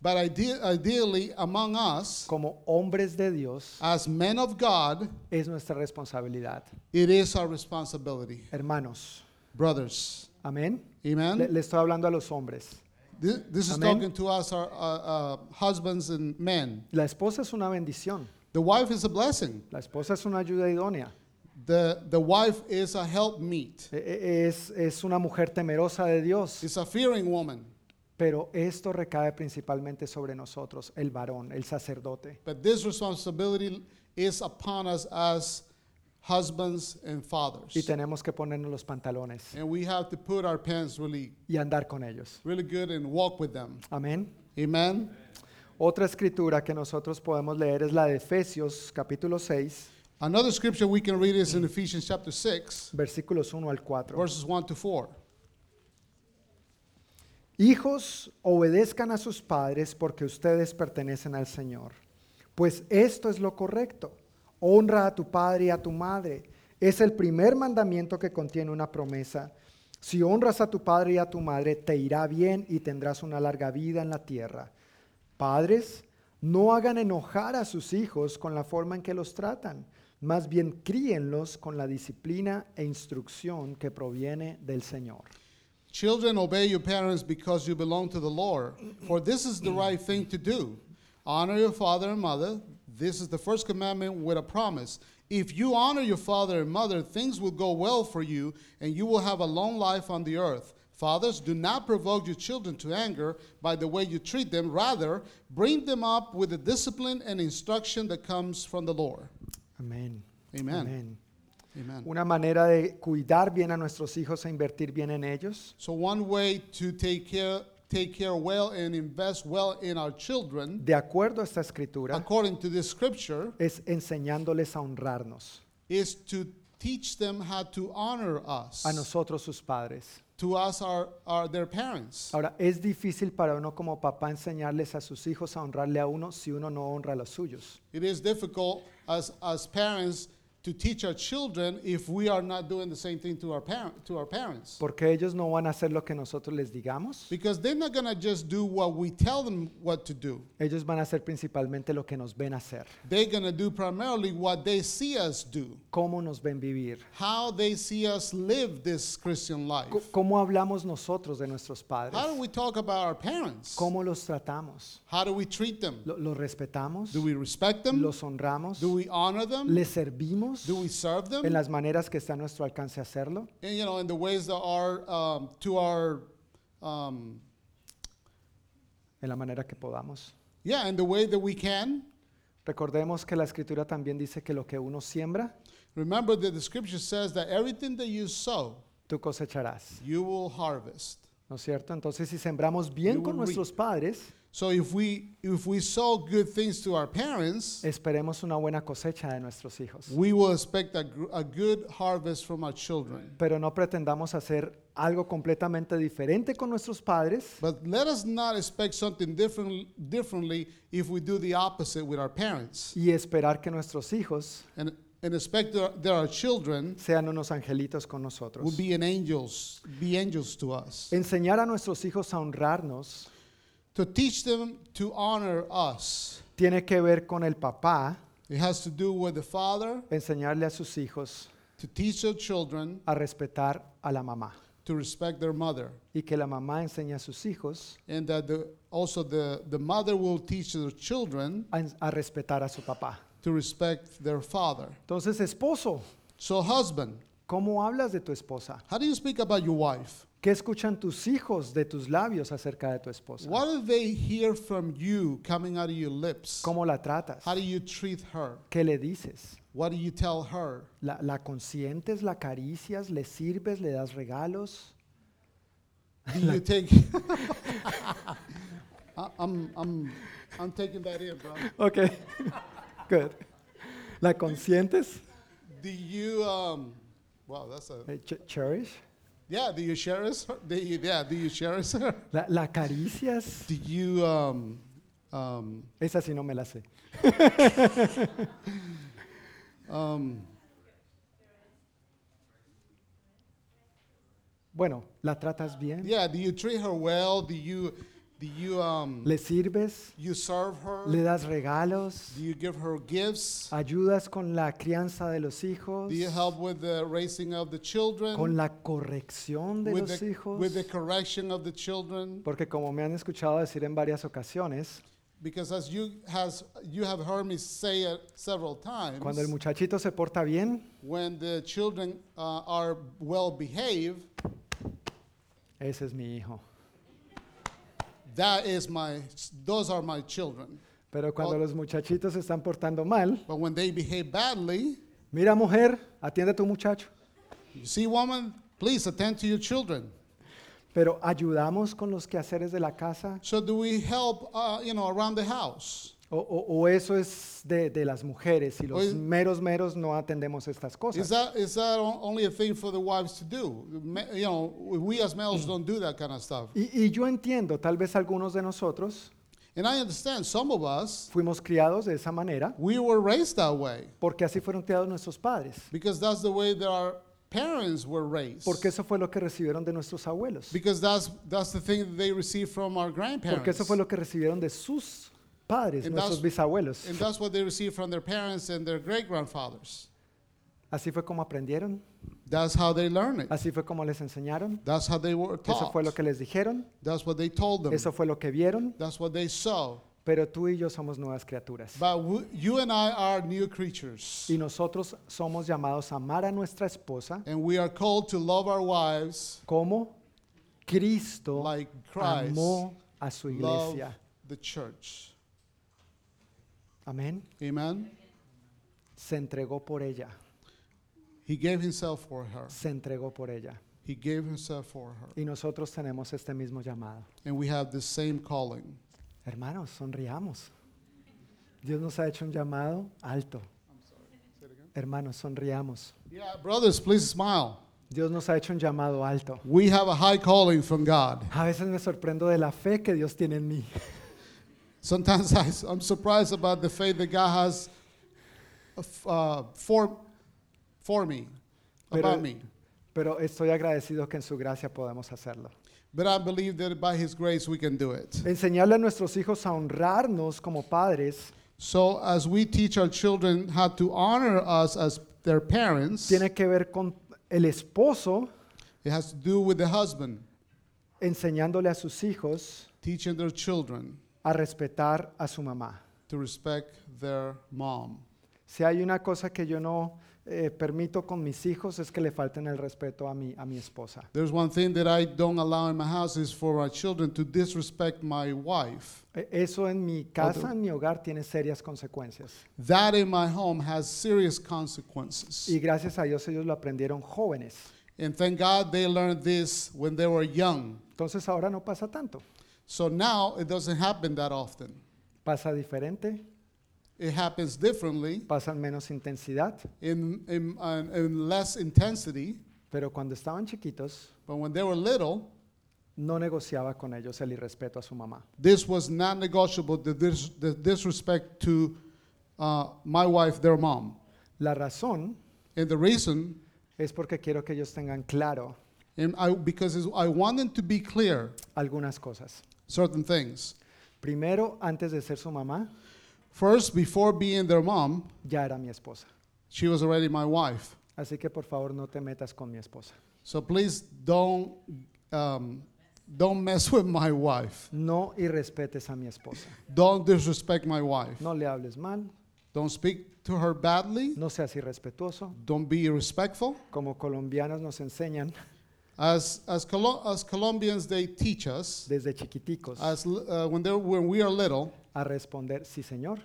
Speaker 5: But ide- ideally, among us,
Speaker 2: como hombres de Dios,
Speaker 5: as men of God,
Speaker 2: es nuestra responsabilidad.
Speaker 5: it is our responsibility.
Speaker 2: Hermanos,
Speaker 5: Brothers,
Speaker 2: amén.
Speaker 5: amen?
Speaker 2: Le, le estoy hablando a los hombres.
Speaker 5: Thi- This is
Speaker 2: Amen.
Speaker 5: talking to us, our uh, uh, husbands and men.
Speaker 2: La esposa es una bendición.
Speaker 5: The wife is a blessing.
Speaker 2: La esposa es una ayuda idónea.
Speaker 5: The, the wife is a helpmeet.
Speaker 2: E- e- Es, es una mujer temerosa de Dios.
Speaker 5: It's a fearing woman.
Speaker 2: Pero esto recae principalmente sobre nosotros, el varón, el sacerdote.
Speaker 5: But this responsibility is upon us as husbands and fathers.
Speaker 2: Y tenemos que ponernos los pantalones
Speaker 5: And we have to put our pants really,
Speaker 2: y andar con ellos.
Speaker 5: really good and walk with them.
Speaker 2: Amén.
Speaker 5: Amen.
Speaker 2: Otra escritura que nosotros podemos leer es la de Efesios capítulo 6,
Speaker 5: Another scripture we can read is in Ephesians chapter 6,
Speaker 2: versículos 1 al 4.
Speaker 5: verses 1 to 4.
Speaker 2: Hijos, obedezcan a sus padres porque ustedes pertenecen al Señor. Pues esto es lo correcto. Honra a tu padre y a tu madre. Es el primer mandamiento que contiene una promesa. Si honras a tu padre y a tu madre, te irá bien y tendrás una larga vida en la tierra. Padres, no hagan enojar a sus hijos con la forma en que los tratan. Más bien críenlos con la disciplina e instrucción que proviene del Señor.
Speaker 5: Children, obey your parents because you belong to the Lord, for this is the right thing to do. Honor your father and mother. This is the first commandment with a promise. If you honor your father and mother, things will go well for you, and you will have a long life on the earth. Fathers, do not provoke your children to anger by the way you treat them. Rather, bring them up with the discipline and instruction that comes from the Lord.
Speaker 2: Amén.
Speaker 5: Amen.
Speaker 2: Amén.
Speaker 5: Amen.
Speaker 2: Una manera de cuidar bien a nuestros hijos e invertir bien en ellos
Speaker 5: So one way to take care take care well and invest well in our children
Speaker 2: de acuerdo a esta escritura
Speaker 5: according to this scripture,
Speaker 2: es enseñándoles a honrarnos
Speaker 5: is to teach them how to honor us,
Speaker 2: a nosotros sus padres.
Speaker 5: to us, our, our, their parents.
Speaker 2: Ahora, es difícil para uno como papá enseñarles a sus hijos a honrarle a uno si uno no honra a los suyos.
Speaker 5: It is difficult as, as parents to teach our children if we are not doing the same thing to our, parent, to our parents.
Speaker 2: Porque ellos no van a hacer lo que nosotros les digamos.
Speaker 5: Because they're not going to just do what we tell them what to do.
Speaker 2: Ellos van a hacer principalmente lo que nos ven hacer,
Speaker 5: They're going to do primarily what they see us do,
Speaker 2: cómo nos ven vivir,
Speaker 5: how they see us live this Christian life.
Speaker 2: c- cómo hablamos nosotros de nuestros padres,
Speaker 5: How do we talk about our parents?
Speaker 2: cómo los tratamos,
Speaker 5: How do we treat them?
Speaker 2: lo- los respetamos,
Speaker 5: Do we respect them?
Speaker 2: los honramos.
Speaker 5: Do we honor them?
Speaker 2: le servimos
Speaker 5: Do we serve them?
Speaker 2: en las maneras que está a nuestro alcance hacerlo.
Speaker 5: and, you know, in the ways that are um, to our, um,
Speaker 2: En la manera que podamos.
Speaker 5: yeah, in the way that we can.
Speaker 2: Recordemos que la escritura también dice que lo que uno siembra,
Speaker 5: Remember that the scripture says that everything that you sow,
Speaker 2: tú cosecharás.
Speaker 5: you will harvest.
Speaker 2: ¿No es cierto? Entonces, si sembramos bien
Speaker 5: You
Speaker 2: con
Speaker 5: will reap.
Speaker 2: nuestros padres,
Speaker 5: So if we if we sow good things to our parents,
Speaker 2: esperemos una buena cosecha de nuestros hijos.
Speaker 5: we will expect a, gr- a good harvest from our children.
Speaker 2: Pero no pretendamos hacer algo completamente diferente con nuestros padres
Speaker 5: But let us not expect something different differently if we do the opposite with our parents,
Speaker 2: y esperar que nuestros hijos
Speaker 5: and and expect that that our children
Speaker 2: sean unos angelitos con nosotros.
Speaker 5: will be an angels, be angels to us.
Speaker 2: Enseñar a nuestros hijos a honrarnos
Speaker 5: to teach them to honor us.
Speaker 2: tiene que ver con el papá
Speaker 5: It has to do with the father
Speaker 2: enseñarle a sus hijos
Speaker 5: to teach their children
Speaker 2: a respetar a la mamá
Speaker 5: to respect their mother,
Speaker 2: y que la mamá enseñe a sus hijos
Speaker 5: and that the, also the, the mother will teach their children
Speaker 2: a, a respetar a su papá.
Speaker 5: to respect their father.
Speaker 2: Entonces, esposo,
Speaker 5: So, husband,
Speaker 2: ¿cómo hablas de tu esposa?
Speaker 5: how do you speak about your wife?
Speaker 2: ¿Qué escuchan tus hijos de tus labios acerca de tu esposa?
Speaker 5: What do they hear from you coming out of your lips?
Speaker 2: ¿Cómo la tratas?
Speaker 5: How do you treat her?
Speaker 2: ¿Qué le dices?
Speaker 5: What do you tell her?
Speaker 2: ¿La, la consientes, la acaricias, le sirves, le das regalos?
Speaker 5: Do you take? I, I'm, I'm, I'm taking that in, bro.
Speaker 2: Ok, good. ¿La consientes?
Speaker 5: Do you um wow that's a
Speaker 2: Eh, ch- cherish?
Speaker 5: Yeah, do you share his? Do you, yeah, do you share his?
Speaker 2: La, la caricias,
Speaker 5: do you um, um,
Speaker 2: esa sí no me la sé.
Speaker 5: um,
Speaker 2: Bueno, ¿la tratas bien?
Speaker 5: yeah, do you treat her well? Do you, do you um,
Speaker 2: ¿Le sirves?
Speaker 5: you serve her?
Speaker 2: ¿Le das regalos?
Speaker 5: Do you give her gifts?
Speaker 2: ¿Ayudas con la crianza de los hijos?
Speaker 5: Do you help with the raising of the children?
Speaker 2: ¿Con la corrección de
Speaker 5: with,
Speaker 2: los
Speaker 5: the,
Speaker 2: hijos?
Speaker 5: with the correction of the children?
Speaker 2: Porque como me han escuchado decir en varias ocasiones,
Speaker 5: Because as you has you have heard me say it several times,
Speaker 2: cuando el muchachito se porta bien,
Speaker 5: when the children uh, are well behaved,
Speaker 2: ese es mi hijo.
Speaker 5: that is my those are my children.
Speaker 2: Pero cuando
Speaker 5: Oh.
Speaker 2: los muchachitos se están portando mal,
Speaker 5: But when they behave badly,
Speaker 2: mira mujer, atiende a tu muchacho.
Speaker 5: you see, woman, please attend to your children.
Speaker 2: Pero ayudamos con los quehaceres de la casa
Speaker 5: So do we help, uh, you know, around the house?
Speaker 2: o, o- o eso es de, de las mujeres y los
Speaker 5: Oye.
Speaker 2: meros meros no atendemos estas
Speaker 5: Is
Speaker 2: cosas.
Speaker 5: that is that o- only a thing for the wives to do? Ma- You know, we as males don't do that kind of stuff.
Speaker 2: Y, y yo entiendo, tal vez algunos de nosotros
Speaker 5: And I understand some of us
Speaker 2: fuimos criados de esa manera
Speaker 5: we were raised that way
Speaker 2: porque así fueron criados nuestros padres,
Speaker 5: because that's the way that our parents were raised.
Speaker 2: porque eso fue lo que recibieron de nuestros abuelos,
Speaker 5: Because that's that's the thing that they received from our grandparents.
Speaker 2: porque eso fue lo que recibieron de sus padres,
Speaker 5: En
Speaker 2: nuestros
Speaker 5: das-
Speaker 2: bisabuelos.
Speaker 5: and that's what they received from their parents and their great grandfathers.
Speaker 2: Así fue como aprendieron,
Speaker 5: That's how they learn it.
Speaker 2: así fue como les enseñaron,
Speaker 5: That's how they were taught.
Speaker 2: eso fue lo que les dijeron,
Speaker 5: That's what they told them.
Speaker 2: eso fue lo que vieron,
Speaker 5: That's what they saw.
Speaker 2: pero tú y yo somos nuevas criaturas.
Speaker 5: But w- you and I are new creatures.
Speaker 2: Y nosotros somos llamados a amar a nuestra esposa
Speaker 5: And we are called to love our wives
Speaker 2: como Cristo
Speaker 5: like Christ
Speaker 2: amó a su
Speaker 5: loved
Speaker 2: iglesia.
Speaker 5: the church.
Speaker 2: Amén.
Speaker 5: Amen.
Speaker 2: Se entregó por ella,
Speaker 5: He gave himself for her.
Speaker 2: se entregó por ella.
Speaker 5: He gave himself for her.
Speaker 2: Y nosotros tenemos este mismo llamado.
Speaker 5: And we have the same calling.
Speaker 2: Hermanos, sonriamos. Dios nos ha hecho un llamado alto. Hermanos, sonriamos.
Speaker 5: Yeah, brothers, please smile.
Speaker 2: Dios nos ha hecho un llamado alto.
Speaker 5: We have a high calling from God.
Speaker 2: A veces me sorprendo de la fe que Dios tiene en mí.
Speaker 5: Sometimes I, am surprised about the faith that God has uh, f- uh, for, for me,
Speaker 2: Pero-
Speaker 5: about me.
Speaker 2: Pero estoy agradecido que en su gracia podamos hacerlo.
Speaker 5: But I believe that by His grace we can do it.
Speaker 2: Enseñarle a nuestros hijos a honrarnos como padres
Speaker 5: So, as we teach our children how to honor us as their parents,
Speaker 2: tiene que ver con el esposo
Speaker 5: it has to do with the husband
Speaker 2: enseñándole a sus hijos
Speaker 5: teaching their children
Speaker 2: a respetar a su mamá.
Speaker 5: to respect their mom.
Speaker 2: Si hay una cosa que yo no eh, permito con mis hijos es que le falten el respeto a mi, a mi esposa.
Speaker 5: There's one thing that I don't allow in my house is for my children to disrespect my wife.
Speaker 2: E- Eso en mi casa, en mi hogar, tiene serias consecuencias.
Speaker 5: That in my home has serious consequences.
Speaker 2: Y gracias a Dios ellos lo aprendieron jóvenes.
Speaker 5: And thank God they learned this when they were young.
Speaker 2: Entonces ahora no pasa tanto.
Speaker 5: So now it doesn't happen that often.
Speaker 2: Pasa diferente,
Speaker 5: It happens differently,
Speaker 2: pasa en menos intensidad,
Speaker 5: in, in, uh, in less intensity.
Speaker 2: pero cuando estaban chiquitos
Speaker 5: But when they were little,
Speaker 2: no negociaba con ellos el irrespeto a su mamá.
Speaker 5: this was non negotiable the, dis- the disrespect to uh, my wife, their mom.
Speaker 2: La razón
Speaker 5: And the reason,
Speaker 2: es porque quiero que ellos tengan claro
Speaker 5: and I, because it's- I want them to be clear
Speaker 2: algunas cosas.
Speaker 5: certain things.
Speaker 2: Primero, antes de ser su mamá,
Speaker 5: First, before being their mom,
Speaker 2: ya era mi esposa.
Speaker 5: she was already my wife.
Speaker 2: Así que por favor no te metas con mi esposa.
Speaker 5: So please don't um, don't mess with my wife.
Speaker 2: No irrespetes a mi esposa.
Speaker 5: Don't disrespect my wife.
Speaker 2: No le hables mal,
Speaker 5: Don't speak to her badly.
Speaker 2: no seas irrespetuoso.
Speaker 5: Don't be irrespectful.
Speaker 2: Como colombianos nos enseñan
Speaker 5: As as, Colo- as Colombians, they teach us
Speaker 2: desde chiquiticos
Speaker 5: as l- uh, when they when we are little
Speaker 2: a responder, sí señor,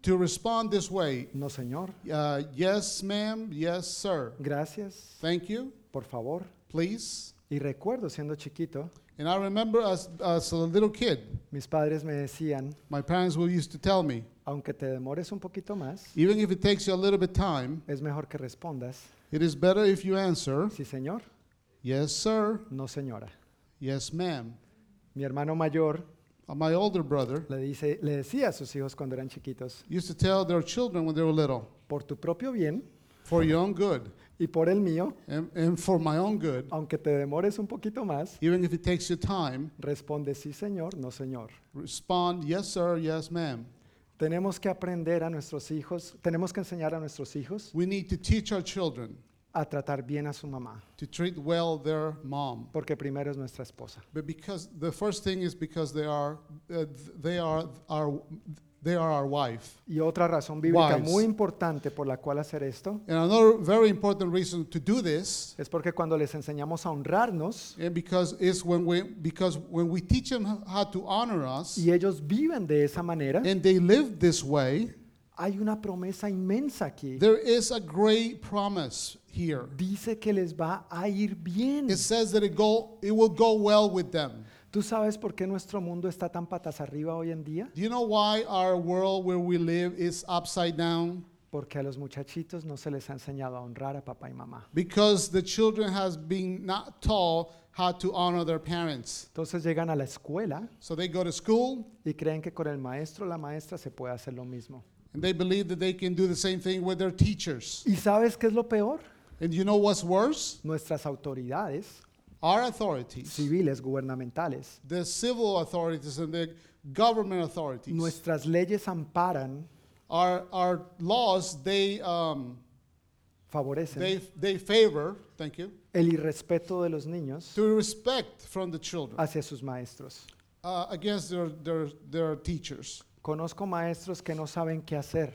Speaker 5: to respond this way:
Speaker 2: no señor,
Speaker 5: uh, Yes, ma'am. Yes, sir.
Speaker 2: gracias,
Speaker 5: Thank you.
Speaker 2: por favor.
Speaker 5: Please.
Speaker 2: Y recuerdo siendo chiquito,
Speaker 5: And I remember as as a little kid,
Speaker 2: mis padres me decían,
Speaker 5: my parents will used to tell me,
Speaker 2: aunque te demores un poquito más,
Speaker 5: even if it takes you a little bit time,
Speaker 2: es mejor que respondas,
Speaker 5: it is better if you answer,
Speaker 2: sí señor,
Speaker 5: Yes, sir.
Speaker 2: No, señora.
Speaker 5: Yes, ma'am.
Speaker 2: Mi hermano mayor
Speaker 5: Uh, My older brother
Speaker 2: le, dice, le decía a sus hijos cuando eran chiquitos,
Speaker 5: used to tell their children when they were little,
Speaker 2: por tu propio bien
Speaker 5: for your own good
Speaker 2: y por el mío,
Speaker 5: and, and for my own good,
Speaker 2: aunque te demores un poquito más,
Speaker 5: even if it takes you time,
Speaker 2: responde sí, señor, no, señor.
Speaker 5: respond, yes, sir, yes, ma'am.
Speaker 2: Tenemos que aprender a nuestros hijos, tenemos que enseñar a nuestros hijos
Speaker 5: We need to teach our children
Speaker 2: a tratar bien a su mamá,
Speaker 5: to treat well their mom.
Speaker 2: porque primero es nuestra esposa.
Speaker 5: But because the first thing is because they are, uh, th- they are our, they are our wife.
Speaker 2: Y otra razón bíblica
Speaker 5: Wives.
Speaker 2: muy importante por la cual hacer esto
Speaker 5: And another very important reason to do this,
Speaker 2: es porque cuando les enseñamos a honrarnos
Speaker 5: and because is when we because when we teach them how to honor us,
Speaker 2: y ellos viven de esa manera,
Speaker 5: and they live this way,
Speaker 2: hay una promesa inmensa aquí.
Speaker 5: there is a great promise here.
Speaker 2: Dice que les va a ir bien.
Speaker 5: It says that it go it will go well with them.
Speaker 2: ¿Tú sabes por qué nuestro mundo está tan patas arriba hoy en día?
Speaker 5: Do you know why our world where we live is upside down?
Speaker 2: Porque a los muchachitos no se les ha enseñado a honrar a papá y mamá.
Speaker 5: Because the children has been not taught how to honor their parents.
Speaker 2: Entonces llegan a la escuela
Speaker 5: So they go to school
Speaker 2: y creen que con el maestro o la maestra se puede hacer lo mismo.
Speaker 5: and they believe that they can do the same thing with their teachers.
Speaker 2: ¿Y sabes qué es lo peor?
Speaker 5: And you know what's worse?
Speaker 2: Nuestras autoridades
Speaker 5: Our authorities,
Speaker 2: civiles, gubernamentales,
Speaker 5: the civil authorities and the government authorities,
Speaker 2: nuestras leyes amparan,
Speaker 5: our, our laws, they, um,
Speaker 2: favorecen
Speaker 5: they, they favor, thank you,
Speaker 2: el irrespeto de los niños
Speaker 5: to respect from the children
Speaker 2: hacia sus maestros.
Speaker 5: uh, against their, their, their teachers.
Speaker 2: Conozco maestros que no saben qué hacer,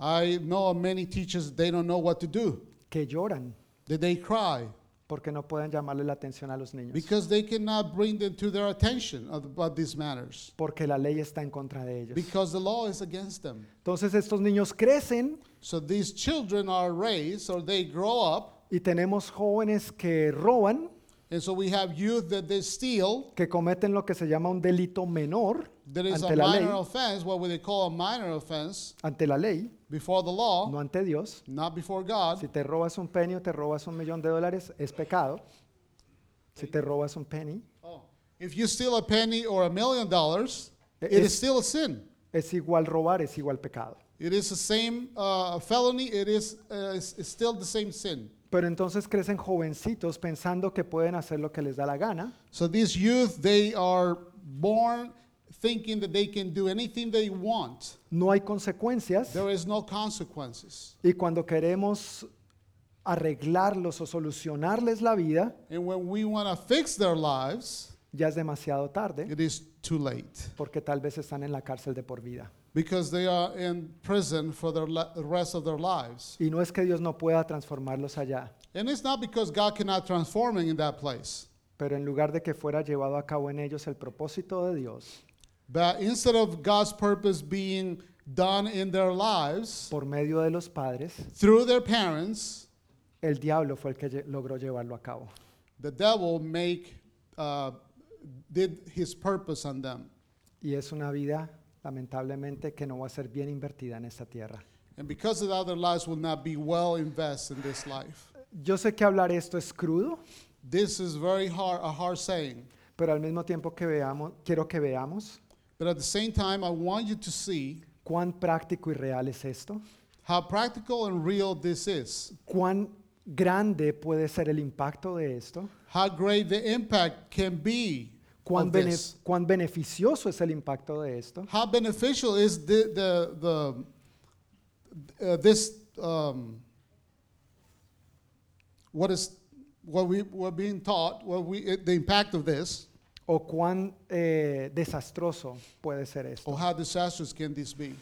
Speaker 5: I know of many teachers, they don't know what to do,
Speaker 2: que lloran
Speaker 5: that they cry
Speaker 2: porque no pueden llamarle la atención a los niños,
Speaker 5: because they cannot bring them to their attention of- about these matters
Speaker 2: porque la ley está en contra de ellos.
Speaker 5: because the law is against them.
Speaker 2: Entonces estos niños crecen
Speaker 5: So these children are raised or they grow up,
Speaker 2: y tenemos jóvenes que roban,
Speaker 5: and so we have youth that they steal.
Speaker 2: que cometen lo que se llama un delito menor
Speaker 5: There is
Speaker 2: ante
Speaker 5: a
Speaker 2: la
Speaker 5: minor
Speaker 2: ley,
Speaker 5: offense, what would they call a minor offense
Speaker 2: ante la ley,
Speaker 5: before the law,
Speaker 2: no ante Dios.
Speaker 5: not before God.
Speaker 2: Si te robas un penny o te robas un millón de dólares, es pecado. Si te robas un penny,
Speaker 5: Oh. If you steal a penny or a million dollars,
Speaker 2: It-
Speaker 5: it is
Speaker 2: it's-
Speaker 5: still a sin.
Speaker 2: es igual robar, es igual pecado.
Speaker 5: It is the same uh, felony. It is uh, it's, it's still the same sin.
Speaker 2: Pero entonces crecen jovencitos pensando que pueden hacer lo que les da la gana
Speaker 5: So these youth, they are born thinking that they can do anything they want.
Speaker 2: no hay consecuencias
Speaker 5: There is no consequences.
Speaker 2: y cuando queremos arreglarlos o solucionarles la vida,
Speaker 5: And when we want to fix their lives,
Speaker 2: ya es demasiado tarde
Speaker 5: it is too late
Speaker 2: porque tal vez están en la cárcel de por vida.
Speaker 5: because they are in prison for the le- rest of their lives.
Speaker 2: Y no es que Dios no pueda transformarlos allá,
Speaker 5: And it's not because God cannot transform them in that place.
Speaker 2: pero en lugar de que fuera llevado a cabo en ellos el propósito de Dios
Speaker 5: But instead of God's purpose being done in their lives
Speaker 2: por medio de los padres,
Speaker 5: through their parents,
Speaker 2: el diablo fue el que lle- logró llevarlo a cabo.
Speaker 5: the devil make uh, did his purpose on them
Speaker 2: Y es una vida, lamentablemente, que no va a ser bien invertida en esta tierra.
Speaker 5: and because of that their lives will not be well invested in this life
Speaker 2: Yo sé que hablar esto es crudo,
Speaker 5: this is very hard a hard saying
Speaker 2: pero al mismo tiempo que veamos, quiero que veamos
Speaker 5: but at the same time i want you to see
Speaker 2: cuán práctico y real es esto,
Speaker 5: how practical and real this is
Speaker 2: cuán grande puede ser el impacto de esto,
Speaker 5: how great the impact can be
Speaker 2: cuán,
Speaker 5: of
Speaker 2: bene-
Speaker 5: this.
Speaker 2: cuán beneficioso es el impacto de esto
Speaker 5: how beneficial is the the, the uh, this um, what is what we were being taught what we it, the impact of this
Speaker 2: o cuán eh, desastroso puede ser esto.
Speaker 5: or how disastrous can this be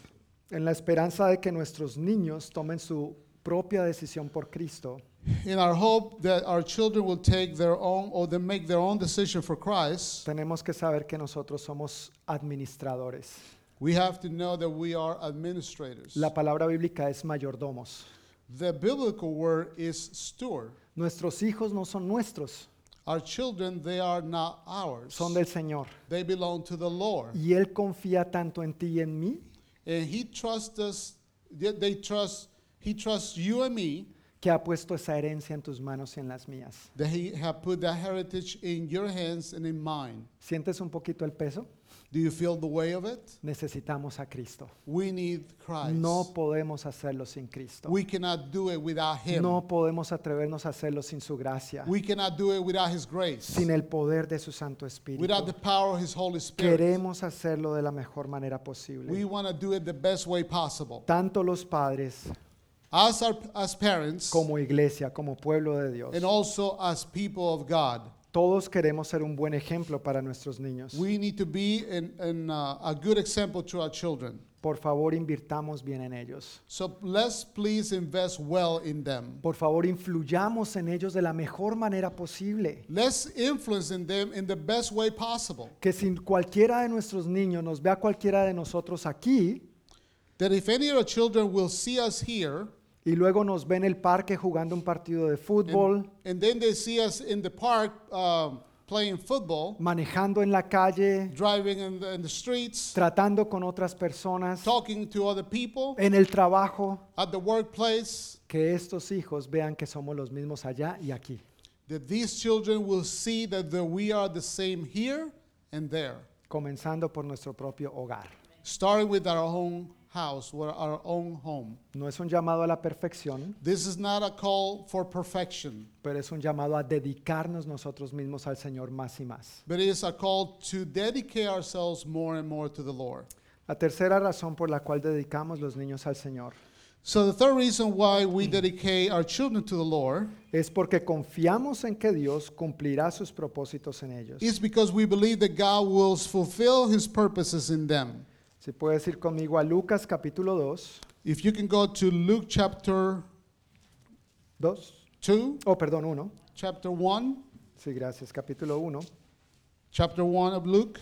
Speaker 2: En la esperanza de que nuestros niños tomen su propia decisión por Cristo,
Speaker 5: in our hope that our children will take their own or they make their own decision for christ
Speaker 2: tenemos que saber que nosotros somos administradores.
Speaker 5: we have to know that we are administrators
Speaker 2: La palabra bíblica es mayordomos.
Speaker 5: the biblical word is steward
Speaker 2: Nuestros hijos no son nuestros,
Speaker 5: our children they are not ours
Speaker 2: son del Señor.
Speaker 5: they belong to the lord
Speaker 2: Y Él confía tanto en ti y en mí
Speaker 5: And he trusts us, they they trust, he trusts you and me
Speaker 2: que ha puesto esa herencia en tus manos y en las mías.
Speaker 5: that He have put that heritage in your hands and in mine.
Speaker 2: ¿Sientes un poquito el peso?
Speaker 5: Do you feel the weight of it?
Speaker 2: Necesitamos a Cristo.
Speaker 5: We need Christ.
Speaker 2: No podemos hacerlo sin Cristo.
Speaker 5: We cannot do it without Him.
Speaker 2: No podemos atrevernos a hacerlo sin su gracia,
Speaker 5: We cannot do it without His grace.
Speaker 2: sin el poder de su Santo Espíritu.
Speaker 5: without the power of His Holy Spirit.
Speaker 2: Queremos hacerlo de la mejor manera
Speaker 5: We
Speaker 2: posible.
Speaker 5: want to do it the best way possible.
Speaker 2: Tanto los padres
Speaker 5: As, our, as parents
Speaker 2: como iglesia, como pueblo de Dios.
Speaker 5: and also as people of God,
Speaker 2: Todos queremos ser un buen ejemplo para nuestros niños.
Speaker 5: we need to be in, in, uh, a good example to our children.
Speaker 2: Por favor, invirtamos bien en ellos.
Speaker 5: So let's please invest well in them.
Speaker 2: Por favor, influyamos en ellos de la mejor manera posible.
Speaker 5: Let's influence in them in the best way possible.
Speaker 2: Que si cualquiera de nuestros niños nos vea cualquiera de nosotros aquí
Speaker 5: That if any of our children will see us here,
Speaker 2: y luego nos ve en el parque jugando un partido de
Speaker 5: and,
Speaker 2: fútbol,
Speaker 5: and then they see us in the park um, playing football,
Speaker 2: manejando en la calle,
Speaker 5: driving in the, in the streets,
Speaker 2: tratando con otras personas,
Speaker 5: talking to other people,
Speaker 2: en el trabajo,
Speaker 5: at the workplace,
Speaker 2: que estos hijos vean que somos los mismos allá y aquí.
Speaker 5: that these children will see that the, we are the same here and there,
Speaker 2: comenzando por nuestro propio hogar.
Speaker 5: starting with our own house, or our own home.
Speaker 2: No es un llamado a la perfección,
Speaker 5: This is not a call for perfection,
Speaker 2: pero es un llamado a dedicarnos nosotros mismos al Señor más y más.
Speaker 5: but it is a call to dedicate ourselves more and more to the Lord.
Speaker 2: La tercera razón por la cual dedicamos los niños al Señor
Speaker 5: So the third reason why we dedicate our children to the Lord
Speaker 2: es porque confiamos en que Dios cumplirá sus propósitos en ellos.
Speaker 5: is because we believe that God will fulfill his purposes in them.
Speaker 2: Si puedes ir conmigo a Lucas capítulo 2,
Speaker 5: If you can go to Luke chapter
Speaker 2: 2,
Speaker 5: 2,
Speaker 2: oh perdón, 1,
Speaker 5: chapter 1,
Speaker 2: sí, gracias, capítulo 1,
Speaker 5: chapter 1 of Luke,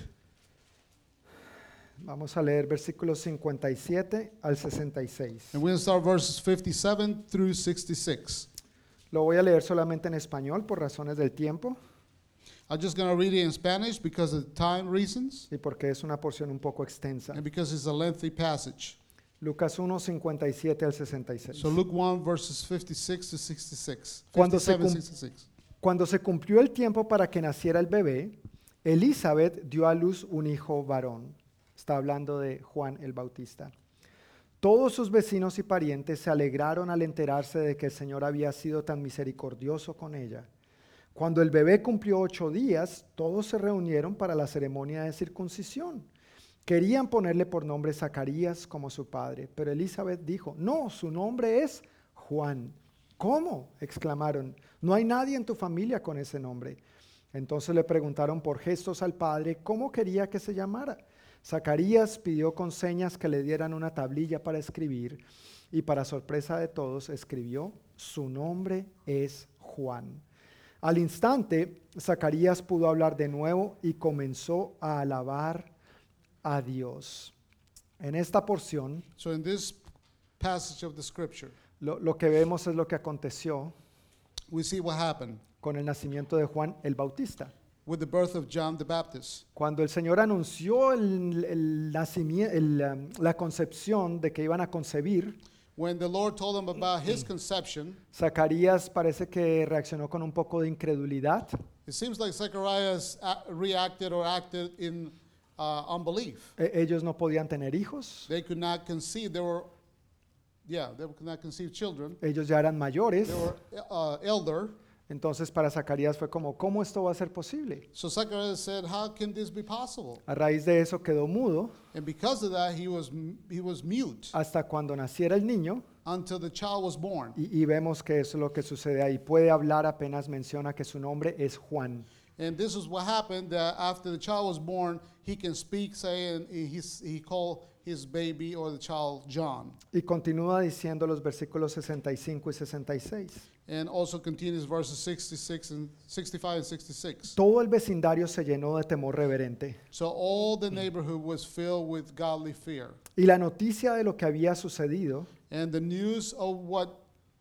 Speaker 2: vamos a leer versículos 57 al 66.
Speaker 5: and we're going to start verses 57 through 66.
Speaker 2: Lo voy a leer solamente en español por razones del tiempo
Speaker 5: I'm just going to read it in Spanish because of time reasons
Speaker 2: y porque es una porción un poco extensa.
Speaker 5: and because it's a lengthy passage.
Speaker 2: Lucas 1, 57 al 66.
Speaker 5: So Luke 1, verses 56 to 66.
Speaker 2: Cuando se
Speaker 5: 57,
Speaker 2: cum-
Speaker 5: 66.
Speaker 2: Cuando se cumplió el tiempo para que naciera el bebé, Elizabeth dio a luz un hijo varón. Está hablando de Juan el Bautista. Todos sus vecinos y parientes se alegraron al enterarse de que el Señor había sido tan misericordioso con ella. Cuando el bebé cumplió ocho días, todos se reunieron para la ceremonia de circuncisión. Querían ponerle por nombre Zacarías como su padre, pero Elizabeth dijo, no, su nombre es Juan. ¿Cómo? exclamaron, no hay nadie en tu familia con ese nombre. Entonces le preguntaron por gestos al padre cómo quería que se llamara. Zacarías pidió con señas que le dieran una tablilla para escribir y para sorpresa de todos escribió, su nombre es Juan. Al instante, Zacarías pudo hablar de nuevo y comenzó a alabar a Dios. En esta porción,
Speaker 5: So in this passage of the scripture,
Speaker 2: lo, lo que vemos es lo que aconteció
Speaker 5: we see what happened
Speaker 2: con el nacimiento de Juan el Bautista.
Speaker 5: with the birth of John the Baptist.
Speaker 2: Cuando el Señor anunció el- el nacimie- el, um, la concepción de que iban a concebir,
Speaker 5: When the Lord told him about his conception,
Speaker 2: Zacarías parece que reaccionó con un poco de incredulidad,
Speaker 5: it seems like Zacharias uh, reacted or acted in uh, unbelief.
Speaker 2: E- ellos no podían tener hijos,
Speaker 5: They could not conceive. They were, yeah, they could not conceive children.
Speaker 2: ellos ya eran mayores,
Speaker 5: They were uh, elder.
Speaker 2: entonces para Zacarías fue como, ¿cómo esto va a ser posible?
Speaker 5: So Zacharias said, "How can this be possible?"
Speaker 2: A raíz de eso quedó mudo
Speaker 5: And because of that, he was m- he was mute
Speaker 2: hasta cuando naciera el niño
Speaker 5: until the child was born.
Speaker 2: y, y vemos que eso es lo que sucede ahí. Puede hablar apenas menciona que su nombre es Juan.
Speaker 5: And this is what happened that after the child was born, he can speak, saying he he called his baby or the child John,
Speaker 2: Y continúa diciendo los versículos 65 y 66.
Speaker 5: and also continues verses 66 and 65 and 66.
Speaker 2: Todo el vecindario se llenó de temor reverente
Speaker 5: So all the neighborhood was filled with godly fear,
Speaker 2: y la noticia de lo que había sucedido
Speaker 5: and the news of what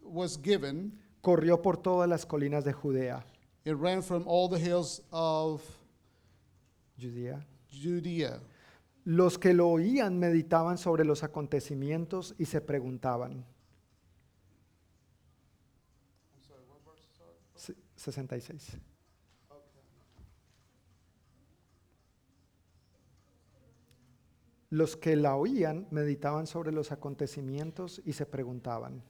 Speaker 5: was given
Speaker 2: corrió por todas las colinas de Judea,
Speaker 5: it ran from all the hills of
Speaker 2: Judea.
Speaker 5: Judea.
Speaker 2: Los que lo oían meditaban sobre los acontecimientos y se preguntaban, 66. Los que la oían meditaban sobre los acontecimientos y se preguntaban,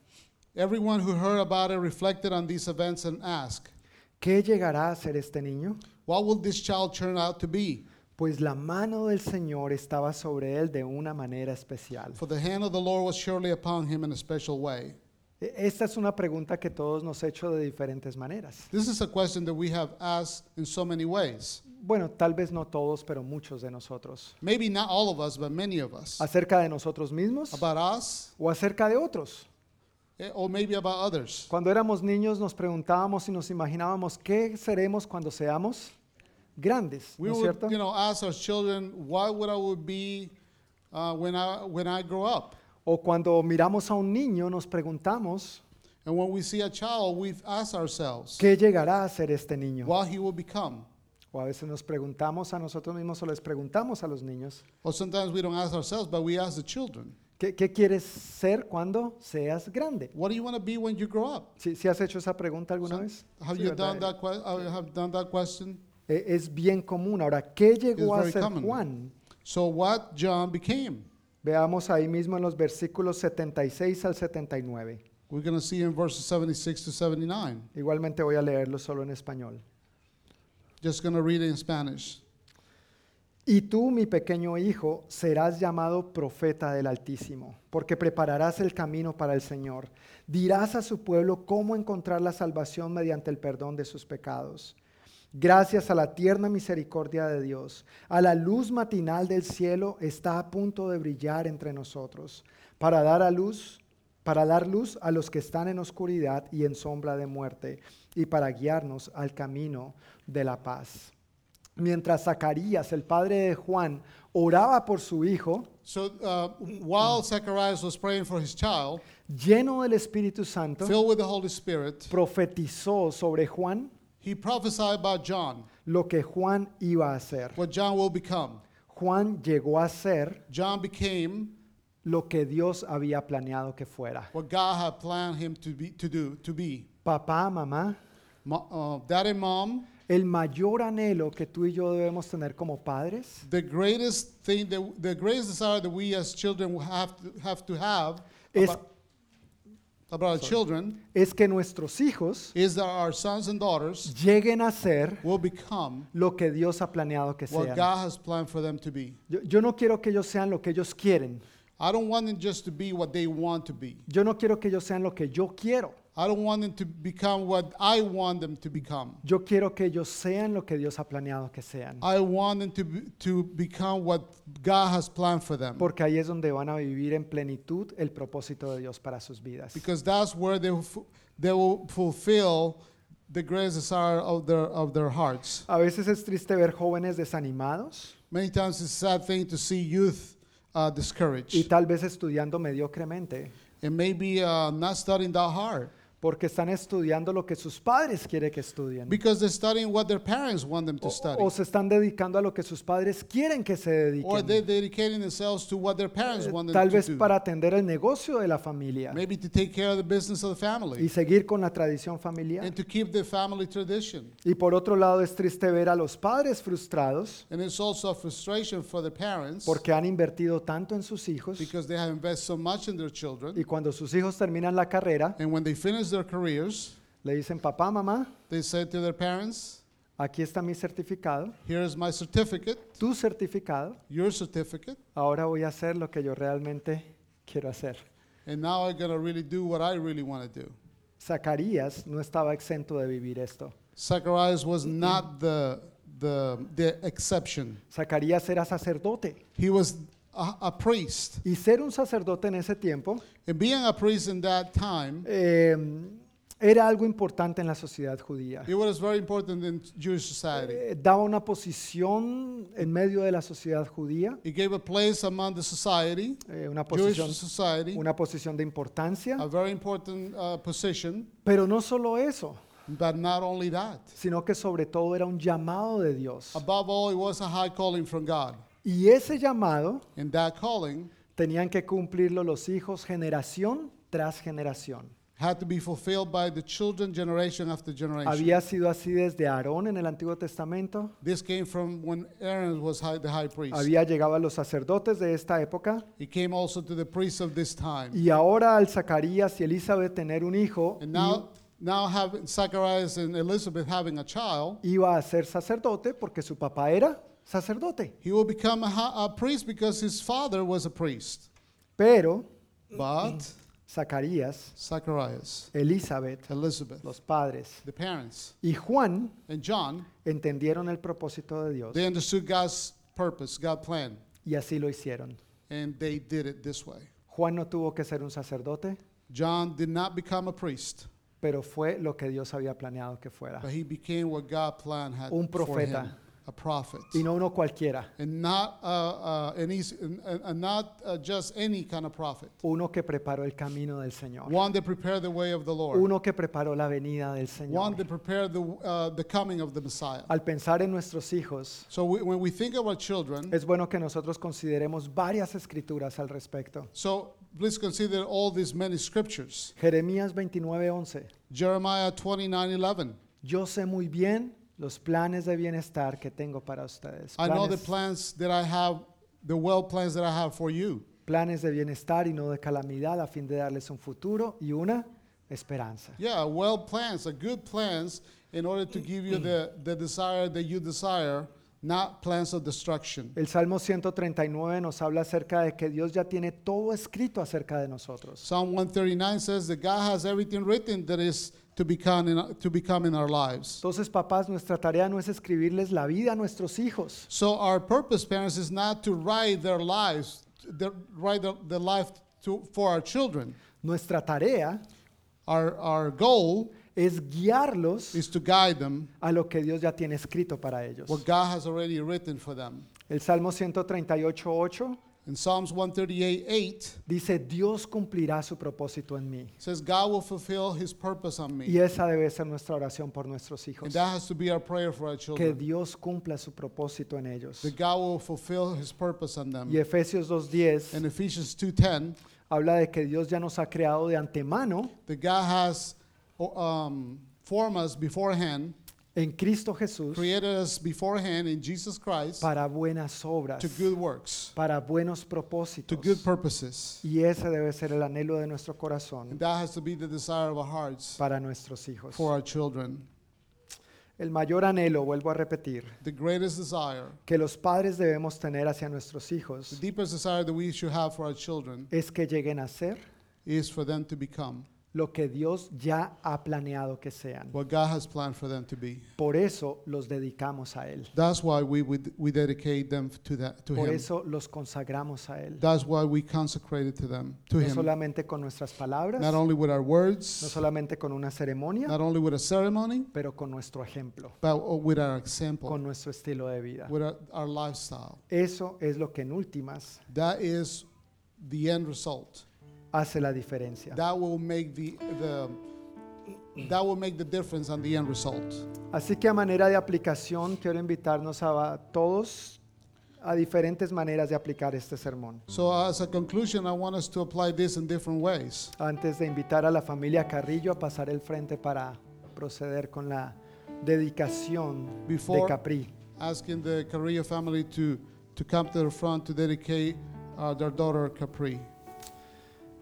Speaker 5: Everyone who heard about it reflected on these events and asked,
Speaker 2: ¿qué llegará a ser este niño?
Speaker 5: What will this child turn out to be?
Speaker 2: Pues la mano del Señor estaba sobre él de una manera especial.
Speaker 5: For the hand of the Lord was surely upon him in a special way.
Speaker 2: E- Esta es una pregunta que todos nos hecho de diferentes maneras.
Speaker 5: This is a question that we have asked in so many ways.
Speaker 2: Bueno, tal vez no todos, pero muchos de nosotros.
Speaker 5: Maybe not all of us, but many of us.
Speaker 2: Acerca de nosotros mismos
Speaker 5: About us,
Speaker 2: o acerca de otros.
Speaker 5: eh, or maybe about others.
Speaker 2: Cuando éramos niños nos preguntábamos y nos imaginábamos qué seremos cuando seamos grandes,
Speaker 5: We
Speaker 2: ¿no es
Speaker 5: would,
Speaker 2: cierto?
Speaker 5: you know, ask our children, "What would I would be uh, when I when I grow up?"
Speaker 2: O cuando miramos a un niño nos preguntamos
Speaker 5: And when we see a child, we ask ourselves,
Speaker 2: qué llegará a ser este niño.
Speaker 5: "What he will become?"
Speaker 2: O a veces nos preguntamos a nosotros mismos o les preguntamos a los niños,
Speaker 5: Or sometimes we don't ask ourselves, but we ask the children,
Speaker 2: ¿qué, qué quieres ser cuando seas grande?
Speaker 5: "What do you want to be when you grow up?"
Speaker 2: ¿Sí, sí has hecho esa pregunta alguna
Speaker 5: So-
Speaker 2: vez?
Speaker 5: Have
Speaker 2: Sí,
Speaker 5: you
Speaker 2: ¿verdad?
Speaker 5: done that? Que- uh, have done that question?
Speaker 2: E- Es bien común. Ahora, ¿qué llegó a
Speaker 5: very
Speaker 2: ser
Speaker 5: common.
Speaker 2: Juan?
Speaker 5: So what John became?
Speaker 2: Veamos ahí mismo en los versículos 76 al 79.
Speaker 5: We're going to see in verses 76 to 79.
Speaker 2: Igualmente voy a leerlo solo en español.
Speaker 5: Just going to read it in Spanish.
Speaker 2: Y tú, mi pequeño hijo, serás llamado profeta del Altísimo, porque prepararás el camino para el Señor. Dirás a su pueblo cómo encontrar la salvación mediante el perdón de sus pecados. Gracias a la tierna misericordia de Dios, a la luz matinal del cielo está a punto de brillar entre nosotros, para dar a luz, para dar luz a los que están en oscuridad y en sombra de muerte, y para guiarnos al camino de la paz. Mientras Zacarías, el padre de Juan, oraba por su hijo,
Speaker 5: So uh, while Zacharias was praying for his child,
Speaker 2: lleno del Espíritu Santo,
Speaker 5: filled with the Holy Spirit,
Speaker 2: profetizó sobre Juan
Speaker 5: he prophesied about John,
Speaker 2: lo que Juan iba a hacer.
Speaker 5: what John will become.
Speaker 2: Juan llegó a ser
Speaker 5: John became
Speaker 2: lo que Dios había planeado que fuera.
Speaker 5: what God had planned him to be, to do, to be.
Speaker 2: Papá, mamá,
Speaker 5: Mo- uh, dad and mom,
Speaker 2: el mayor anhelo que tú y yo debemos tener como padres
Speaker 5: the greatest thing, that, the greatest desire that we as children will have to have, to have
Speaker 2: es,
Speaker 5: about, about our children
Speaker 2: es que nuestros hijos
Speaker 5: is that our sons and daughters
Speaker 2: lleguen a ser
Speaker 5: will become
Speaker 2: lo que Dios ha planeado que
Speaker 5: what
Speaker 2: sean.
Speaker 5: God has planned for them to be.
Speaker 2: Yo- yo no quiero que ellos sean lo que ellos quieren.
Speaker 5: I don't want them just to be what they want to be.
Speaker 2: Yo no quiero que ellos sean lo que yo quiero.
Speaker 5: I don't want them to become what I want them to become.
Speaker 2: Yo quiero que ellos sean lo que Dios ha planeado que sean.
Speaker 5: I want them to, be, to become what God has planned for them.
Speaker 2: Porque ahí es donde van a vivir en plenitud el propósito de Dios para sus vidas.
Speaker 5: Because that's where they will, fu- they will fulfill the greatest desire of their, of their hearts.
Speaker 2: A veces es triste ver jóvenes desanimados
Speaker 5: Many times it's a sad thing to see youth uh,
Speaker 2: y
Speaker 5: discouraged
Speaker 2: tal vez estudiando mediocremente
Speaker 5: and maybe uh, not studying that hard
Speaker 2: porque están estudiando lo que sus padres quieren que estudien.
Speaker 5: because they're studying what their parents want them to
Speaker 2: O,
Speaker 5: study.
Speaker 2: o se están dedicando a lo que sus padres quieren que se
Speaker 5: Or they're
Speaker 2: dediquen.
Speaker 5: dedicating themselves to what their parents
Speaker 2: Eh,
Speaker 5: want them
Speaker 2: Tal
Speaker 5: to
Speaker 2: vez
Speaker 5: do.
Speaker 2: para atender el negocio de la familia
Speaker 5: Maybe to take care of the business of the family
Speaker 2: y seguir con la tradición familiar.
Speaker 5: and to keep the family tradition.
Speaker 2: Y por otro lado es triste ver a los padres frustrados
Speaker 5: And it's also a frustration for the parents
Speaker 2: porque han invertido tanto en sus hijos
Speaker 5: because they have invested so much in their
Speaker 2: y
Speaker 5: children.
Speaker 2: cuando sus hijos terminan la carrera
Speaker 5: And when they finish their careers,
Speaker 2: le dicen, papá, mamá,
Speaker 5: they say to their parents,
Speaker 2: aquí está mi certificado,
Speaker 5: Here is my certificate,
Speaker 2: tu certificado,
Speaker 5: your certificate,
Speaker 2: ahora voy a hacer lo que yo realmente quiero hacer.
Speaker 5: and now I'm going to really do what I really want to do.
Speaker 2: Zacarías no estaba exento de vivir esto.
Speaker 5: Zacharias was
Speaker 2: Mm-hmm.
Speaker 5: not the, the, the exception,
Speaker 2: Zacarías era sacerdote
Speaker 5: he was a, a priest.
Speaker 2: y ser un sacerdote en ese tiempo
Speaker 5: And being a priest in that time,
Speaker 2: eh, era algo importante en la sociedad judía.
Speaker 5: it was very important in Jewish society.
Speaker 2: Eh, daba una posición en medio de la sociedad judía,
Speaker 5: It gave a place among the society,
Speaker 2: eh, una
Speaker 5: Jewish
Speaker 2: posición
Speaker 5: society,
Speaker 2: una posición de importancia,
Speaker 5: a very important uh, position.
Speaker 2: pero no solo eso,
Speaker 5: But not only that,
Speaker 2: sino que sobre todo era un llamado de Dios.
Speaker 5: above all, it was a high calling from God.
Speaker 2: Y ese llamado
Speaker 5: And that calling
Speaker 2: tenían que cumplirlo los hijos generación tras generación.
Speaker 5: had to be fulfilled by the children generation after generation.
Speaker 2: Había sido así desde Aarón en el Antiguo Testamento.
Speaker 5: This came from when Aaron was high, the high priest.
Speaker 2: Había llegado a los sacerdotes de esta época.
Speaker 5: It came also to the priests of this time.
Speaker 2: Y ahora al Zacarías y Elizabeth tener un hijo,
Speaker 5: And now, now having Zacharias and Elizabeth having a child,
Speaker 2: iba a ser sacerdote porque su papá era sacerdote.
Speaker 5: he will become a, hi- a priest because his father was a priest.
Speaker 2: Pero
Speaker 5: But
Speaker 2: Zacarías,
Speaker 5: Zacharias,
Speaker 2: Elizabeth,
Speaker 5: Elizabeth,
Speaker 2: los padres
Speaker 5: the parents,
Speaker 2: y Juan
Speaker 5: and John,
Speaker 2: entendieron el propósito de Dios
Speaker 5: they understood God's purpose, God's plan,
Speaker 2: y así lo hicieron.
Speaker 5: and they did it this way.
Speaker 2: Juan no tuvo que ser un sacerdote,
Speaker 5: John did not become a priest,
Speaker 2: pero fue lo que Dios había planeado que fuera.
Speaker 5: but he became what God planned had
Speaker 2: Un
Speaker 5: for him,
Speaker 2: profeta.
Speaker 5: a prophet.
Speaker 2: Y no uno cualquiera,
Speaker 5: and not uh, uh, an easy, and, and not uh, just any kind of prophet.
Speaker 2: uno que preparó el camino del Señor,
Speaker 5: One that prepared the way of the Lord.
Speaker 2: uno que preparó la venida del
Speaker 5: One
Speaker 2: Señor.
Speaker 5: that prepared the, uh, the coming of the Messiah.
Speaker 2: Al pensar en nuestros hijos,
Speaker 5: So we, when we think of our children,
Speaker 2: es bueno que nosotros consideremos varias escrituras al respecto.
Speaker 5: so please consider all these many scriptures.
Speaker 2: Jeremías 29:11.
Speaker 5: Jeremiah 29, 11.
Speaker 2: Yo sé muy bien los planes de bienestar que tengo para ustedes.
Speaker 5: I know the
Speaker 2: Planes,
Speaker 5: plans that I have, the well plans that I have for you.
Speaker 2: planes de bienestar y no de calamidad a fin de darles un futuro y una esperanza.
Speaker 5: Yeah, well plans, are good plans in order to give you the, the desire that you desire, not plans of destruction.
Speaker 2: El Salmo 139 nos habla acerca de que Dios ya tiene todo escrito acerca de nosotros.
Speaker 5: Psalm 139 says that God has everything written that is to become in, to become in our lives.
Speaker 2: Entonces, papás, nuestra tarea no es escribirles la vida a nuestros hijos,
Speaker 5: So our purpose, parents, is not to write their lives, the, write the, the life to, for our children.
Speaker 2: nuestra tarea
Speaker 5: Our, our goal
Speaker 2: es guiarlos
Speaker 5: is to guide them
Speaker 2: a lo que Dios ya tiene escrito para ellos.
Speaker 5: what God has already written for them.
Speaker 2: El Salmo 138.8
Speaker 5: In Psalms 138, 8
Speaker 2: dice, Dios cumplirá su propósito en mí.
Speaker 5: says, God will fulfill his purpose on me.
Speaker 2: Y esa debe ser nuestra oración por nuestros
Speaker 5: And
Speaker 2: hijos.
Speaker 5: that has to be our prayer for our
Speaker 2: Que
Speaker 5: children.
Speaker 2: Dios cumpla su propósito en ellos.
Speaker 5: That God will fulfill his purpose on them.
Speaker 2: Y Efesios 2.10
Speaker 5: And Ephesians 2.10,
Speaker 2: habla de que Dios ya nos ha creado de antemano
Speaker 5: that God has o- um, formed us beforehand,
Speaker 2: en Cristo Jesús
Speaker 5: created us beforehand in Jesus Christ
Speaker 2: para buenas obras,
Speaker 5: to good works,
Speaker 2: para buenos
Speaker 5: to good
Speaker 2: propósitos.
Speaker 5: purposes.
Speaker 2: Y ese debe ser el anhelo de nuestro
Speaker 5: And
Speaker 2: corazón
Speaker 5: that has to be the desire of our hearts
Speaker 2: para nuestros hijos.
Speaker 5: for our children.
Speaker 2: El mayor anhelo, vuelvo a repetir,
Speaker 5: The greatest desire,
Speaker 2: que los padres debemos tener hacia nuestros
Speaker 5: the
Speaker 2: hijos
Speaker 5: deepest desire that we should have for our children
Speaker 2: es que lleguen a ser
Speaker 5: is for them to become
Speaker 2: lo que Dios ya ha planeado que sean.
Speaker 5: what God has planned for them to be.
Speaker 2: Por eso los dedicamos a Él.
Speaker 5: That's why we, we, we dedicate them to, that, to
Speaker 2: Por
Speaker 5: Him.
Speaker 2: eso los consagramos a Él.
Speaker 5: That's why we consecrated to them, to
Speaker 2: No
Speaker 5: Him.
Speaker 2: solamente con nuestras palabras,
Speaker 5: Not
Speaker 2: no
Speaker 5: only with our words,
Speaker 2: solamente con una ceremonia,
Speaker 5: not only with a ceremony,
Speaker 2: pero con nuestro ejemplo,
Speaker 5: but with our example,
Speaker 2: con nuestro estilo de vida.
Speaker 5: with our, our lifestyle.
Speaker 2: Eso es lo que en últimas
Speaker 5: That is the end result.
Speaker 2: hace la diferencia.
Speaker 5: That will make the, the that will make the difference on the end result.
Speaker 2: Así que a manera de aplicación quiero invitarnos a a todos a diferentes maneras de aplicar este sermón.
Speaker 5: So as a conclusion, I want us to apply this in different ways.
Speaker 2: Antes de invitar a la familia Carrillo a pasar el frente para proceder con la dedicación de
Speaker 5: Before-
Speaker 2: Capri.
Speaker 5: Asking the Carrillo family to to come to the front to dedicate uh, their daughter Capri.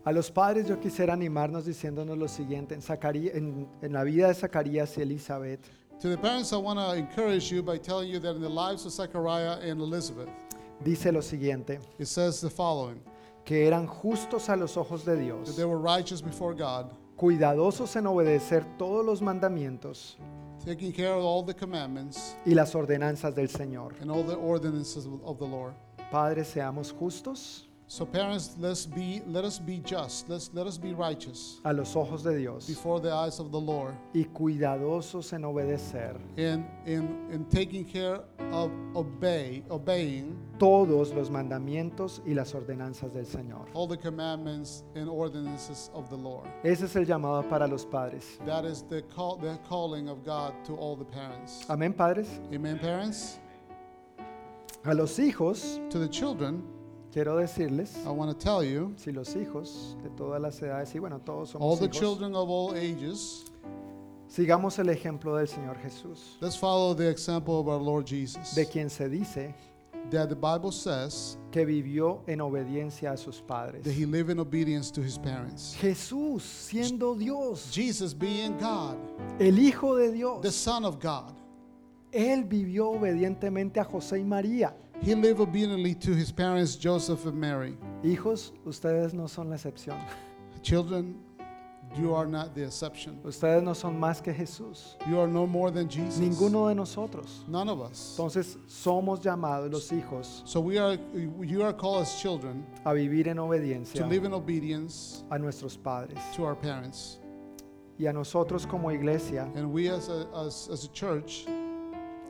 Speaker 2: A los padres yo quisiera animarnos diciéndonos lo siguiente, en, Zacarí- en- en la vida de Zacarías y Elizabeth,
Speaker 5: To the parents, I want to encourage you by telling you that in the lives of Zechariah and Elizabeth,
Speaker 2: dice lo siguiente,
Speaker 5: it says the following:
Speaker 2: que eran justos a los ojos de
Speaker 5: that
Speaker 2: Dios,
Speaker 5: they were righteous before God,
Speaker 2: cuidadosos en obedecer todos los mandamientos
Speaker 5: taking care of all the commandments
Speaker 2: y las ordenanzas del Señor.
Speaker 5: and all the ordinances of- of the Lord.
Speaker 2: Padres, seamos justos
Speaker 5: So parents, let's be let us be just. Let's let us be righteous
Speaker 2: a los ojos de Dios
Speaker 5: before the eyes of the Lord
Speaker 2: y cuidadosos en obedecer
Speaker 5: and in in taking care of obey obeying
Speaker 2: todos los mandamientos y las ordenanzas del Señor.
Speaker 5: all the commandments and ordinances of the Lord.
Speaker 2: Ese es el llamado para los padres.
Speaker 5: That is the call the calling of God to all the parents.
Speaker 2: Amén, padres.
Speaker 5: Amen, parents.
Speaker 2: A los hijos
Speaker 5: To the children,
Speaker 2: Quiero decirles,
Speaker 5: I want to tell you,
Speaker 2: si los hijos de todas las edades, y bueno, todos
Speaker 5: all
Speaker 2: somos
Speaker 5: the
Speaker 2: hijos,
Speaker 5: children of all ages,
Speaker 2: sigamos el ejemplo del Señor Jesús,
Speaker 5: let's follow the example of our Lord Jesus.
Speaker 2: de quien se dice
Speaker 5: That the Bible says
Speaker 2: que vivió en obediencia a sus padres.
Speaker 5: that he lived in obedience to his parents.
Speaker 2: Jesús, siendo Dios,
Speaker 5: Jesus being God,
Speaker 2: el Hijo de
Speaker 5: the
Speaker 2: Dios,
Speaker 5: Son of God,
Speaker 2: Él vivió obedientemente a José y María.
Speaker 5: he lived obediently to his parents, Joseph and Mary.
Speaker 2: Hijos, ustedes no son la excepción.
Speaker 5: Children, you are not the exception.
Speaker 2: Ustedes no son más que Jesús.
Speaker 5: You are no more than Jesus.
Speaker 2: Ninguno de nosotros.
Speaker 5: None of us.
Speaker 2: Entonces somos llamados los hijos
Speaker 5: So we are, you are called as children
Speaker 2: a vivir en
Speaker 5: to
Speaker 2: obediencia
Speaker 5: live in obedience
Speaker 2: a nuestros padres.
Speaker 5: to our parents.
Speaker 2: Y a nosotros como iglesia,
Speaker 5: And we as a, as, as a church,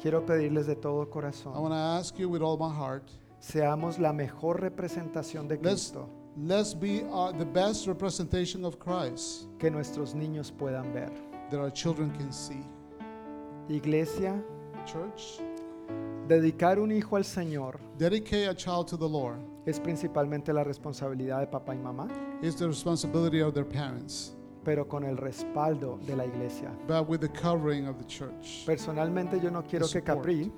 Speaker 2: quiero pedirles de todo
Speaker 5: I
Speaker 2: corazón,
Speaker 5: want to ask you with all my heart,
Speaker 2: seamos la mejor representación de
Speaker 5: let's,
Speaker 2: Cristo
Speaker 5: let's be uh, the best representation of Christ
Speaker 2: que nuestros niños puedan ver.
Speaker 5: that our children can see.
Speaker 2: Iglesia,
Speaker 5: Church,
Speaker 2: dedicar un hijo al Señor
Speaker 5: dedicate a child to the Lord
Speaker 2: es principalmente la responsabilidad de papá y mamá,
Speaker 5: is the responsibility of their parents,
Speaker 2: pero con el respaldo de la iglesia.
Speaker 5: but with the covering of the church.
Speaker 2: Personalmente yo no quiero que
Speaker 5: support.
Speaker 2: Capri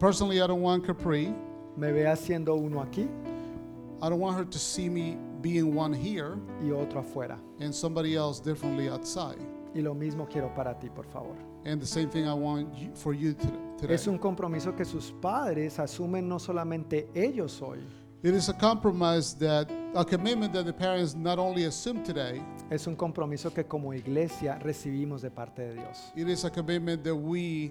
Speaker 5: Personally, I don't want Capri.
Speaker 2: me vea siendo uno aquí
Speaker 5: I don't want her to see me being one here
Speaker 2: y otro afuera.
Speaker 5: and somebody else differently outside.
Speaker 2: Y lo mismo quiero para ti, por favor.
Speaker 5: And the same thing I want you, for you to- today.
Speaker 2: Es un compromiso que sus padres asumen no solamente ellos hoy,
Speaker 5: It is a compromise that, a commitment that the parents not only assume today,
Speaker 2: es un compromiso que como iglesia recibimos de parte de Dios.
Speaker 5: it is a commitment that we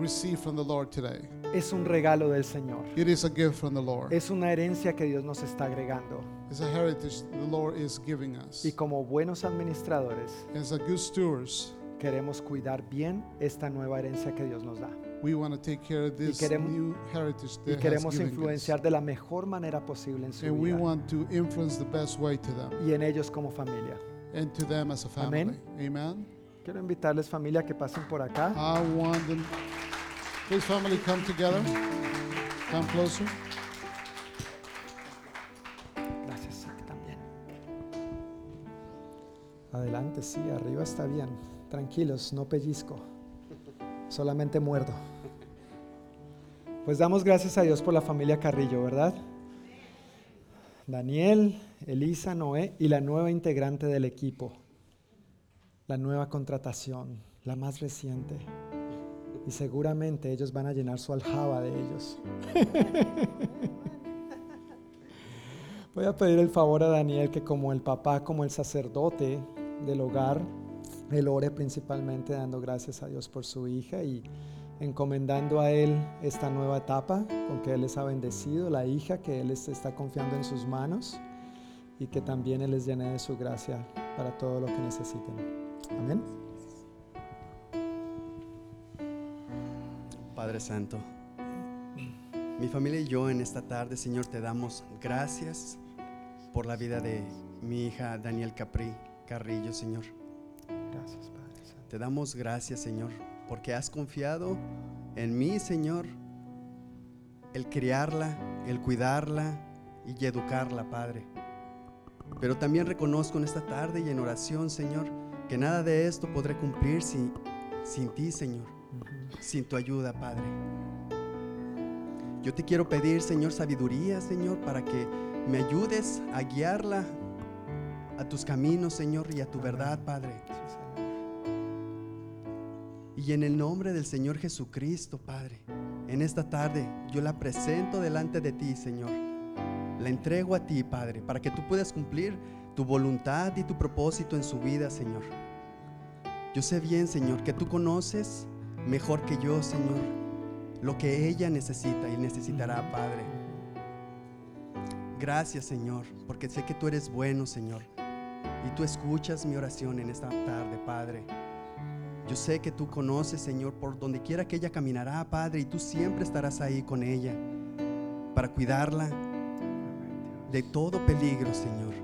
Speaker 5: receive from the Lord today.
Speaker 2: Es un regalo del Señor.
Speaker 5: It is a gift from the Lord.
Speaker 2: Es una herencia que Dios nos está agregando.
Speaker 5: It's a heritage the Lord is giving us.
Speaker 2: Y como buenos administradores,
Speaker 5: As a good stewards,
Speaker 2: queremos cuidar bien esta nueva herencia que Dios nos da.
Speaker 5: we want to take care of this
Speaker 2: queremos-
Speaker 5: new heritage
Speaker 2: Y
Speaker 5: that has
Speaker 2: queremos
Speaker 5: given
Speaker 2: influenciar de la mejor manera posible en
Speaker 5: us.
Speaker 2: su
Speaker 5: And we
Speaker 2: vida
Speaker 5: want to influence the best way to them
Speaker 2: y en ellos como familia.
Speaker 5: and to them as a family.
Speaker 2: Amén.
Speaker 5: Amen.
Speaker 2: Quiero invitarles familia que pasen por acá.
Speaker 5: I want them. Please, family, come together. Come closer.
Speaker 2: Gracias, Zac, también. Adelante, sí, arriba está bien. Tranquilos, no pellizco. Solamente muerdo. Pues damos gracias a Dios por la familia Carrillo, ¿verdad? Daniel, Elisa, Noé y la nueva integrante del equipo. La nueva contratación, la más reciente. Y seguramente ellos van a llenar su aljaba de ellos. Voy a pedir el favor a Daniel que como el papá, como el sacerdote del hogar, él ore principalmente dando gracias a Dios por su hija y encomendando a él esta nueva etapa con que él les ha bendecido, la hija que él les está confiando en sus manos y que también él les llene de su gracia para todo lo que necesiten. Amén.
Speaker 6: Padre Santo, mi familia y yo en esta tarde, Señor, te damos gracias por la vida de mi hija Daniel Capri Carrillo, Señor.
Speaker 2: Gracias, Padre Santo.
Speaker 6: Te damos gracias, Señor, porque has confiado en mí, Señor, el criarla, el cuidarla y educarla, Padre. Pero también reconozco en esta tarde y en oración, Señor, que nada de esto podré cumplir sin, sin ti, Señor, sin tu ayuda, Padre. Yo te quiero pedir, Señor, sabiduría, Señor, para que me ayudes a guiarla a tus caminos, Señor, y a tu verdad, Padre.
Speaker 2: Sí, Señor.
Speaker 6: Y en el nombre del Señor Jesucristo, Padre, en esta tarde yo la presento delante de ti, Señor. La entrego a ti, Padre, para que tú puedas cumplir tu voluntad y tu propósito en su vida, Señor. Yo sé bien, Señor, que tú conoces mejor que yo, Señor, lo que ella necesita y necesitará, Padre. Gracias, Señor, porque sé que tú eres bueno, Señor, y tú escuchas mi oración en esta tarde, Padre. Yo sé que tú conoces, Señor, por donde quiera que ella caminará, Padre, y tú siempre estarás ahí con ella para cuidarla de todo peligro, Señor.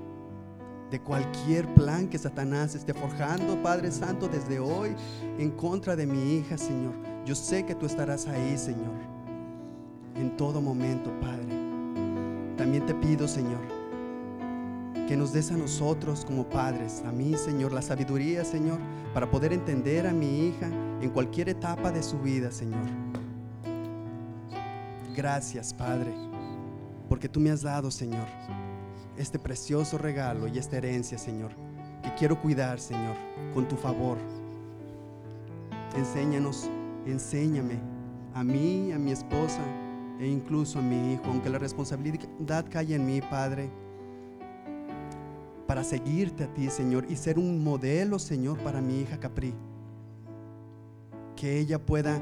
Speaker 6: De cualquier plan que Satanás esté forjando, Padre Santo, desde hoy en contra de mi hija, Señor. Yo sé que tú estarás ahí, Señor, en todo momento, Padre. También te pido, Señor, que nos des a nosotros como padres, a mí, Señor, la sabiduría, Señor, para poder entender a mi hija en cualquier etapa de su vida, Señor. Gracias, Padre, porque tú me has dado, Señor, este precioso regalo y esta herencia, Señor, que quiero cuidar, Señor, con tu favor. Enséñanos, enséñame a mí, a mi esposa e incluso a mi hijo, aunque la responsabilidad cae en mí, Padre, para seguirte a ti, Señor, y ser un modelo, Señor, para mi hija Capri. Que ella pueda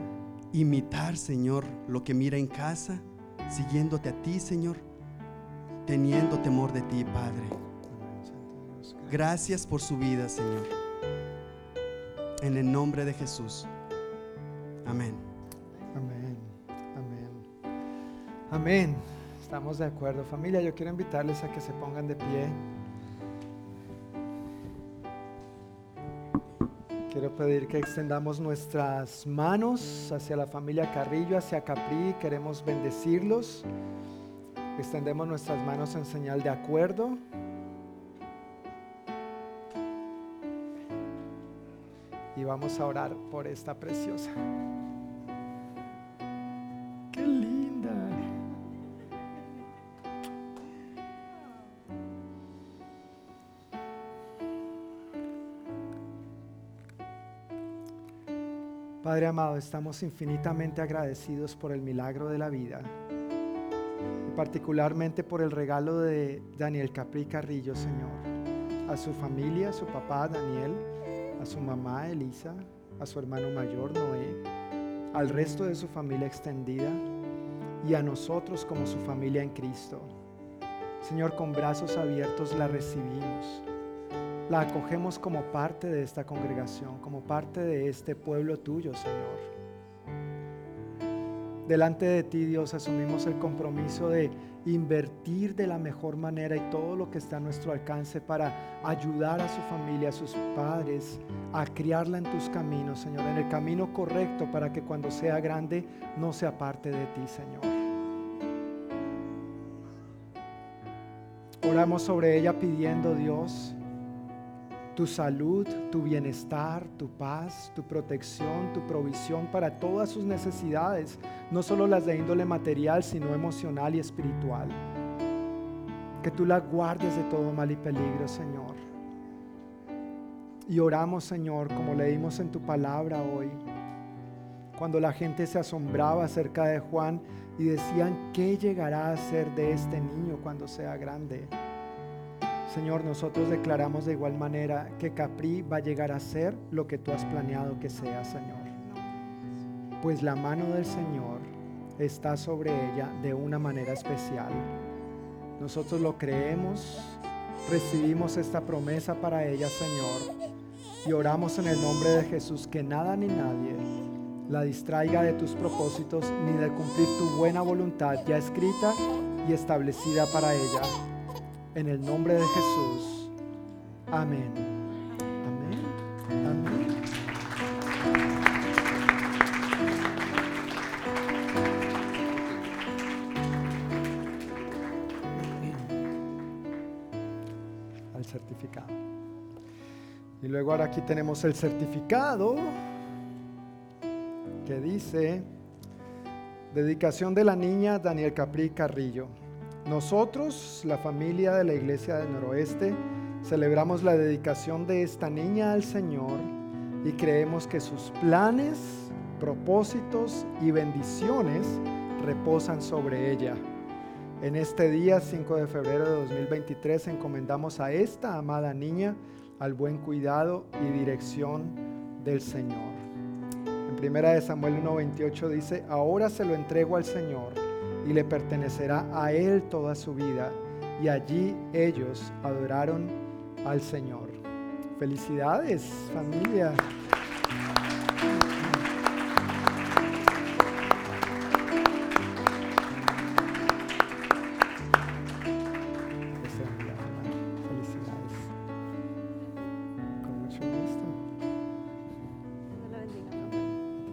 Speaker 6: imitar, Señor, lo que mira en casa, siguiéndote a ti, Señor, teniendo temor de ti, Padre. Gracias por su vida, Señor. En el nombre de Jesús. Amén.
Speaker 2: Amén, amén, amén. Estamos de acuerdo. Familia, yo quiero invitarles a que se pongan de pie. Quiero pedir que extendamos nuestras manos hacia la familia Carrillo, hacia Capri. Queremos bendecirlos. Extendemos nuestras manos en señal de acuerdo. Y vamos a orar por esta preciosa. ¡Qué linda! Padre amado, estamos infinitamente agradecidos por el milagro de la vida y particularmente por el regalo de Daniel Capri Carrillo, Señor, a su familia, a su papá Daniel, a su mamá Elisa, a su hermano mayor Noé, al resto de su familia extendida y a nosotros como su familia en Cristo. Señor, con brazos abiertos la recibimos, la acogemos como parte de esta congregación, como parte de este pueblo tuyo, Señor. Delante de ti, Dios, asumimos el compromiso de invertir de la mejor manera y todo lo que está a nuestro alcance para ayudar a su familia, a sus padres, a criarla en tus caminos, Señor, en el camino correcto para que cuando sea grande no se aparte de ti, Señor. Oramos sobre ella pidiendo, Dios, tu salud, tu bienestar, tu paz, tu protección, tu provisión para todas sus necesidades, no solo las de índole material, sino emocional y espiritual. Que tú la guardes de todo mal y peligro, Señor. Y oramos, Señor, como leímos en tu palabra hoy, cuando la gente se asombraba acerca de Juan y decían, ¿qué llegará a ser de este niño cuando sea grande? Señor, nosotros declaramos de igual manera que Capri va a llegar a ser lo que tú has planeado que sea, Señor. Pues la mano del Señor está sobre ella de una manera especial. Nosotros lo creemos, recibimos esta promesa para ella, Señor, y oramos en el nombre de Jesús que nada ni nadie la distraiga de tus propósitos ni de cumplir tu buena voluntad ya escrita y establecida para ella. En el nombre de Jesús. Amén. Amén. Amén. Al certificado. Y luego ahora aquí tenemos el certificado que dice dedicación de la niña Daniel Capri Carrillo. Nosotros, la familia de la Iglesia del Noroeste, celebramos la dedicación de esta niña al Señor y creemos que sus planes, propósitos y bendiciones reposan sobre ella. En este día 5 de febrero de 2023 encomendamos a esta amada niña al buen cuidado y dirección del Señor. En primera de Samuel 1:28 dice, "Ahora se lo entrego al Señor y le pertenecerá a él toda su vida. Y allí ellos adoraron al Señor. Felicidades, familia. Felicidades. Con mucho gusto.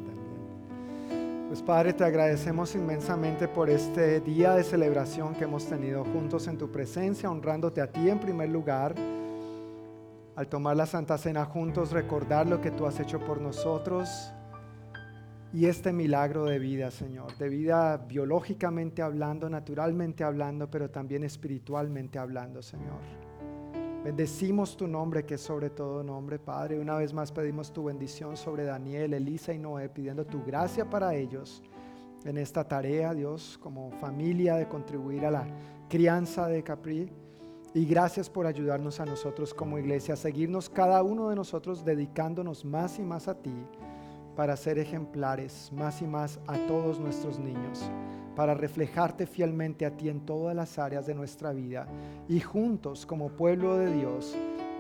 Speaker 2: También. Pues Padre, te agradecemos inmensamente por este día de celebración que hemos tenido juntos en tu presencia, honrándote a ti en primer lugar. Al tomar la Santa Cena juntos, recordar lo que tú has hecho por nosotros y este milagro de vida, Señor, de vida biológicamente hablando, naturalmente hablando, pero también espiritualmente hablando, Señor. Bendecimos tu nombre, que es sobre todo nombre, Padre. Una vez más pedimos tu bendición sobre Daniel, Elisa y Noé, pidiendo tu gracia para ellos en esta tarea, Dios, como familia, de contribuir a la crianza de Capri. Y gracias por ayudarnos a nosotros como iglesia, a seguirnos cada uno de nosotros dedicándonos más y más a ti para ser ejemplares más y más a todos nuestros niños, para reflejarte fielmente a ti en todas las áreas de nuestra vida y juntos como pueblo de Dios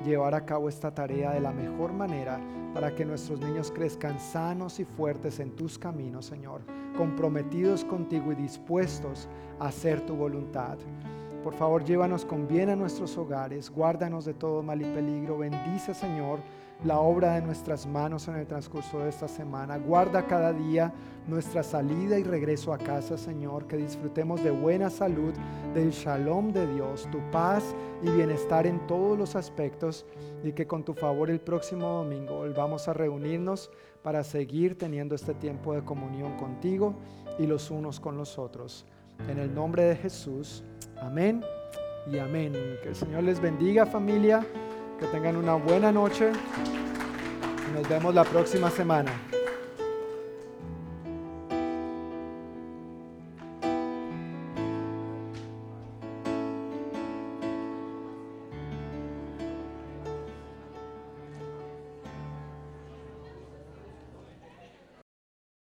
Speaker 2: llevar a cabo esta tarea de la mejor manera para que nuestros niños crezcan sanos y fuertes en tus caminos, Señor, comprometidos contigo y dispuestos a hacer tu voluntad. Por favor, llévanos con bien a nuestros hogares, guárdanos de todo mal y peligro, bendice, Señor, la obra de nuestras manos en el transcurso de esta semana. Guarda cada día nuestra salida y regreso a casa, Señor, que disfrutemos de buena salud, del shalom de Dios, tu paz y bienestar en todos los aspectos y que con tu favor el próximo domingo volvamos a reunirnos para seguir teniendo este tiempo de comunión contigo y los unos con los otros. En el nombre de Jesús, amén y amén. Que el Señor les bendiga familia. Que tengan una buena noche. Nos vemos la próxima semana.